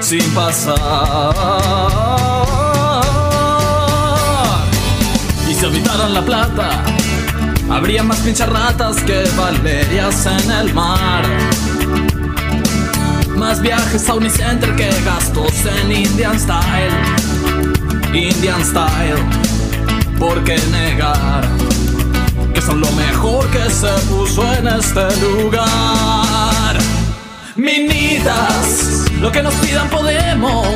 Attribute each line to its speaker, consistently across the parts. Speaker 1: Sin pasar. Y si habitaran la plata, habría más pincharratas que valerias en el mar. Más viajes a Unicenter que gastos en Indian Style. Indian Style, ¿por qué negar? Que son lo mejor que se puso en este lugar. Minitas, lo que nos pidan podemos.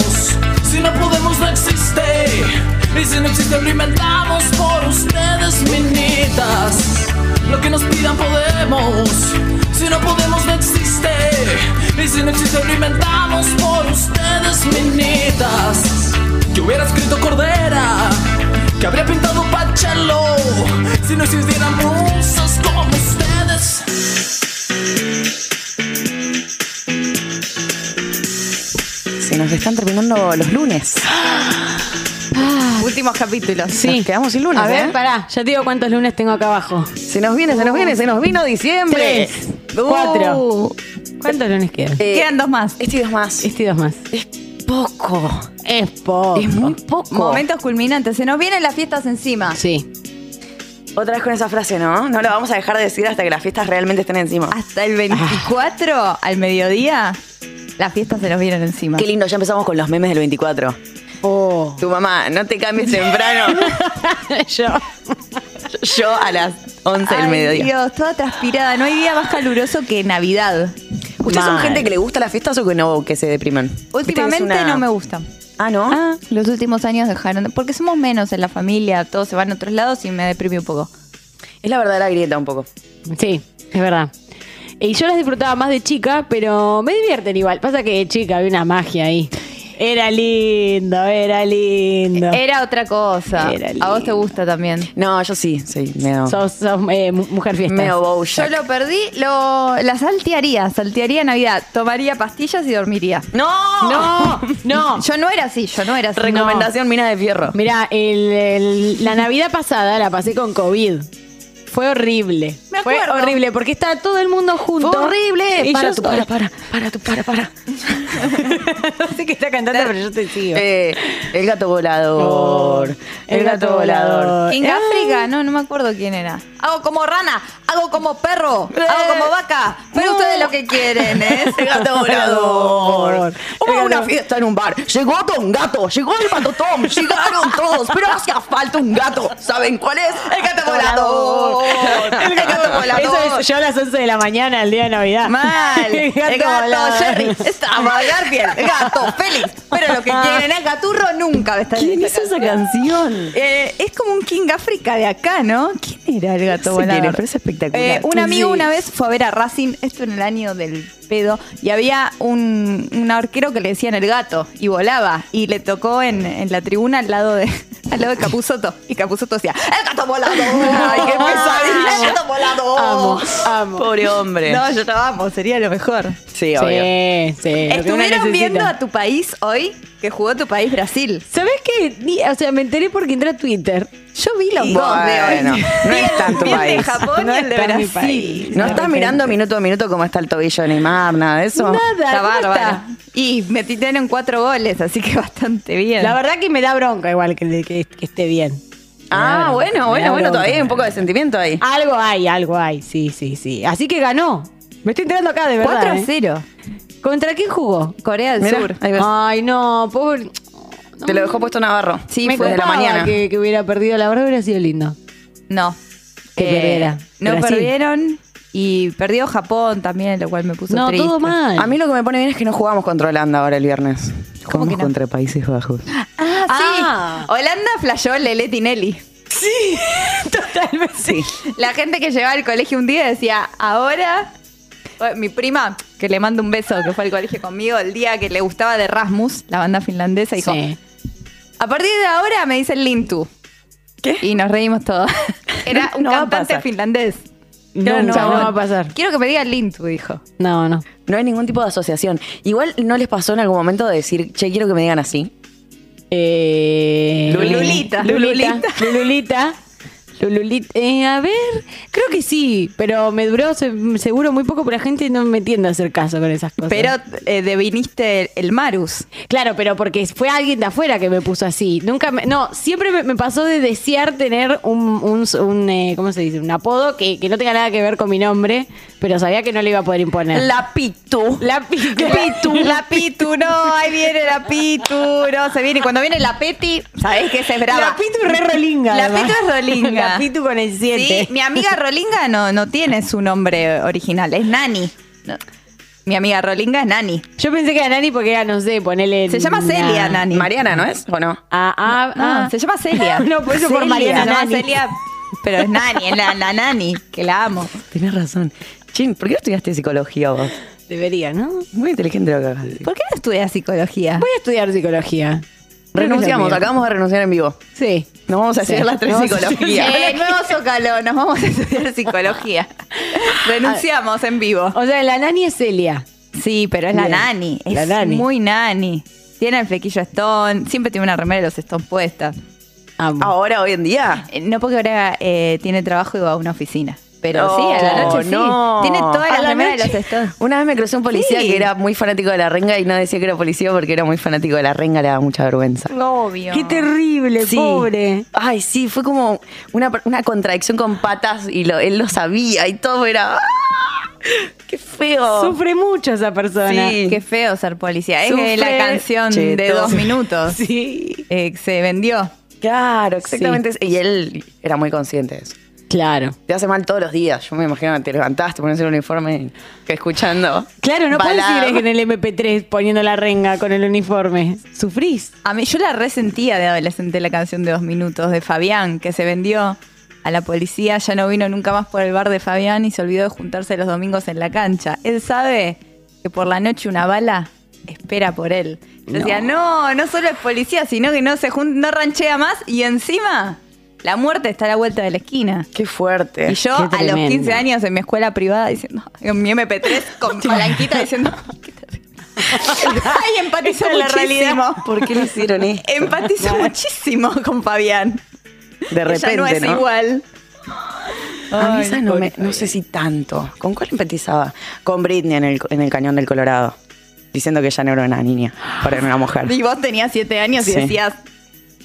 Speaker 1: Si no podemos, no existe. Y si no existe, lo inventamos por ustedes, minitas. Lo que nos pidan podemos. Si no podemos, no existe. Y si no existe, lo inventamos por ustedes, minitas. Que hubiera escrito Cordera, que habría pintado Pachalo. Si no existieran musas como ustedes.
Speaker 2: Se nos están terminando los lunes.
Speaker 3: Últimos capítulos.
Speaker 2: Sí. Nos quedamos sin lunes,
Speaker 3: A ver,
Speaker 2: ¿eh?
Speaker 3: pará.
Speaker 4: ya te digo cuántos lunes tengo acá abajo.
Speaker 2: Se nos viene, se nos viene, se nos vino diciembre.
Speaker 4: Tres,
Speaker 2: Uh,
Speaker 4: cuatro. ¿Cuántos lunes quedan?
Speaker 2: eh,
Speaker 3: Quedan dos más.
Speaker 2: Este y dos más.
Speaker 4: Este y dos más.
Speaker 2: Es poco.
Speaker 4: Es poco.
Speaker 2: Es muy poco.
Speaker 3: Momentos culminantes. Se nos vienen las fiestas encima.
Speaker 4: Sí.
Speaker 2: Otra vez con esa frase, ¿no? No la vamos a dejar de decir hasta que las fiestas realmente estén encima.
Speaker 3: Hasta el 24 al mediodía, las fiestas se nos vienen encima.
Speaker 2: Qué lindo, ya empezamos con los memes del 24.
Speaker 4: Oh.
Speaker 2: Tu mamá, no te cambies temprano.
Speaker 4: Yo.
Speaker 2: Yo a las 11 del
Speaker 3: Ay,
Speaker 2: mediodía.
Speaker 3: Dios, toda transpirada. No hay día más caluroso que Navidad.
Speaker 2: ¿Ustedes son
Speaker 4: Mal.
Speaker 2: gente que le gusta las fiestas o que no, que se deprimen?
Speaker 3: Últimamente no me gustan.
Speaker 2: Ah, ¿no?
Speaker 3: Ah, los últimos años dejaron. de- Porque somos menos en la familia, todos se van a otros lados y me deprime un poco.
Speaker 2: Es la verdadera grieta un poco.
Speaker 4: Sí, es verdad. Y yo las disfrutaba más de chica, pero me divierten igual. Pasa que de chica había una magia ahí. Era lindo, era lindo.
Speaker 3: Era otra cosa.
Speaker 4: Era
Speaker 3: a vos te
Speaker 4: lindo.
Speaker 3: gusta también.
Speaker 2: No, yo sí, soy medio,
Speaker 4: Sos, sos, eh, mu- mujer fiesta.
Speaker 2: medio Bojack.
Speaker 3: Yo lo perdí, lo, la saltearía, saltearía Navidad, tomaría pastillas y dormiría.
Speaker 2: ¡No!
Speaker 4: No, no.
Speaker 3: Yo no era así, yo no era así.
Speaker 2: Recomendación Mina de Fierro.
Speaker 4: Mira, la Navidad pasada la pasé con COVID. Fue horrible.
Speaker 3: Me
Speaker 4: Fue
Speaker 3: acuerdo.
Speaker 4: horrible porque estaba todo el mundo junto.
Speaker 3: Fue horrible.
Speaker 4: Y
Speaker 2: Para
Speaker 4: yo
Speaker 2: tú,
Speaker 4: sola.
Speaker 2: para, para, para tú, para, para.
Speaker 4: No sé qué está cantando, pero yo te sigo.
Speaker 2: Eh, el gato volador.
Speaker 4: Oh,
Speaker 2: el gato volador.
Speaker 3: En
Speaker 4: Ah.
Speaker 3: África, no, no me acuerdo quién era. Hago como rana, hago como perro,
Speaker 2: Eh,
Speaker 3: hago como vaca. Pero
Speaker 2: no.
Speaker 3: ustedes lo que quieren ¿eh? es.
Speaker 2: El gato volador. Hubo
Speaker 4: El
Speaker 2: una
Speaker 4: gato-
Speaker 2: fiesta en un bar. Llegó todo un gato. Llegó el pato Tom. Llegaron todos. Pero hacía falta un gato. ¿Saben cuál es? El gato volador.
Speaker 3: El gato
Speaker 4: Eso
Speaker 3: volador.
Speaker 4: es yo a las 11 de la mañana, el día de Navidad.
Speaker 3: Mal. El gato,
Speaker 4: volador.
Speaker 3: Jerry. Estaba bien. El gato, Félix. Pero lo que quieren es gaturro nunca. va a estar en
Speaker 4: ¿Quién
Speaker 3: esta
Speaker 4: hizo esa canción?
Speaker 3: Eh, es como un King África de acá, ¿no? ¿Quién era el gato
Speaker 2: sé
Speaker 3: volador?
Speaker 2: quién es, pero es espectacular.
Speaker 3: Eh, un amigo
Speaker 2: Sí.
Speaker 3: una vez fue a ver a Racing, esto en el año del pedo, y había un, un arquero que le decían el gato y volaba y le tocó en, en la tribuna al lado de al lado de Capuzoto y Capuzoto decía el gato volador. Ay, qué pesadilla. El gato volador.
Speaker 4: Amo, amo.
Speaker 2: Pobre hombre.
Speaker 3: No, yo lo amo, sería lo mejor.
Speaker 2: Sí, obvio.
Speaker 4: Sí, sí. lo que uno
Speaker 3: ¿Estuvieron viendo
Speaker 4: necesita.
Speaker 3: a tu país hoy que jugó tu país Brasil?
Speaker 4: ¿Sabés qué? Ni- O sea, me enteré porque entré a Twitter.
Speaker 3: Yo vi los
Speaker 2: Y-
Speaker 3: dos de hoy.
Speaker 2: Bueno, no
Speaker 3: Vi
Speaker 2: es
Speaker 3: el-
Speaker 2: tanto
Speaker 3: vi el de
Speaker 2: país.
Speaker 3: Japón
Speaker 4: No
Speaker 3: y el de
Speaker 4: está en mi
Speaker 3: Brasil.
Speaker 4: país.
Speaker 2: ¿No estás mirando minuto a minuto cómo está el tobillo de Neymar, nada de eso?
Speaker 4: Nada.
Speaker 3: Está
Speaker 4: ¿cómo
Speaker 3: bárbaro.
Speaker 4: está?
Speaker 3: Y me titaron cuatro goles, así que bastante bien.
Speaker 4: La verdad que me da bronca igual que, que- que esté bien.
Speaker 2: Ah,
Speaker 4: Me da bronca, me
Speaker 2: bueno,
Speaker 4: da
Speaker 2: bueno, bueno,
Speaker 4: bronca.
Speaker 2: todavía hay un poco de sentimiento ahí.
Speaker 4: Algo hay, algo hay, sí, sí, sí. Así que ganó. Me estoy enterando acá, de verdad.
Speaker 3: 4 a
Speaker 4: ¿eh?
Speaker 3: 0.
Speaker 4: ¿Contra quién jugó?
Speaker 3: Corea del
Speaker 2: Mirá,
Speaker 3: Sur.
Speaker 2: ahí ves.
Speaker 4: Ay, no, pobre. No,
Speaker 2: Te lo dejó puesto Navarro.
Speaker 3: Sí,
Speaker 4: me
Speaker 3: fue
Speaker 2: desde la
Speaker 4: copaba
Speaker 2: mañana.
Speaker 4: Que, que hubiera perdido, la verdad hubiera sido lindo.
Speaker 3: No.
Speaker 4: Que perdiera.
Speaker 3: Eh, No
Speaker 4: Brasil.
Speaker 3: perdieron. Y perdió Japón también, lo cual me puso
Speaker 4: no,
Speaker 3: triste.
Speaker 4: todo mal.
Speaker 2: A mí lo que me pone bien es que no jugamos contra Holanda ahora el viernes. Jugamos
Speaker 3: que no?
Speaker 2: contra Países Bajos.
Speaker 3: Ah, sí.
Speaker 4: Ah.
Speaker 3: Holanda flasheó Lele Tinelli.
Speaker 4: totalmente.
Speaker 3: La gente que llegaba al colegio un día decía, ahora... Bueno, eh, Mi prima, que le mando un beso, que fue al colegio conmigo el día que le gustaba de Rasmus, la banda finlandesa, dijo,
Speaker 4: Sí.
Speaker 3: a partir de ahora me dicen Lintu.
Speaker 2: ¿Qué?
Speaker 3: Y nos reímos todos. Era un
Speaker 2: No va a
Speaker 3: cantante
Speaker 2: pasar.
Speaker 3: finlandés.
Speaker 4: Nunca,
Speaker 3: Era un
Speaker 4: no,
Speaker 3: chabón.
Speaker 4: va a pasar.
Speaker 3: Quiero que me diga Lintu, dijo.
Speaker 4: No, no.
Speaker 2: No hay ningún tipo de asociación. Igual no les pasó en algún momento de decir, che, quiero que me digan así.
Speaker 4: Eh, Lululita.
Speaker 3: Lululita. Lululita.
Speaker 4: Lululita. Lululita. Eh, a ver, creo que sí, pero me duró se- seguro muy poco, pero la gente no me tiende a hacer caso con esas cosas.
Speaker 3: Pero eh, deviniste el, el Marus.
Speaker 4: Claro, pero porque fue alguien de afuera que me puso así. Nunca me- no, siempre me, me pasó de desear tener un, un, un, eh, ¿cómo se dice? Un apodo que, que no tenga nada que ver con mi nombre, pero sabía que no le iba a poder imponer.
Speaker 2: La pitu.
Speaker 4: La pitu.
Speaker 3: Pitu, la Pitu, no, ahí viene la Pitu, no, se viene. Cuando viene la Peti, sabés que se es brava.
Speaker 4: La pitu re rolinga.
Speaker 3: La
Speaker 4: además.
Speaker 3: Pitu es rolinga.
Speaker 4: La pitu con el 7.
Speaker 3: Sí, mi amiga Rolinga no, no tiene su nombre original, es Nani. No. Mi amiga Rolinga es Nani.
Speaker 4: Yo pensé que era Nani porque era, no sé, ponele.
Speaker 3: Se llama
Speaker 4: una-
Speaker 3: Celia Nani.
Speaker 2: Mariana, ¿no es? ¿O no?
Speaker 4: Ah, ah,
Speaker 3: No,
Speaker 4: ah.
Speaker 3: se llama Celia.
Speaker 4: No, por eso por
Speaker 3: Celia,
Speaker 4: Mariana
Speaker 3: se llama
Speaker 4: Nani.
Speaker 3: Celia, pero es Nani, es la, la Nani, que la amo.
Speaker 2: Tenés razón. Chin, ¿por qué no estudiaste psicología vos?
Speaker 4: Debería, ¿no?
Speaker 2: Muy inteligente lo que acabas de decir.
Speaker 3: ¿Por qué no estudias psicología?
Speaker 4: Voy a estudiar psicología. Creo que es lo
Speaker 2: Renunciamos,
Speaker 4: mío.
Speaker 2: acabamos de renunciar en vivo.
Speaker 4: Sí.
Speaker 2: Nos vamos a hacer
Speaker 4: Sí.
Speaker 2: las tres
Speaker 4: Nos vamos a hacer-
Speaker 2: psicología.
Speaker 3: Hola, nuevo Zócalo, nos vamos a estudiar psicología. Renunciamos en vivo.
Speaker 4: O sea, la nani es Celia.
Speaker 3: Sí, pero es la
Speaker 4: Bien.
Speaker 3: nani. Es
Speaker 4: La nani.
Speaker 3: muy nani. Tiene el flequillo Stone. Siempre tiene una remera de los Stone puesta.
Speaker 4: Amo.
Speaker 2: Ahora, hoy en día.
Speaker 3: Eh, No porque ahora eh, tiene trabajo y va a una oficina. Pero
Speaker 2: No,
Speaker 3: sí, a la noche sí.
Speaker 2: no.
Speaker 3: Tiene toda
Speaker 2: A
Speaker 3: la
Speaker 2: la
Speaker 3: remera de
Speaker 2: noche.
Speaker 3: los Stone.
Speaker 2: Una vez me cruzó un policía
Speaker 3: Sí.
Speaker 2: que era muy fanático de la renga y no decía que era policía porque era muy fanático de la renga, le daba mucha vergüenza.
Speaker 3: Obvio.
Speaker 4: Qué terrible,
Speaker 2: Sí.
Speaker 4: pobre.
Speaker 2: Ay, sí, fue como una, una contradicción con patas y lo- él lo sabía y todo era. ¡ah! ¡Qué feo!
Speaker 4: Sufre mucho esa persona.
Speaker 2: Sí.
Speaker 3: Qué feo ser policía. Es
Speaker 4: Sufre
Speaker 3: la canción de
Speaker 2: cheto.
Speaker 3: dos minutos.
Speaker 4: Sí.
Speaker 3: Eh, que se vendió.
Speaker 2: Claro, exactamente. eso. Y él era muy consciente de eso.
Speaker 4: Claro.
Speaker 2: Te hace mal todos los días. Yo me imagino que te levantaste, pones el uniforme, que escuchando.
Speaker 4: Claro, no puedes
Speaker 2: balada.
Speaker 4: ir en el MP3 poniendo la renga con el uniforme. Sufrís.
Speaker 3: A mí yo la resentía de adolescente la canción de dos minutos de Fabián, que se vendió a la policía, ya no vino nunca más por el bar de Fabián y se olvidó de juntarse los domingos en la cancha. Él sabe que por la noche una bala espera por él. Yo decía, no, no solo es policía, sino que no se jun- no ranchea más y encima la muerte está a la vuelta de la esquina.
Speaker 2: Qué fuerte.
Speaker 3: Y yo
Speaker 4: Qué
Speaker 3: a los
Speaker 4: tremendo.
Speaker 3: 15 años en mi escuela privada diciendo, en mi MP3 con palanquita diciendo, qué terrible. Ay,
Speaker 4: Esa
Speaker 3: empatizo
Speaker 4: es
Speaker 3: con
Speaker 4: la
Speaker 3: la realidad.
Speaker 4: realidad.
Speaker 2: ¿Por qué lo hicieron esto?
Speaker 3: Empatizo muchísimo con Fabián.
Speaker 2: De repente,
Speaker 3: Ella no es igual.
Speaker 2: A mí esa no,
Speaker 4: Ay,
Speaker 2: me- no sé si tanto. ¿Con cuál empatizaba? Con Britney en el, en el Cañón del Colorado. Diciendo que ella no era una niña, para una mujer.
Speaker 3: Y vos tenías siete años y
Speaker 2: Sí.
Speaker 3: decías,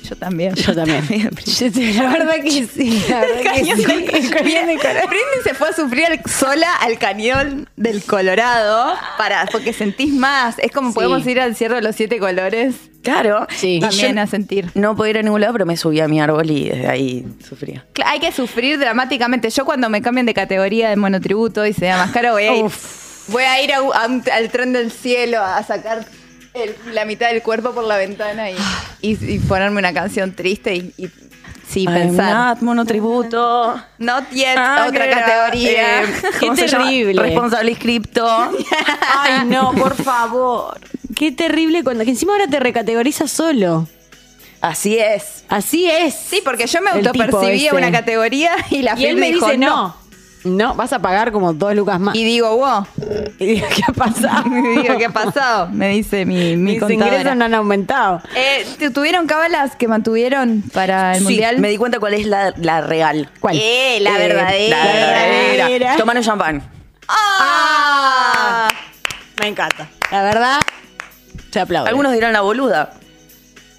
Speaker 3: yo también.
Speaker 4: Yo también. Yo te- la verdad que sí. La verdad
Speaker 3: El
Speaker 4: que
Speaker 3: cañón
Speaker 4: sí.
Speaker 3: del-
Speaker 4: El cañón del corazón.
Speaker 3: Britney se fue a sufrir al- sola al cañón del Colorado para, porque sentís más. Es como
Speaker 4: Sí.
Speaker 3: podemos ir al cierre de los siete colores
Speaker 2: Claro.
Speaker 4: Sí.
Speaker 2: Y
Speaker 3: también
Speaker 2: yo
Speaker 3: a sentir.
Speaker 2: no podía ir a ningún lado, pero me subía a mi árbol y desde ahí sufría.
Speaker 3: Cla- Hay que sufrir dramáticamente. Yo cuando me cambien de categoría de monotributo y sea más caro, voy a ir, voy a ir a u- a un- al tren del cielo a sacar el- la mitad del cuerpo por la ventana y, y- y ponerme una canción triste y, y- sí,
Speaker 2: I'm
Speaker 3: pensar.
Speaker 2: not Em, monotributo.
Speaker 3: Not yet,
Speaker 2: Ah,
Speaker 3: otra
Speaker 2: que era,
Speaker 3: categoría.
Speaker 2: eh, ¿cómo
Speaker 4: Qué
Speaker 2: se llama?
Speaker 4: terrible.
Speaker 2: Responsable inscripto.
Speaker 4: Ay, no, por favor. Qué terrible cuando. Que encima ahora te recategorizas solo.
Speaker 2: Así es.
Speaker 4: Así es.
Speaker 3: sí, porque yo me
Speaker 4: El tipo
Speaker 3: autopercibía
Speaker 4: ese.
Speaker 3: una categoría y la
Speaker 4: Y él
Speaker 3: Phil
Speaker 4: me
Speaker 3: dijo
Speaker 4: dice no. No, vas a pagar como dos lucas más.
Speaker 3: Y digo, wow.
Speaker 4: Y digo, ¿qué ha pasado?
Speaker 3: Y digo, ¿qué ha pasado? Me dice mi, mi
Speaker 4: Mis
Speaker 3: contadora.
Speaker 4: ingresos no han aumentado.
Speaker 3: Eh, ¿te- ¿Tuvieron cábalas que mantuvieron para el
Speaker 2: Sí,
Speaker 3: mundial?
Speaker 2: me di cuenta cuál es la, la real.
Speaker 4: ¿Cuál?
Speaker 3: Eh, la
Speaker 2: Eh,
Speaker 3: verdadera.
Speaker 2: La verdadera.
Speaker 4: verdadera.
Speaker 2: Tomar un champán.
Speaker 3: ¡Ah!
Speaker 4: Me encanta. La verdad, se aplaude.
Speaker 2: Algunos dirán la boluda.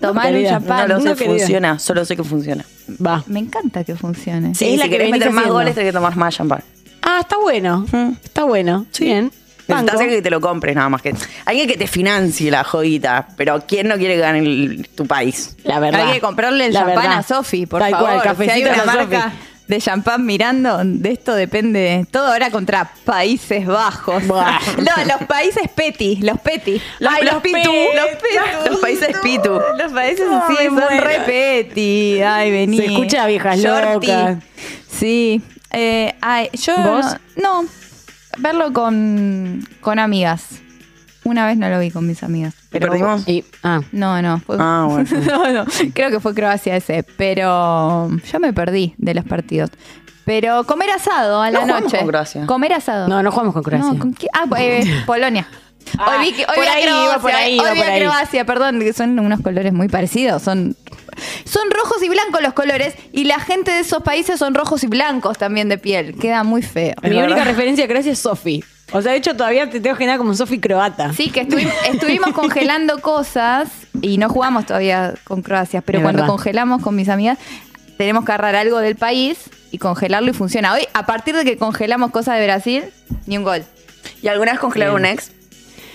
Speaker 3: Tomar un
Speaker 4: querida,
Speaker 3: champán.
Speaker 2: no lo sé,
Speaker 4: no, querida.
Speaker 2: funciona. Solo sé que funciona.
Speaker 4: Va.
Speaker 3: Me encanta que funcione.
Speaker 4: Es
Speaker 2: Sí,
Speaker 4: la
Speaker 2: si
Speaker 4: que
Speaker 2: querés
Speaker 4: venís
Speaker 2: meter más
Speaker 4: haciendo.
Speaker 2: goles, tenés que tomar más champán.
Speaker 4: Ah, está bueno.
Speaker 2: Mm.
Speaker 4: Está bueno. Bien. Banco.
Speaker 2: Necesitas alguien que te lo compres nada más que. Alguien que te financie la joyita. Pero ¿quién no quiere ganar el- tu país?
Speaker 4: La verdad.
Speaker 3: Hay que comprarle el
Speaker 4: La
Speaker 3: champán
Speaker 4: verdad.
Speaker 3: a Sofi, por
Speaker 4: Tal
Speaker 3: favor.
Speaker 4: cual,
Speaker 3: si
Speaker 4: cafecito
Speaker 3: hay una
Speaker 4: con Sofi.
Speaker 3: marca de champán mirando, de esto depende. Todo ahora contra Países Bajos.
Speaker 4: Buah.
Speaker 3: no, los países Peti, los Peti.
Speaker 4: Los-
Speaker 3: Ay,
Speaker 4: los
Speaker 3: pitu,
Speaker 4: Peti.
Speaker 3: los Pitu.
Speaker 2: Los países Pitu.
Speaker 3: Los países
Speaker 4: No,
Speaker 3: sí,
Speaker 4: me
Speaker 3: son
Speaker 4: muero.
Speaker 3: re Peti. Ay, vení.
Speaker 4: Se escucha viejas
Speaker 3: Shorty.
Speaker 4: locas.
Speaker 3: Sí. Eh, ay, yo
Speaker 4: ¿Vos?
Speaker 3: no. no. verlo con, con amigas. Una vez no lo vi con mis amigas.
Speaker 2: ¿Lo perdimos?
Speaker 4: Y- ah.
Speaker 3: No, no. fue-
Speaker 2: Ah, bueno.
Speaker 3: no, no. Creo que fue Croacia ese. Pero yo me perdí de los partidos. Pero comer asado a
Speaker 2: No
Speaker 3: la
Speaker 2: jugamos
Speaker 3: noche.
Speaker 2: con Croacia.
Speaker 3: Comer asado.
Speaker 4: No, no jugamos con Croacia.
Speaker 3: No, ¿con qué? Ah, eh, Polonia.
Speaker 4: Ah,
Speaker 3: hoy vi, que- hoy
Speaker 4: por
Speaker 3: vi a
Speaker 4: ahí
Speaker 3: Croacia,
Speaker 4: iba, por ahí
Speaker 3: hoy
Speaker 4: iba,
Speaker 3: vi
Speaker 4: por
Speaker 3: a
Speaker 4: ahí.
Speaker 3: Croacia, perdón, que son unos colores muy parecidos, son son rojos y blancos los colores y la gente de esos países son rojos y blancos también de piel, queda muy feo.
Speaker 4: Mi
Speaker 2: verdad.
Speaker 4: única referencia de Croacia es Sofi. O sea, de hecho, todavía te tengo que dar como Sofi croata.
Speaker 3: Sí, que estuvi- estuvimos congelando cosas y no jugamos todavía con Croacia, pero
Speaker 4: Es
Speaker 3: cuando
Speaker 4: verdad.
Speaker 3: congelamos con mis amigas tenemos que agarrar algo del país y congelarlo y funciona. Hoy, a partir de que congelamos cosas de Brasil, ni un gol.
Speaker 2: ¿Y alguna vez congelaron un ex?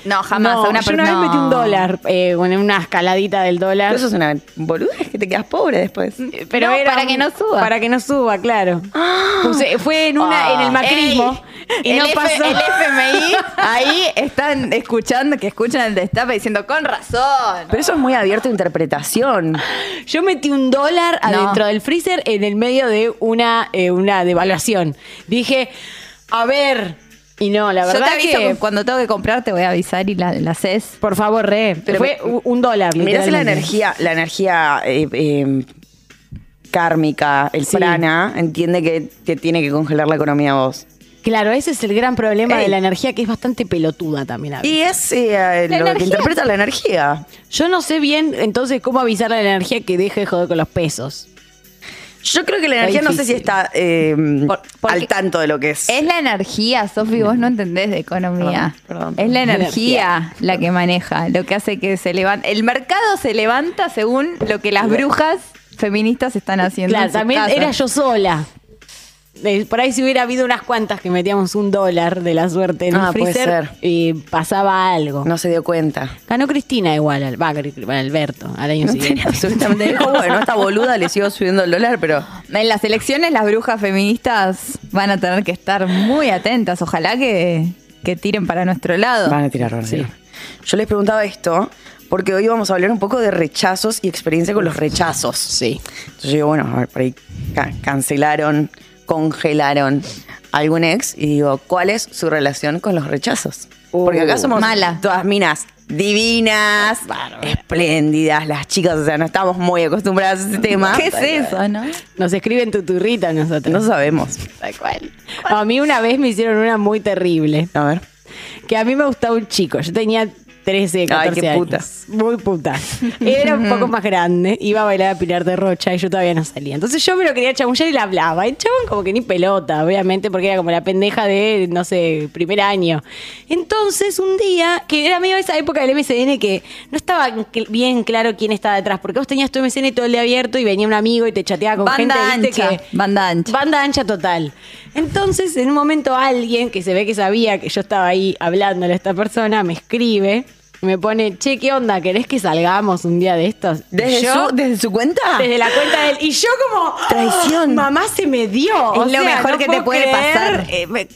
Speaker 3: No, jamás.
Speaker 4: No,
Speaker 3: a una
Speaker 4: yo una vez
Speaker 3: persona-
Speaker 4: metí un dólar, eh, bueno, una escaladita del dólar.
Speaker 2: Pero eso es una boludez que te quedas pobre después.
Speaker 4: Eh, Pero
Speaker 3: No,
Speaker 4: era
Speaker 3: para
Speaker 4: un-
Speaker 3: Mm, que no suba.
Speaker 4: Para que no suba, claro.
Speaker 2: Ah.
Speaker 4: Puse- fue en una, en el macrismo.
Speaker 3: Ey,
Speaker 4: y
Speaker 3: el
Speaker 4: no
Speaker 3: F-
Speaker 4: pasó.
Speaker 3: El FMI ahí están escuchando, que escuchan el destape diciendo con razón.
Speaker 2: Pero eso es muy abierto a interpretación.
Speaker 4: Yo metí un dólar
Speaker 3: No.
Speaker 4: adentro del freezer en el medio de una, eh, una devaluación. Dije, a ver. Y no, la
Speaker 3: Yo te
Speaker 4: verdad
Speaker 3: aviso
Speaker 4: que.
Speaker 3: que cuando tengo que comprar te voy a avisar y la, la haces.
Speaker 4: Por favor, re.
Speaker 2: Pero
Speaker 4: fue
Speaker 2: me-
Speaker 4: u- un dólar.
Speaker 2: Mirá si la
Speaker 4: literalmente.
Speaker 2: energía, la energía eh, eh, kármica, el
Speaker 4: Sí.
Speaker 2: prana, entiende que te tiene que congelar la economía a vos.
Speaker 4: Claro, ese es el gran problema
Speaker 2: Ey.
Speaker 4: de la energía, que es bastante pelotuda también. a veces.
Speaker 2: Y es eh, lo que
Speaker 3: energía.
Speaker 2: interpreta la energía.
Speaker 4: Yo no sé bien entonces cómo avisar a la energía que deje de joder con los pesos.
Speaker 2: Yo creo que la
Speaker 4: Está
Speaker 2: energía no sé si
Speaker 4: difícil.
Speaker 2: está eh,
Speaker 3: Por- porque-
Speaker 2: al tanto de lo que es.
Speaker 3: Es la energía, Sofi, vos no entendés de economía.
Speaker 2: Perdón, perdón.
Speaker 3: Es la
Speaker 4: La
Speaker 3: energía la que maneja, lo que hace que se levante. El mercado se levanta según lo que las brujas feministas están haciendo.
Speaker 4: Claro,
Speaker 3: en sus
Speaker 4: también
Speaker 3: casas.
Speaker 4: era yo sola. Eh, Por ahí si hubiera habido unas cuantas que metíamos un dólar de la suerte en
Speaker 2: Ah,
Speaker 4: el
Speaker 2: puede
Speaker 4: freezer,
Speaker 2: ser.
Speaker 4: y pasaba algo.
Speaker 2: No se dio cuenta.
Speaker 4: Ganó Cristina igual, al, va, Cri- Alberto, al año
Speaker 2: No
Speaker 4: siguiente.
Speaker 2: tenía absolutamente. Dijo, bueno, esta boluda le sigo subiendo el dólar, pero.
Speaker 3: En las elecciones las brujas feministas van a tener que estar muy atentas. Ojalá que, que tiren para nuestro lado.
Speaker 2: Van a tirar, van a tirar. Yo les preguntaba esto porque hoy vamos a hablar un poco de rechazos y experiencia con los rechazos.
Speaker 4: Sí.
Speaker 2: Entonces yo digo, bueno, a ver, por ahí ca- cancelaron, congelaron algún ex y digo, ¿cuál es su relación con los rechazos? Porque acá somos
Speaker 3: Mala.
Speaker 2: todas minas divinas, espléndidas, las chicas, o sea, no estamos muy acostumbradas a ese tema.
Speaker 3: ¿Qué es eso, no?
Speaker 4: Nos escriben tuturrita a nosotros.
Speaker 2: No sabemos.
Speaker 4: A mí una vez me hicieron una muy terrible.
Speaker 2: A ver.
Speaker 4: que a mí me gustaba un chico. Yo tenía 13, 14
Speaker 2: qué
Speaker 4: años.
Speaker 2: puta.
Speaker 4: Muy puta. Era un poco más grande. Iba a bailar a Pilar de Rocha y yo todavía no salía. Entonces yo me lo quería chamullar y le hablaba. El chabón como que ni pelota, obviamente, porque era como la pendeja de, no sé, primer año. Entonces un día, que era medio esa época del MCN que no estaba cl- bien claro quién estaba detrás. Porque vos tenías tu MCN todo el día abierto y venía un amigo y te chateaba con
Speaker 3: Banda
Speaker 4: gente. ¿viste?
Speaker 3: ancha,
Speaker 4: que-
Speaker 3: banda ancha.
Speaker 4: Banda ancha total. Entonces, en un momento alguien que se ve que sabía que yo estaba ahí hablándole a esta persona, me escribe, me pone, che, ¿qué onda? ¿Querés que salgamos un día de estos? Y
Speaker 2: ¿Desde,
Speaker 4: yo,
Speaker 2: su, desde su cuenta?
Speaker 4: desde la cuenta de él. Y yo como, "Ah,
Speaker 2: Traición.
Speaker 4: Mamá se me dio.
Speaker 3: Es lo mejor que te
Speaker 4: puedo
Speaker 3: puede pasar.
Speaker 4: Eh, me-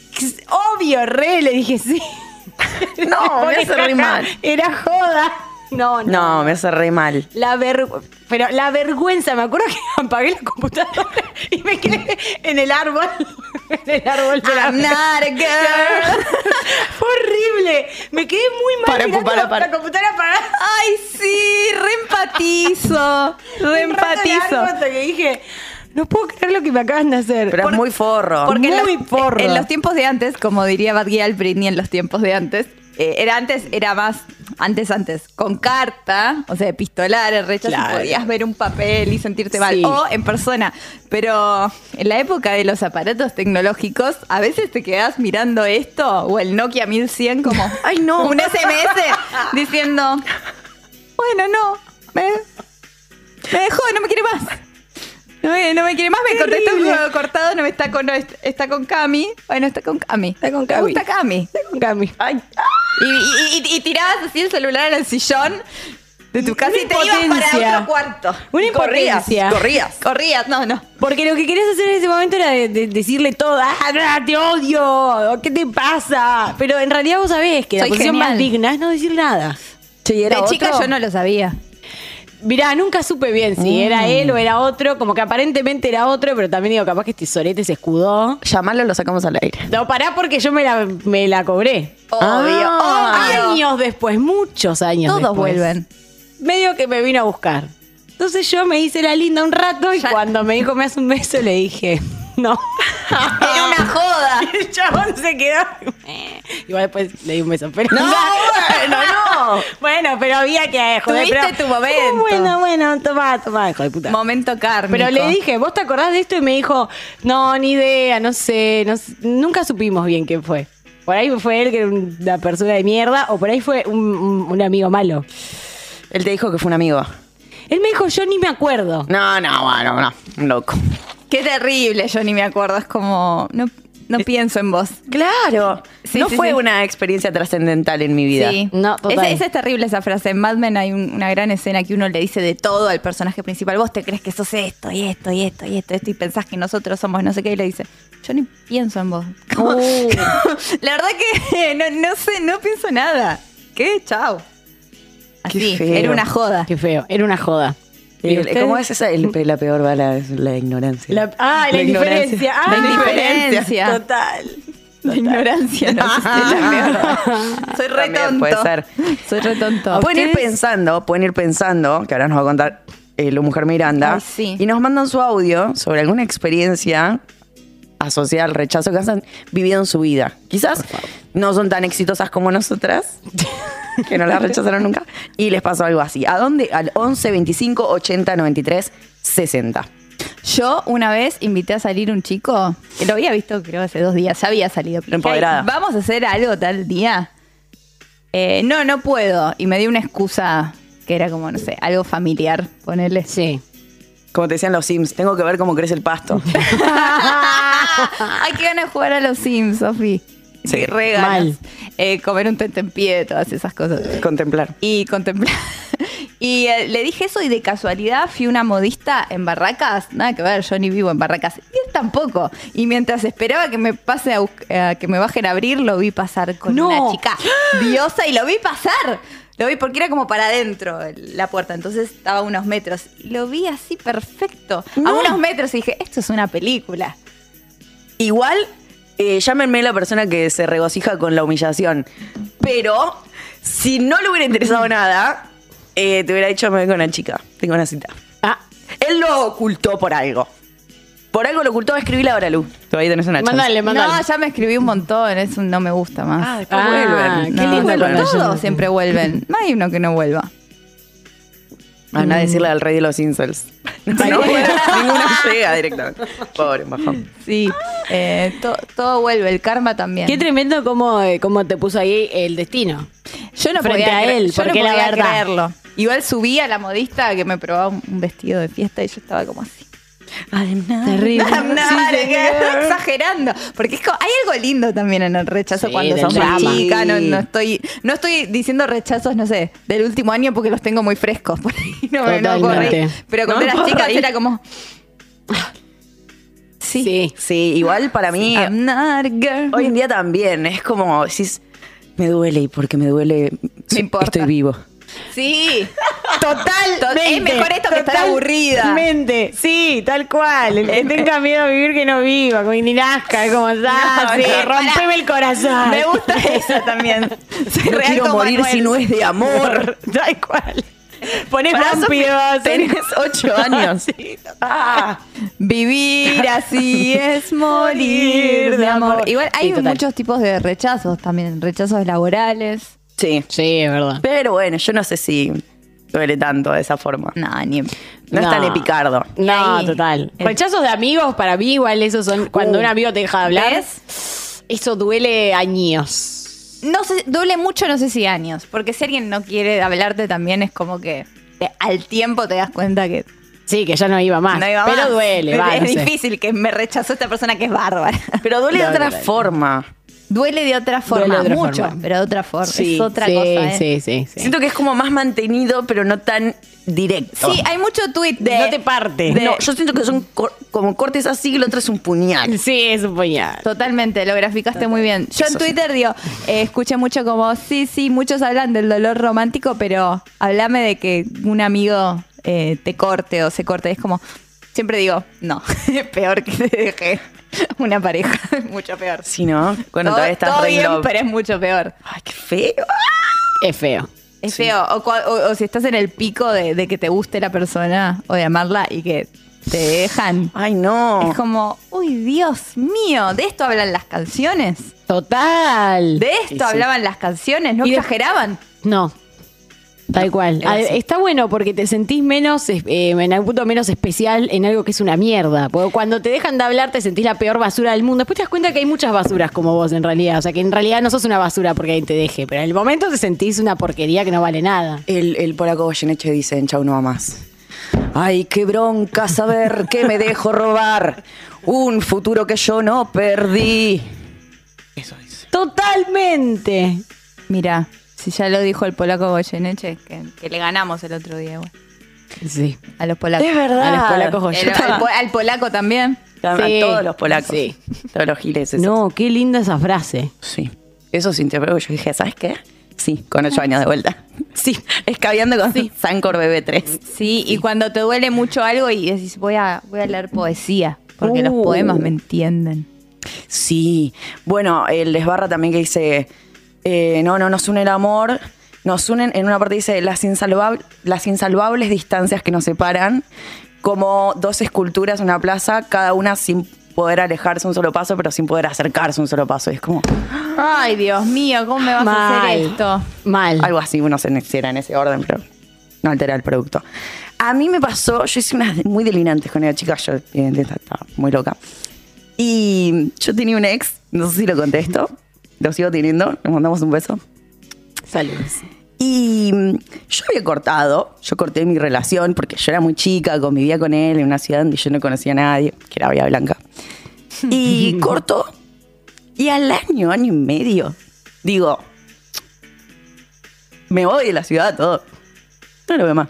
Speaker 4: obvio, re, le dije sí.
Speaker 2: No, me hace re mal.
Speaker 4: Era joda. No, no.
Speaker 2: No, me hace re mal.
Speaker 4: La ver- pero la vergüenza, me acuerdo que apagué la computadora y me quedé en el árbol, en el árbol de la
Speaker 3: I'm not a girl.
Speaker 4: Fue horrible, me quedé muy mal
Speaker 2: Para,
Speaker 4: mirando
Speaker 2: para,
Speaker 4: la-
Speaker 2: para.
Speaker 4: la computadora apagada.
Speaker 3: Ay, sí, reempatizo.
Speaker 4: Un rato de
Speaker 3: Reempatizo.
Speaker 4: algo hasta que dije, no puedo creer lo que me acaban de hacer.
Speaker 2: Pero
Speaker 4: Por-
Speaker 2: es muy forro.
Speaker 3: Porque en
Speaker 4: Muy
Speaker 3: los,
Speaker 4: porro.
Speaker 3: en los tiempos de antes, como diría Bad Gyal Britney en los tiempos de antes, eh, era antes, era más, antes, antes, con carta, o sea, de pistolar, el rechazo,
Speaker 4: Claro.
Speaker 3: podías ver un papel y sentirte mal,
Speaker 4: Sí.
Speaker 3: o en persona. Pero en la época de los aparatos tecnológicos, a veces te quedás mirando esto, o el Nokia 1100 como,
Speaker 2: Ay, no.
Speaker 3: un SMS, diciendo, bueno, no, me, me dejó, no me quiere más. No me, no me quiere más, me contestó un juego cortado, no me está con, no, est- está con Cami. Bueno, está con Cami.
Speaker 4: Está con
Speaker 3: Me
Speaker 4: Cami.
Speaker 3: gusta Cami.
Speaker 4: con Cami.
Speaker 2: Ay,
Speaker 3: Y, y, y- y tirabas así el celular en el sillón de tu casa
Speaker 4: Una
Speaker 3: y te ibas
Speaker 4: impotencia.
Speaker 3: para otro cuarto.
Speaker 4: Una
Speaker 3: Y corrías,
Speaker 4: impotencia.
Speaker 3: corrías, corrías, no, no.
Speaker 4: Porque lo que querías hacer en ese momento era de- de- decirle todo, "Ah, no, te odio, ¿qué te pasa? Pero en realidad vos sabés que la
Speaker 3: Soy
Speaker 4: posición más
Speaker 3: genial.
Speaker 4: digna es no decir nada.
Speaker 2: che, ¿y
Speaker 3: De
Speaker 2: era
Speaker 3: chica
Speaker 2: otro?
Speaker 3: yo no lo sabía.
Speaker 4: Mirá, nunca supe bien si
Speaker 3: Mm.
Speaker 4: era él o era otro, como que aparentemente era otro, pero también digo, capaz que este sorete se escudó.
Speaker 2: Llamarlo lo sacamos al aire.
Speaker 4: No, pará porque yo me la, me la cobré. Ah.
Speaker 3: Obvio, obvio.
Speaker 4: Años después, muchos años
Speaker 3: Todos
Speaker 4: después.
Speaker 3: vuelven.
Speaker 4: Medio que me vino a buscar. Entonces yo me hice la linda un rato y
Speaker 3: Ya-
Speaker 4: cuando me dijo me hace un beso le dije, no.
Speaker 3: Era una joda.
Speaker 4: El chabón se quedó. Igual después le di un beso. Pero
Speaker 3: No, bueno, no.
Speaker 4: Bueno, pero había que joder.
Speaker 3: Tuviste
Speaker 4: pero-
Speaker 3: tu momento.
Speaker 4: Oh, bueno, bueno, toma, toma, hijo de puta.
Speaker 3: Momento kármico.
Speaker 4: Pero le dije, ¿vos te acordás de esto? Y me dijo, no, ni idea, no sé, no s- nunca supimos bien quién fue. Por ahí fue él que era un- una persona de mierda, o por ahí fue un, un- un amigo malo.
Speaker 2: Él te dijo que fue un amigo.
Speaker 4: Él me dijo, yo ni me acuerdo.
Speaker 2: No, no, bueno, no. Un loco.
Speaker 3: Qué terrible, yo ni me acuerdo. Es como. No, no pienso en vos.
Speaker 2: Claro.
Speaker 3: Sí,
Speaker 2: no
Speaker 3: sí,
Speaker 2: fue
Speaker 3: sí.
Speaker 2: una experiencia trascendental en mi vida.
Speaker 3: Sí.
Speaker 4: No, total.
Speaker 3: Esa, esa es terrible esa frase. En Mad Men hay un- una gran escena que uno le dice de todo al personaje principal. Vos te crees que sos esto y esto y esto y esto, esto y pensás que nosotros somos no sé qué y le dice, yo ni pienso en vos. Como-
Speaker 4: Uh.
Speaker 3: La verdad que no, no sé, no pienso nada. ¿Qué? Chao. Así,
Speaker 2: feo.
Speaker 3: era una joda.
Speaker 4: Qué feo, era una joda.
Speaker 2: Y-
Speaker 4: ¿Y ustedes?
Speaker 2: ¿Cómo es esa? El- la peor bala es la ignorancia.
Speaker 4: La- ah, la, indiferencia. Ah,
Speaker 3: La indiferencia.
Speaker 4: Total.
Speaker 3: La ignorancia. No sé, la peor. Soy re
Speaker 2: También
Speaker 3: tonto.
Speaker 2: puede ser.
Speaker 3: Soy re tonto.
Speaker 2: Pueden ir
Speaker 4: ¿Ustedes?
Speaker 2: pensando, pueden ir pensando, que ahora nos va a contar eh, la mujer Miranda.
Speaker 3: Ay, sí.
Speaker 2: Y nos mandan su audio sobre alguna experiencia asociada al rechazo que han vivido en su vida. Quizás no son tan exitosas como nosotras, que no las rechazaron nunca, y les pasó algo así. ¿A dónde? Al 11 25 80 93 60.
Speaker 3: Yo una vez invité a salir un chico, que lo había visto creo hace dos días, ya había salido. pero dije,
Speaker 2: Empoderada.
Speaker 3: "Ay, Vamos a hacer algo tal día. Eh, no, no puedo. Y me dio una excusa que era como, no sé, algo familiar, ponele.
Speaker 4: Sí.
Speaker 2: Como te decían los Sims, tengo que ver cómo crece el pasto.
Speaker 3: Hay que ganas de jugar a los Sims, Sofi.
Speaker 2: Sí,
Speaker 3: Sí, re ganas.
Speaker 4: mal.
Speaker 3: Eh, comer un tentempié, todas esas cosas.
Speaker 2: Contemplar.
Speaker 3: y contemplar. Y eh, le dije eso y de casualidad fui una modista en Barracas. Nada que ver, yo ni vivo en Barracas. Y él tampoco. Y mientras esperaba que me pase a, bus- a que me bajen a abrir, lo vi pasar con
Speaker 4: No.
Speaker 3: una chica diosa y lo vi pasar. Lo vi porque era como para adentro el- la puerta, entonces estaba a unos metros. Y lo vi así perfecto. A
Speaker 2: No.
Speaker 3: unos metros y dije, esto es una película.
Speaker 2: Igual, eh, llámenme la persona que se regocija con la humillación. Pero, si no le hubiera
Speaker 3: Mm.
Speaker 2: interesado nada, eh, te hubiera dicho, me voy con una chica, tengo una cita.
Speaker 4: Ah,
Speaker 2: Él lo ocultó por algo. Por algo lo ocultó, escribíla ahora, Lu. Todavía tenés una chance.
Speaker 4: mandale, mandale.
Speaker 3: No, ya me escribí un montón, es un no me gusta más.
Speaker 2: Ah, después
Speaker 4: Ah,
Speaker 2: vuelven.
Speaker 4: qué
Speaker 3: No,
Speaker 4: lindo
Speaker 3: siempre-
Speaker 4: cuando
Speaker 3: todos
Speaker 4: hacen-
Speaker 3: siempre vuelven. No hay uno que no vuelva.
Speaker 2: Van
Speaker 3: Mm.
Speaker 2: a decirle al rey de los incels. No, no, ninguna llega directamente. Pobre, bajón.
Speaker 3: Sí, eh, to- todo vuelve, el karma también.
Speaker 4: Qué tremendo cómo, eh, cómo te puso ahí el destino.
Speaker 3: yo no
Speaker 4: frente
Speaker 3: podía
Speaker 4: a
Speaker 3: cre-
Speaker 4: él,
Speaker 3: yo no
Speaker 4: porque la
Speaker 3: podía
Speaker 4: verdad.
Speaker 3: creerlo. Igual subí a la modista que me probaba un un vestido de fiesta y yo estaba como así.
Speaker 4: Terrible.
Speaker 3: exagerando. Porque es como- hay algo lindo también en el rechazo
Speaker 4: Sí,
Speaker 3: cuando
Speaker 4: del
Speaker 3: sos muy
Speaker 4: drama.
Speaker 3: chica. No, no estoy, no estoy diciendo rechazos, no sé, del último año porque los tengo muy frescos. Por ahí no me no puedo reír.
Speaker 4: Totalmente.
Speaker 3: Pero
Speaker 2: No
Speaker 3: cuando
Speaker 2: me
Speaker 3: eras
Speaker 2: puedo
Speaker 3: chica
Speaker 2: reír.
Speaker 3: era como.
Speaker 4: Sí. sí.
Speaker 2: Sí, igual para mí.
Speaker 3: I'm not a girl.
Speaker 2: Hoy en día también, es como, decís, me duele y porque me duele sí,
Speaker 3: importa.
Speaker 2: estoy vivo.
Speaker 3: Sí.
Speaker 4: Total.
Speaker 3: Es mejor esto que estar aburrida.
Speaker 4: Totalmente. Sí, tal cual. El que tenga miedo a vivir que no viva, como Indinasca, es como ya,
Speaker 3: No,
Speaker 4: sí,
Speaker 3: no, pará.
Speaker 4: rompeme el corazón.
Speaker 3: Me gusta eso también. Soy
Speaker 2: No
Speaker 3: real
Speaker 2: quiero
Speaker 3: como
Speaker 2: morir
Speaker 3: Manuel.
Speaker 2: si no es de amor.
Speaker 4: tal cual. Pones
Speaker 2: Pará, Sofi,
Speaker 4: vampiros.
Speaker 2: tenés ocho años. Ah,
Speaker 3: Vivir así es morir de amor. Igual hay
Speaker 4: Sí, total.
Speaker 3: muchos tipos de rechazos también, rechazos laborales.
Speaker 2: sí.
Speaker 4: Sí, es verdad.
Speaker 2: Pero bueno, yo no sé si duele tanto de esa forma.
Speaker 3: No, ni
Speaker 2: No, es tan epicardo.
Speaker 4: No,
Speaker 3: Ahí.
Speaker 4: total.
Speaker 3: El-
Speaker 4: Rechazos de amigos, para mí, igual, esos son. Cuando
Speaker 2: Uh.
Speaker 4: un amigo te deja de hablar, eso duele años.
Speaker 3: No sé, doble mucho, no sé si años, porque si alguien no quiere hablarte también es como que te- al tiempo te das cuenta que
Speaker 4: Sí, que ya no iba más.
Speaker 3: no iba
Speaker 4: pero
Speaker 3: más.
Speaker 4: duele,
Speaker 3: Es,
Speaker 4: va,
Speaker 3: es
Speaker 4: no sé.
Speaker 3: difícil que me rechazó esta persona que es bárbara.
Speaker 2: Pero duele de
Speaker 4: No,
Speaker 2: otra
Speaker 4: no, no.
Speaker 2: forma.
Speaker 3: Duele de otra forma,
Speaker 4: de otra
Speaker 3: mucho,
Speaker 4: forma.
Speaker 3: pero de otra forma.
Speaker 4: Sí,
Speaker 3: es otra
Speaker 4: sí,
Speaker 3: cosa. ¿eh?
Speaker 4: Sí, sí, sí.
Speaker 2: Siento que es como más mantenido, pero no tan directo.
Speaker 3: Sí, hay mucho tweet de.
Speaker 4: no te parte.
Speaker 3: de-
Speaker 2: No, yo siento que son cor- como cortes así y el otro es un puñal.
Speaker 4: Sí, es un puñal.
Speaker 3: Totalmente, lo graficaste muy bien. Yo en
Speaker 2: Eso sí.
Speaker 3: Twitter digo, eh, escuché mucho como, sí, sí, muchos hablan del dolor romántico, pero háblame de que un amigo eh, te corte o se corte. Es como, siempre digo, no, peor que te deje una pareja, mucho peor.
Speaker 2: Si no, cuando
Speaker 3: todo
Speaker 2: todavía estás
Speaker 3: todo
Speaker 2: re in
Speaker 3: bien,
Speaker 2: love.
Speaker 3: pero es mucho peor.
Speaker 2: Ay, qué feo. ¡Ah!
Speaker 4: Es feo.
Speaker 3: Es feo. O, cua- o- o si estás en el pico de, de que te guste la persona o de amarla y que te dejan.
Speaker 2: Ay, no.
Speaker 3: Es como, uy, Dios mío, de esto hablan las canciones.
Speaker 4: Total.
Speaker 3: De esto
Speaker 4: Sí, sí.
Speaker 3: hablaban las canciones, no
Speaker 4: Y de-
Speaker 3: exageraban.
Speaker 4: No. Tal cual.
Speaker 3: era
Speaker 4: A-
Speaker 3: así.
Speaker 4: Está bueno porque te sentís menos, es- eh, en algún punto menos especial en algo que es una mierda. Porque cuando te dejan de hablar te sentís la peor basura del mundo. Después te das cuenta que hay muchas basuras como vos en realidad. O sea que en realidad no sos una basura porque ahí te deje. Pero en el momento te sentís una porquería que no vale nada.
Speaker 2: El, el polaco Goyeneche dice en Chau no va más. Ay, qué bronca saber que me dejo robar. Un futuro que yo no perdí. Eso dice.
Speaker 4: Totalmente.
Speaker 3: Mira, si ya lo dijo el polaco Goyeneche, que, que le ganamos el otro día, güey,
Speaker 4: Sí.
Speaker 3: a los polacos.
Speaker 2: Es verdad.
Speaker 4: A los polacos Goyeneche.
Speaker 3: El- al, po- al polaco también.
Speaker 2: A
Speaker 4: Sí.
Speaker 2: todos los polacos.
Speaker 4: Sí.
Speaker 2: Todos los giles. esos.
Speaker 4: No, qué linda esa frase.
Speaker 2: Sí. Eso sintió, pero yo dije, ¿sabes qué? Sí, con ocho años de vuelta. Sí, escabeando con Sancor BB3.
Speaker 3: Sí, y cuando te duele mucho algo y decís, voy a, voy a leer poesía, porque los
Speaker 2: Uh.
Speaker 3: poemas me entienden.
Speaker 2: Sí. Bueno, el desbarra también que dice, eh, no, no nos une el amor, nos unen, en una parte dice, las, insalvab- las insalvables distancias que nos separan, como dos esculturas en una plaza, cada una sin poder alejarse un solo paso, pero sin poder acercarse un solo paso. Y es como
Speaker 3: Ay, Dios mío, ¿cómo me vas a hacer esto?
Speaker 4: Mal.
Speaker 2: algo así, uno se era en ese orden, pero no altera el producto. A mí me pasó, yo hice unas muy delirantes con esa chica, yo evidentemente estaba- estaba muy loca. Y yo tenía un ex, no sé si lo contesto, lo sigo teniendo, le mandamos un beso.
Speaker 4: Saludos.
Speaker 2: Y mm, yo había cortado, yo corté mi relación porque yo era muy chica, convivía con él en una ciudad donde yo no conocía a nadie, que era Bahía Blanca. Y corto, y al año, año y medio, digo, me voy de la ciudad, todo. No lo veo más.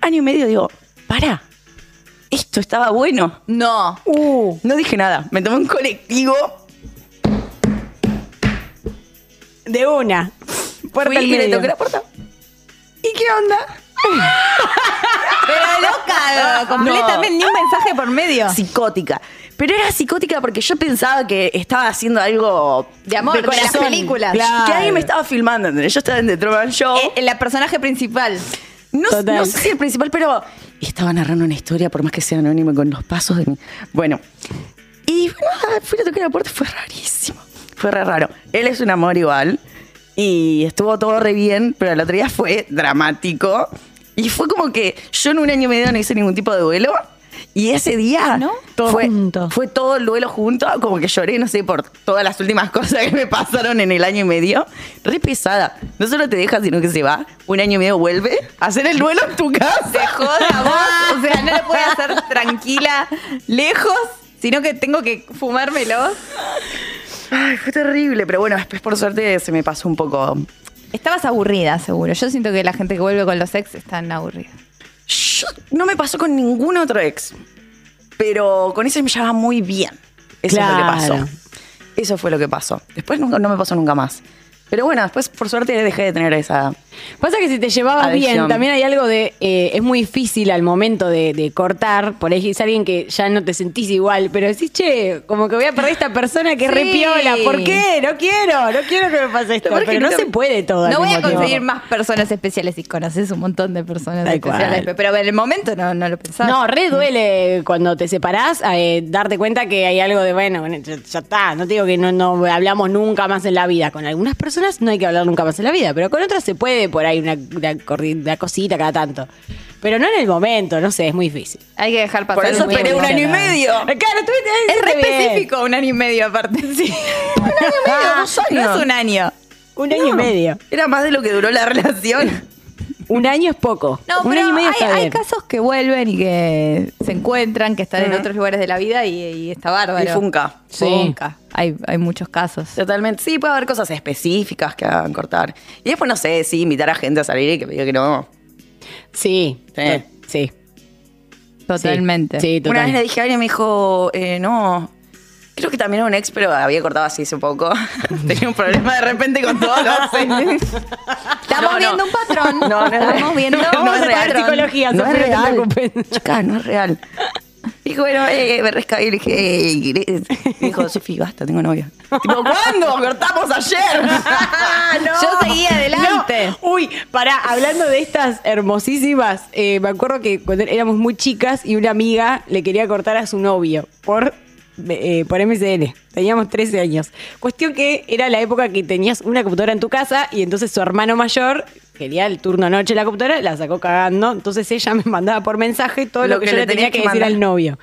Speaker 2: Año y medio digo, para, esto estaba bueno. Uh.
Speaker 3: No.
Speaker 2: No dije nada, me tomé un colectivo,
Speaker 4: De una. Puerta
Speaker 2: fui
Speaker 4: al
Speaker 2: y le
Speaker 4: medio.
Speaker 2: toqué la puerta. ¿Y qué onda?
Speaker 3: Pero loca, completamente, ni un mensaje por medio.
Speaker 2: psicótica. Pero era psicótica porque yo pensaba que estaba haciendo algo
Speaker 3: De amor, de las
Speaker 2: corazón.
Speaker 3: películas.
Speaker 2: Que alguien me estaba filmando, ¿entendés? Yo estaba en The Truman Show.
Speaker 3: Eh, la personaje principal.
Speaker 2: no,
Speaker 4: total.
Speaker 2: no sé si el principal, pero estaba narrando una historia, por más que sea anónimo, con los pasos de mí. Bueno. Y bueno, fui a tocar la puerta, fue rarísimo. Fue re raro. Él es un amor igual. Y estuvo todo re bien, pero el otro día fue dramático. Y fue como que yo en un año y medio no hice ningún tipo de duelo. Y ese día
Speaker 3: ¿No?
Speaker 4: Todo
Speaker 2: fue,
Speaker 4: junto.
Speaker 2: fue todo el duelo junto, como que lloré, no sé, por todas las últimas cosas que me pasaron en el año y medio. Re pesada. No solo te deja, sino que se va. Un año y medio vuelve a hacer el duelo en tu casa.
Speaker 3: Te joda vos. O sea, no lo puedo hacer tranquila, lejos, sino que tengo que fumármelo.
Speaker 2: Ay, fue terrible, pero bueno, después por suerte se me pasó un poco.
Speaker 3: Estabas aburrida, seguro. Yo siento que la gente que vuelve con los ex están aburrida.
Speaker 2: Yo- no me pasó con ningún otro ex, pero con ese me llevaba muy bien. Eso es lo que
Speaker 4: Claro.
Speaker 2: pasó. Eso fue lo que pasó. Después nunca, no me pasó nunca más. Pero bueno, después por suerte dejé de tener esa...
Speaker 4: Pasa que si te llevabas
Speaker 2: Adicción.
Speaker 4: Ah, bien, también hay algo de. eh, es muy difícil al momento de, de cortar. Por ahí es alguien que ya no te sentís igual, pero decís, che, como que voy a perder esta persona que es re
Speaker 3: Sí.
Speaker 4: piola. ¿Por qué? No quiero, no quiero que me pase esto.
Speaker 2: Lo peor es
Speaker 4: Pero
Speaker 2: que
Speaker 4: no
Speaker 2: nunca-
Speaker 4: se puede todo. al
Speaker 3: No voy a
Speaker 4: mismo
Speaker 3: conseguir
Speaker 4: tiempo.
Speaker 3: más personas especiales y conoces un montón de personas
Speaker 4: Tal
Speaker 3: especiales.
Speaker 4: cual.
Speaker 3: Pero en el momento no, no lo pensaba.
Speaker 4: No, re duele cuando te separás, eh, darte cuenta que hay algo de, bueno, bueno, ya, ya está, no te digo que no, no hablamos nunca más en la vida. Con algunas personas no hay que hablar nunca más en la vida, pero con otras se puede por ahí una, una corri- una cosita cada tanto. Pero no en el momento, no sé, es muy difícil.
Speaker 3: Hay que dejar pasar.
Speaker 2: Por eso
Speaker 3: un
Speaker 2: esperé
Speaker 3: tiempo. Eh,
Speaker 2: un año y medio.
Speaker 4: Claro, tú
Speaker 3: Es re
Speaker 4: bien.
Speaker 3: específico, un año y medio aparte. Sí. un año
Speaker 2: y medio, dos
Speaker 3: No
Speaker 2: años.
Speaker 3: es un año.
Speaker 4: Ah. Un año y medio.
Speaker 2: Era más de lo que duró la relación.
Speaker 4: Un año es poco.
Speaker 3: No,
Speaker 4: un
Speaker 3: pero
Speaker 4: año y medio
Speaker 3: hay,
Speaker 4: está
Speaker 3: hay
Speaker 4: bien.
Speaker 3: casos que vuelven y que se encuentran, que están
Speaker 4: Ah.
Speaker 3: en otros lugares de la vida y, y está bárbaro.
Speaker 2: Y funca.
Speaker 4: Sí.
Speaker 3: Funca. Hay, hay muchos casos.
Speaker 2: Totalmente. Sí, puede haber cosas específicas que hagan cortar. Y después, no sé, sí, invitar a gente a salir y que me diga que no.
Speaker 4: Sí,
Speaker 2: Sí.
Speaker 4: to- sí.
Speaker 3: Totalmente.
Speaker 4: Sí,
Speaker 2: Una vez le
Speaker 4: totalmente.
Speaker 2: dije a alguien y me dijo, eh, no, Creo que también era un ex, pero había cortado así hace poco. Tenía un problema de repente con todos los ex.
Speaker 3: Estamos
Speaker 2: No, no.
Speaker 3: viendo un patrón.
Speaker 2: No, no es real.
Speaker 3: Estamos viendo
Speaker 2: No, no
Speaker 3: un
Speaker 2: es real,
Speaker 3: patrón.
Speaker 4: psicología,
Speaker 2: no es
Speaker 4: Sofía, no te
Speaker 2: real.
Speaker 4: preocupes.
Speaker 2: Chicas, no es real. Dijo, bueno, eh, me rescabé y le dije, "Ey, ¿querés?". Me dijo, Sofi, basta, tengo novia. Tipo, ¿cuándo? Cortamos ayer.
Speaker 3: Yo seguí adelante.
Speaker 4: No. Uy, pará, hablando de estas hermosísimas, eh, me acuerdo que cuando éramos muy chicas y una amiga le quería cortar a su novio por, eh, por MSN. Teníamos 13 años. Cuestión que era la época que tenías una computadora en tu casa y entonces su hermano mayor quería el turno noche la computadora, la sacó cagando. Entonces ella me mandaba por mensaje todo lo, que, yo le tenía que,
Speaker 2: tenías que
Speaker 4: decir al
Speaker 2: mandar.
Speaker 4: novio.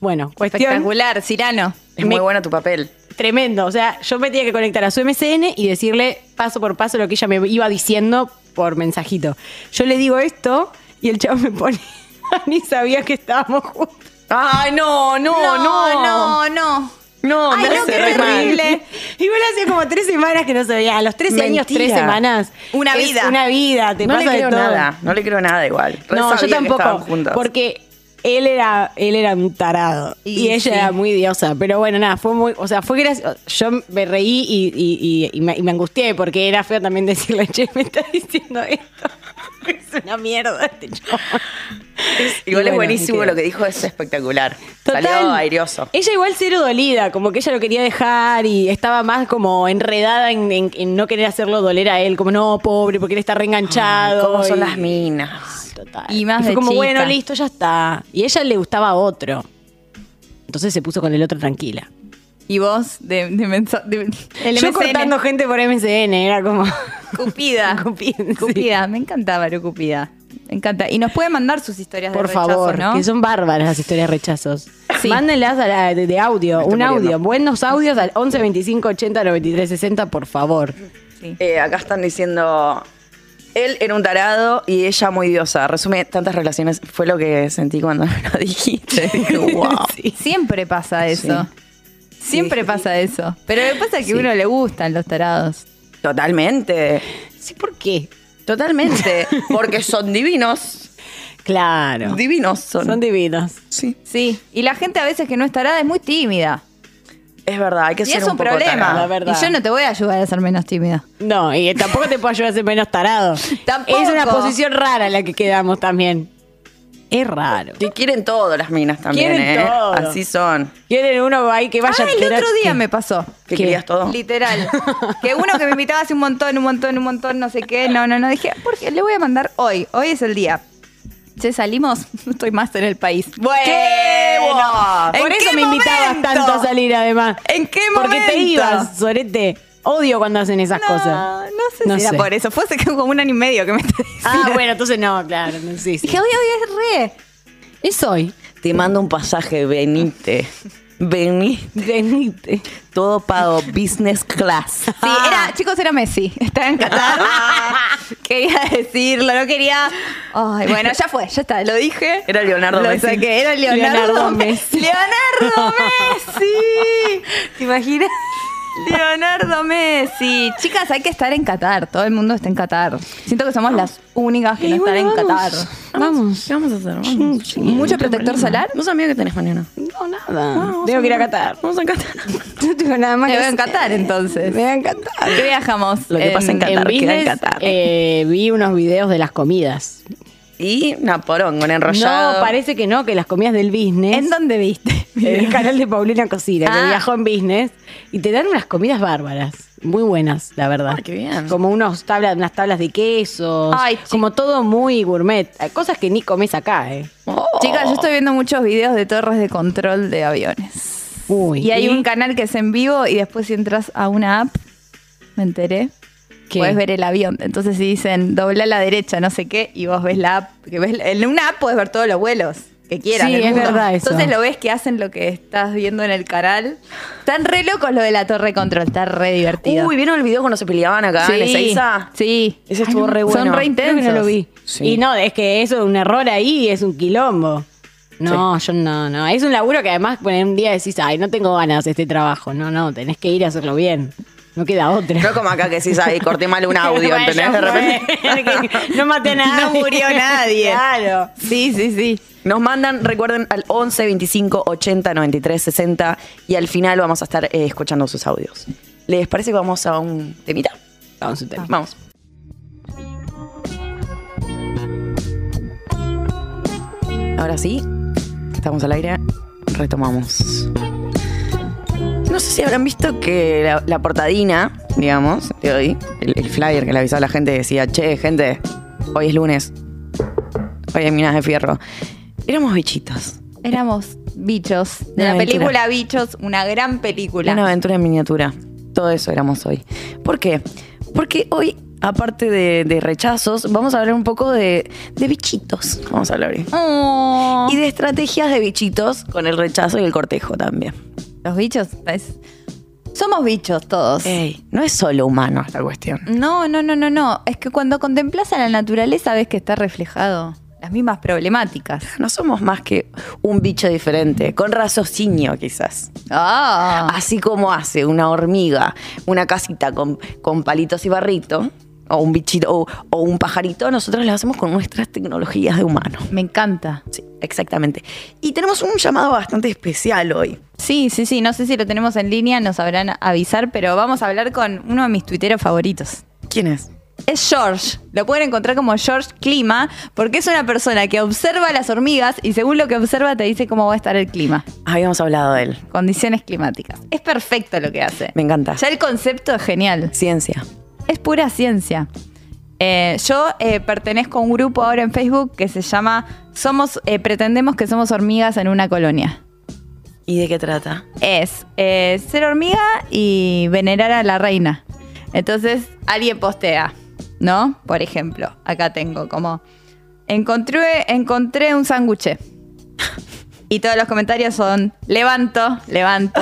Speaker 4: Bueno, cuestión.
Speaker 3: Espectacular, Cirano.
Speaker 2: Es muy
Speaker 4: Me-
Speaker 2: bueno tu papel.
Speaker 4: Tremendo, o sea, yo me tenía que conectar a su MCN y decirle paso por paso lo que ella me iba diciendo por mensajito. Yo le digo esto y el chavo me pone, ni sabía que estábamos juntos.
Speaker 2: Ay, no, no, no.
Speaker 3: no, no.
Speaker 2: No,
Speaker 3: Ay,
Speaker 2: me
Speaker 3: no,
Speaker 2: hace
Speaker 3: qué
Speaker 2: re mal.
Speaker 3: terrible.
Speaker 4: Igual hacía como tres semanas que no se veía. A los 13 años,
Speaker 2: Mentira.
Speaker 4: tres semanas.
Speaker 3: Una
Speaker 4: Es
Speaker 3: vida.
Speaker 4: Una vida, te
Speaker 2: no
Speaker 4: pasa
Speaker 2: le
Speaker 4: de
Speaker 2: creo
Speaker 4: todo.
Speaker 2: nada, no le creo nada igual. Re
Speaker 4: No,
Speaker 2: sabía
Speaker 4: yo
Speaker 2: que estaban
Speaker 4: tampoco.
Speaker 2: juntos.
Speaker 4: Porque él era, él era un tarado. Y,
Speaker 3: Y
Speaker 4: ella
Speaker 3: sí.
Speaker 4: era muy diosa. Pero bueno, nada, fue muy. O sea, fue gracioso. Yo me reí y, y- y- y me, y me angustié porque era feo también decirle, che, me está diciendo esto. Es una mierda este chabón". Y
Speaker 2: Igual
Speaker 4: bueno,
Speaker 2: es buenísimo
Speaker 4: quedó.
Speaker 2: lo que dijo, es espectacular.
Speaker 4: Total, Eh,
Speaker 2: Salió airioso.
Speaker 4: Ella igual cero dolida, como que ella lo quería dejar y estaba más como enredada en, en- en no querer hacerlo doler a él, como no, pobre, porque él está reenganchado.
Speaker 2: ¿Cómo son
Speaker 4: y-
Speaker 2: las minas?
Speaker 4: Total.
Speaker 3: Y más
Speaker 4: fue
Speaker 3: de
Speaker 4: como,
Speaker 3: chica.
Speaker 4: bueno, listo, ya está. Y a ella le gustaba otro. Entonces se puso con el otro tranquila.
Speaker 3: Y vos, de, de, mensa- de- el
Speaker 4: Yo
Speaker 3: MSN.
Speaker 4: cortando gente por MCN, era como...
Speaker 3: Cupida.
Speaker 4: Cupida, sí.
Speaker 3: Cupida. Me encantaba Maru Cupida. Me encanta. Y nos puede mandar sus historias
Speaker 4: Por
Speaker 3: de rechazo,
Speaker 4: favor,
Speaker 3: ¿no?
Speaker 4: que son bárbaras las historias de rechazos.
Speaker 3: Sí.
Speaker 4: Mándenlas a la- de, de audio,
Speaker 2: Me estoy
Speaker 4: un audio,
Speaker 2: muriendo.
Speaker 4: buenos audios al 11 25 80 93 60, por favor.
Speaker 3: Sí.
Speaker 2: Eh, acá están diciendo. Él era un tarado y ella muy diosa. Resume tantas relaciones. Fue lo que sentí cuando me lo dijiste. Dije, wow.
Speaker 3: Siempre pasa eso. Siempre pasa eso. Pero lo que pasa es que a uno le gustan los tarados.
Speaker 2: Totalmente.
Speaker 4: Sí, ¿por qué?
Speaker 2: Totalmente. Porque son divinos.
Speaker 4: Claro.
Speaker 2: Divinos son.
Speaker 4: Son divinos.
Speaker 2: sí.
Speaker 3: Sí. Y la gente a veces que no es tarada es muy tímida.
Speaker 2: Es verdad, hay que
Speaker 3: Y
Speaker 2: ser
Speaker 3: es un,
Speaker 2: poco
Speaker 3: problema.
Speaker 4: la
Speaker 2: tarado.
Speaker 4: verdad.
Speaker 3: Y yo no te voy a ayudar a ser menos tímida.
Speaker 4: No, y tampoco te puedo ayudar a ser menos tarado.
Speaker 3: Tampoco.
Speaker 4: Es una posición rara la que quedamos también. Es raro.
Speaker 2: Que quieren todo las minas también,
Speaker 4: Quieren
Speaker 2: ¿eh?
Speaker 4: todo.
Speaker 2: Así son.
Speaker 4: Quieren uno ahí que vaya
Speaker 3: Ah, el
Speaker 4: terapia.
Speaker 3: otro día me pasó.
Speaker 2: Que
Speaker 4: ¿Qué?
Speaker 2: querías todo.
Speaker 3: Literal. que uno que me invitaba hace un montón, un montón, un montón, no sé qué. No, no, no. Dije, porque le voy a mandar hoy. Hoy es el día. Che, salimos. No estoy más en el país. Bueno. ¿en
Speaker 4: Por eso
Speaker 3: qué
Speaker 4: me invitabas
Speaker 3: momento?
Speaker 4: tanto a salir, además.
Speaker 3: ¿En qué
Speaker 4: Porque te
Speaker 3: momento?
Speaker 4: ibas, Sorete. Odio cuando hacen esas
Speaker 3: No,
Speaker 4: cosas.
Speaker 3: no sé si era por eso. Fue hace como un año y medio que me estoy
Speaker 4: Ah, bueno, entonces no, claro. no, sí, sí.
Speaker 3: Dije, hoy, hoy es re.
Speaker 4: es hoy.
Speaker 2: Te mando un pasaje, venite. Venite.
Speaker 4: Venite.
Speaker 2: Todo pago, business class.
Speaker 3: Sí, era, chicos, era Messi. Estaba en Qatar. quería decirlo, no quería. Ay, bueno, ya fue, ya está, lo dije.
Speaker 2: Era Leonardo
Speaker 3: Lo
Speaker 2: Messi.
Speaker 3: saqué, era Leonardo,
Speaker 4: Leonardo
Speaker 3: Messi.
Speaker 4: Messi.
Speaker 3: ¡Leonardo Messi! ¿Te imaginas? Leonardo Messi. Chicas, hay que estar en Qatar. Todo el mundo está en Qatar. Siento que somos las únicas que no están en Qatar.
Speaker 4: Vamos.
Speaker 2: ¿Qué vamos a hacer? Vamos.
Speaker 3: ¿Mucho protector solar?
Speaker 2: No sabía que tenés mañana.
Speaker 4: No, nada. Tengo que ir a Qatar.
Speaker 2: Vamos a Qatar.
Speaker 4: No tengo nada más
Speaker 3: Me
Speaker 4: que
Speaker 3: veo en
Speaker 4: hacer.
Speaker 3: Qatar entonces.
Speaker 4: Me va a encantar.
Speaker 3: ¿Qué viajamos?
Speaker 2: Lo que pasa en Qatar, queda en Qatar.
Speaker 4: eh, vi unos videos de las comidas.
Speaker 2: Y Naporón con enrollado.
Speaker 4: No, parece que no, que las comidas del business.
Speaker 3: ¿En dónde viste?
Speaker 4: en el canal de Paulina Cocina,
Speaker 3: Ah.
Speaker 4: que viajó en business, y te dan unas comidas bárbaras, muy buenas, la verdad.
Speaker 2: Ah, qué bien.
Speaker 4: Como unos tablas, unas tablas de quesos,
Speaker 3: Ay, chica.
Speaker 4: como todo muy gourmet, Eh, cosas que ni comes acá, ¿eh?
Speaker 2: Oh.
Speaker 3: Chicas, yo estoy viendo muchos videos de torres de control de aviones.
Speaker 4: Uy.
Speaker 3: Y hay un canal que es en vivo y después si entras a una app, me enteré,
Speaker 4: ¿Qué?
Speaker 3: puedes ver el avión. Entonces si dicen dobla a la derecha, no sé qué, y vos ves la app, que ves, en una app puedes ver todos los vuelos que quieras.
Speaker 4: Sí,
Speaker 3: del
Speaker 4: es
Speaker 3: mundo.
Speaker 4: verdad eso.
Speaker 3: Entonces lo ves que hacen lo que estás viendo en el canal. Están re locos lo de la torre de control, está re divertido.
Speaker 2: Uy, ¿vieron el video cuando se peleaban acá en Ezeiza?
Speaker 3: sí.
Speaker 2: Ese estuvo re bueno.
Speaker 3: Son re
Speaker 4: Creo que
Speaker 3: intensos.
Speaker 4: no lo vi.
Speaker 2: Sí.
Speaker 4: Y no, es que eso, un error ahí es un quilombo. No, yo no, no. Es un laburo que además, bueno, un día decís, ay, no tengo ganas de este trabajo. No, no, tenés que ir a hacerlo bien. No queda otra.
Speaker 2: No como acá que sí, ahí corté mal un audio,
Speaker 4: Bueno,
Speaker 2: ¿entendés? De repente.
Speaker 4: fue. no maté a nadie.
Speaker 3: No murió nadie.
Speaker 4: Claro.
Speaker 3: Sí, sí, sí.
Speaker 2: Nos mandan, recuerden, al 11 25 80 93 60 y al final vamos a estar eh, escuchando sus audios. ¿Les parece que vamos a un temita?
Speaker 4: Vamos a un tema.
Speaker 2: Vamos. Ahora sí, estamos al aire, retomamos. No sé si habrán visto que la, la portadina, digamos, de hoy, el, el flyer que le avisaba a la gente decía, che, gente, hoy es lunes, hoy hay minas de fierro. Éramos bichitos.
Speaker 3: Éramos bichos. De
Speaker 2: Una
Speaker 3: la
Speaker 2: aventura.
Speaker 3: película Bichos, una gran película.
Speaker 2: Una aventura en miniatura. Todo eso éramos hoy. ¿Por qué? Porque hoy, aparte de, de rechazos, vamos a hablar un poco de, de bichitos. Vamos a hablar hoy.
Speaker 3: Oh.
Speaker 2: Y de estrategias de bichitos con el rechazo y el cortejo también.
Speaker 3: Los bichos, es- somos bichos todos.
Speaker 2: Ey, no es solo humano la cuestión.
Speaker 3: No, no, no, no, no. Es que cuando contemplas a la naturaleza ves que está reflejado las mismas problemáticas.
Speaker 2: No somos más que un bicho diferente, con raciocinio quizás.
Speaker 3: Ah,
Speaker 2: Así como hace una hormiga, una casita con, con palitos y barrito, o un bichito, o, o un pajarito, nosotros lo hacemos con nuestras tecnologías de humano.
Speaker 3: me encanta.
Speaker 2: Sí, exactamente. Y tenemos un llamado bastante especial hoy.
Speaker 3: Sí, sí, sí. No sé si lo tenemos en línea, nos sabrán avisar, pero vamos a hablar con uno de mis tuiteros favoritos.
Speaker 2: ¿Quién es?
Speaker 3: Es George. Lo pueden encontrar como George Clima, porque es una persona que observa las hormigas y según lo que observa te dice cómo va a estar el clima.
Speaker 2: Habíamos hablado de él.
Speaker 3: Condiciones climáticas. Es perfecto lo que hace.
Speaker 2: Me encanta.
Speaker 3: Ya el concepto es genial.
Speaker 2: Ciencia.
Speaker 3: Es pura ciencia. Eh, yo eh, pertenezco a un grupo ahora en Facebook que se llama Somos, eh, pretendemos que somos hormigas en una colonia.
Speaker 2: ¿Y de qué trata?
Speaker 3: Es eh, ser hormiga y venerar a la reina. Entonces, alguien postea, ¿no? Por ejemplo, acá tengo como encontré, encontré un sándwich. Y todos los comentarios son levanto, levanto,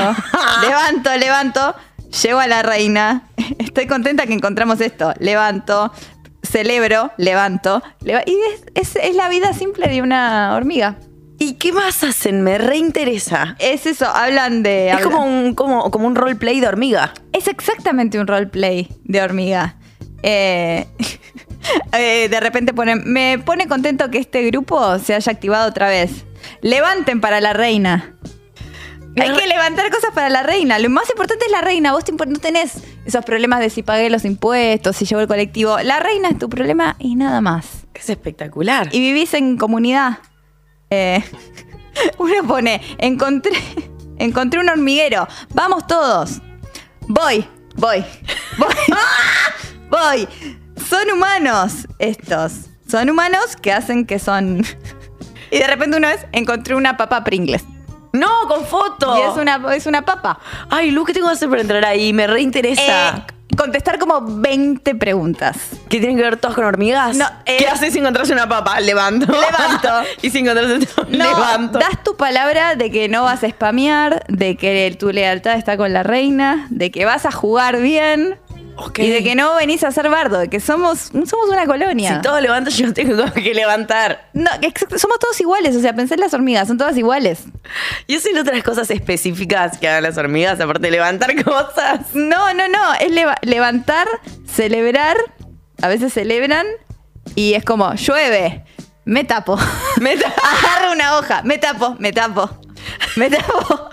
Speaker 3: levanto, levanto, llego a la reina. Estoy contenta que encontramos esto. Levanto, celebro, levanto. leva- y es, es- es la vida simple de una hormiga.
Speaker 2: ¿Y qué más hacen? Me reinteresa.
Speaker 3: Es eso, hablan de...
Speaker 2: Es
Speaker 3: hablan-
Speaker 2: como un, como, como un roleplay de hormiga.
Speaker 3: Es exactamente un roleplay de hormiga. Eh, eh, de repente ponen, me pone contento que este grupo se haya activado otra vez. Levanten para la reina. Hay que levantar cosas para la reina. Lo más importante es la reina. Vos te impo- no tenés esos problemas de si pagué los impuestos, si llegó el colectivo. La reina es tu problema y nada más
Speaker 2: Es espectacular.
Speaker 3: y vivís en comunidad. Eh, uno pone, encontré, encontré un hormiguero, vamos todos. Voy, voy, voy, voy. Son humanos estos. Son humanos que hacen que son... Y de repente uno es, encontré una papa Pringles.
Speaker 2: no, con foto.
Speaker 3: Y es una, es una papa.
Speaker 2: Ay, Lu, ¿qué tengo que hacer para entrar ahí? Me reinteresa.
Speaker 3: Eh, contestar como 20 preguntas.
Speaker 2: ¿Qué tienen que ver todos con hormigas?
Speaker 3: No, eh.
Speaker 2: ¿Qué haces si encontrás una papa? Levanto.
Speaker 3: Levanto.
Speaker 2: y si encontrás otra,
Speaker 3: No,
Speaker 2: levanto.
Speaker 3: das tu palabra de que no vas a spamear, de que tu lealtad está con la reina, de que vas a jugar bien
Speaker 2: Ok.
Speaker 3: y de que no venís a ser bardo, de que somos, somos una colonia.
Speaker 2: Si todo levanto, yo tengo que levantar.
Speaker 3: No, exacto, somos todos iguales, o sea, pensé en las hormigas, son todas iguales.
Speaker 2: Y hacen otras cosas específicas que hagan las hormigas, aparte de levantar cosas.
Speaker 3: No, no, no, es leva- levantar, celebrar, a veces celebran y es como, llueve, me tapo.
Speaker 2: Me tapo.
Speaker 3: Agarro una hoja, me tapo, me tapo, me tapo,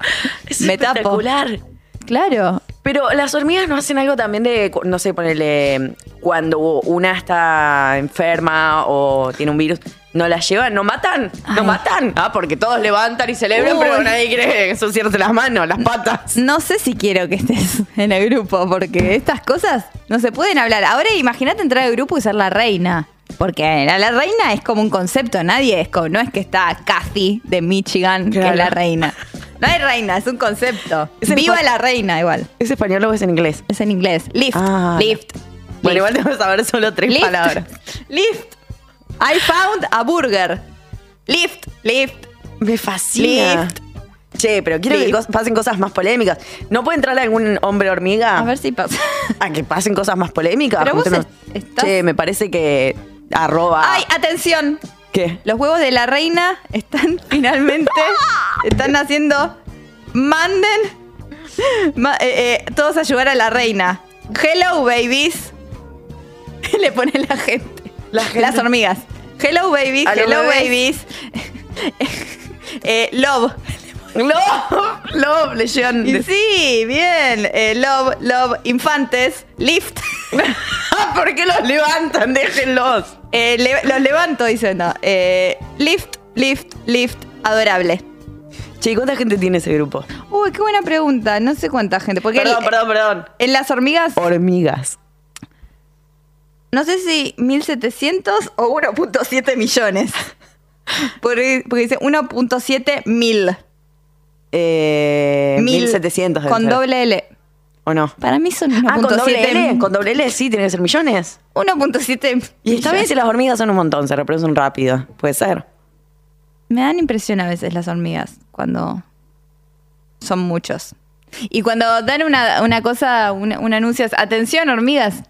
Speaker 2: Es
Speaker 3: me tapo.
Speaker 2: espectacular.
Speaker 3: Claro,
Speaker 2: Pero las hormigas no hacen algo también de, cu- no sé, ponerle cuando una está enferma o tiene un virus, no la llevan, no matan, no
Speaker 3: Ay.
Speaker 2: matan. Ah, porque todos levantan y celebran,
Speaker 3: Uy.
Speaker 2: pero nadie quiere ensuciarse las manos, las patas.
Speaker 3: No sé si quiero que estés en el grupo, porque estas cosas no se pueden hablar. Ahora imagínate entrar al grupo y ser la reina. Porque la, la reina es como un concepto, nadie es como, no es que está Kathy de Michigan, que
Speaker 2: Claro.
Speaker 3: es la reina. No hay reina, es un concepto.
Speaker 2: Es el
Speaker 3: Viva
Speaker 2: cual-
Speaker 3: la reina igual.
Speaker 2: ¿Es español o es en inglés?
Speaker 3: Es en inglés. Lift,
Speaker 2: Ah,
Speaker 3: lift.
Speaker 2: Bueno,
Speaker 3: lift,
Speaker 2: igual te vas a ver solo tres
Speaker 3: lift,
Speaker 2: palabras.
Speaker 3: Lift. I found a burger. Lift, lift.
Speaker 2: Me fascina.
Speaker 3: Lift.
Speaker 2: Che, pero quiero que
Speaker 3: Lift.
Speaker 2: cos- pasen cosas más polémicas. ¿No puede entrar algún hombre hormiga?
Speaker 3: A ver si pasa.
Speaker 2: a que pasen cosas más polémicas.
Speaker 3: Pero vos
Speaker 2: Juntémonos.
Speaker 3: es- estás-
Speaker 2: Che, me parece que arroba.
Speaker 3: ¡Ay, atención!
Speaker 2: ¿Qué?
Speaker 3: Los huevos de la reina están finalmente. Están haciendo. Manden. ma- eh, eh, todos a ayudar a la reina. Hello, babies. Le pone la gente.
Speaker 2: La gente.
Speaker 3: Las hormigas. Hello, babies.
Speaker 2: A los
Speaker 3: Hello,
Speaker 2: bebés.
Speaker 3: babies. Eh, love.
Speaker 2: ¡Love! ¡Love! Le llegan.
Speaker 3: Y
Speaker 2: de-
Speaker 3: Sí, bien. Eh, love, love, infantes. Lift.
Speaker 2: Ah, ¿Por qué los levantan? Déjenlos.
Speaker 3: Eh, le- los levanto, dice. No. Eh, lift, lift, lift. Adorable.
Speaker 2: Che, ¿y ¿cuánta gente tiene ese grupo?
Speaker 3: Uy, qué buena pregunta. No sé cuánta gente. Porque
Speaker 2: Perdón,
Speaker 3: el-
Speaker 2: perdón, perdón.
Speaker 3: en las hormigas,
Speaker 2: Hormigas.
Speaker 3: no sé si 1.700 o 1.7 millones. Porque, porque dice 1.7 mil.
Speaker 2: Eh,
Speaker 3: Mil.
Speaker 2: 1700. debe
Speaker 3: Con
Speaker 2: ser.
Speaker 3: doble L.
Speaker 2: ¿O no?
Speaker 3: Para mí son
Speaker 2: Ah, con doble
Speaker 3: 1.7
Speaker 2: L. Con doble L sí, tiene que ser millones.
Speaker 3: 1.7
Speaker 2: Y está bien si las hormigas son un montón, se reproducen rápido. Puede ser.
Speaker 3: Me dan impresión a veces las hormigas cuando son muchos. Y cuando dan una, una cosa, un, un anuncio, es, atención hormigas,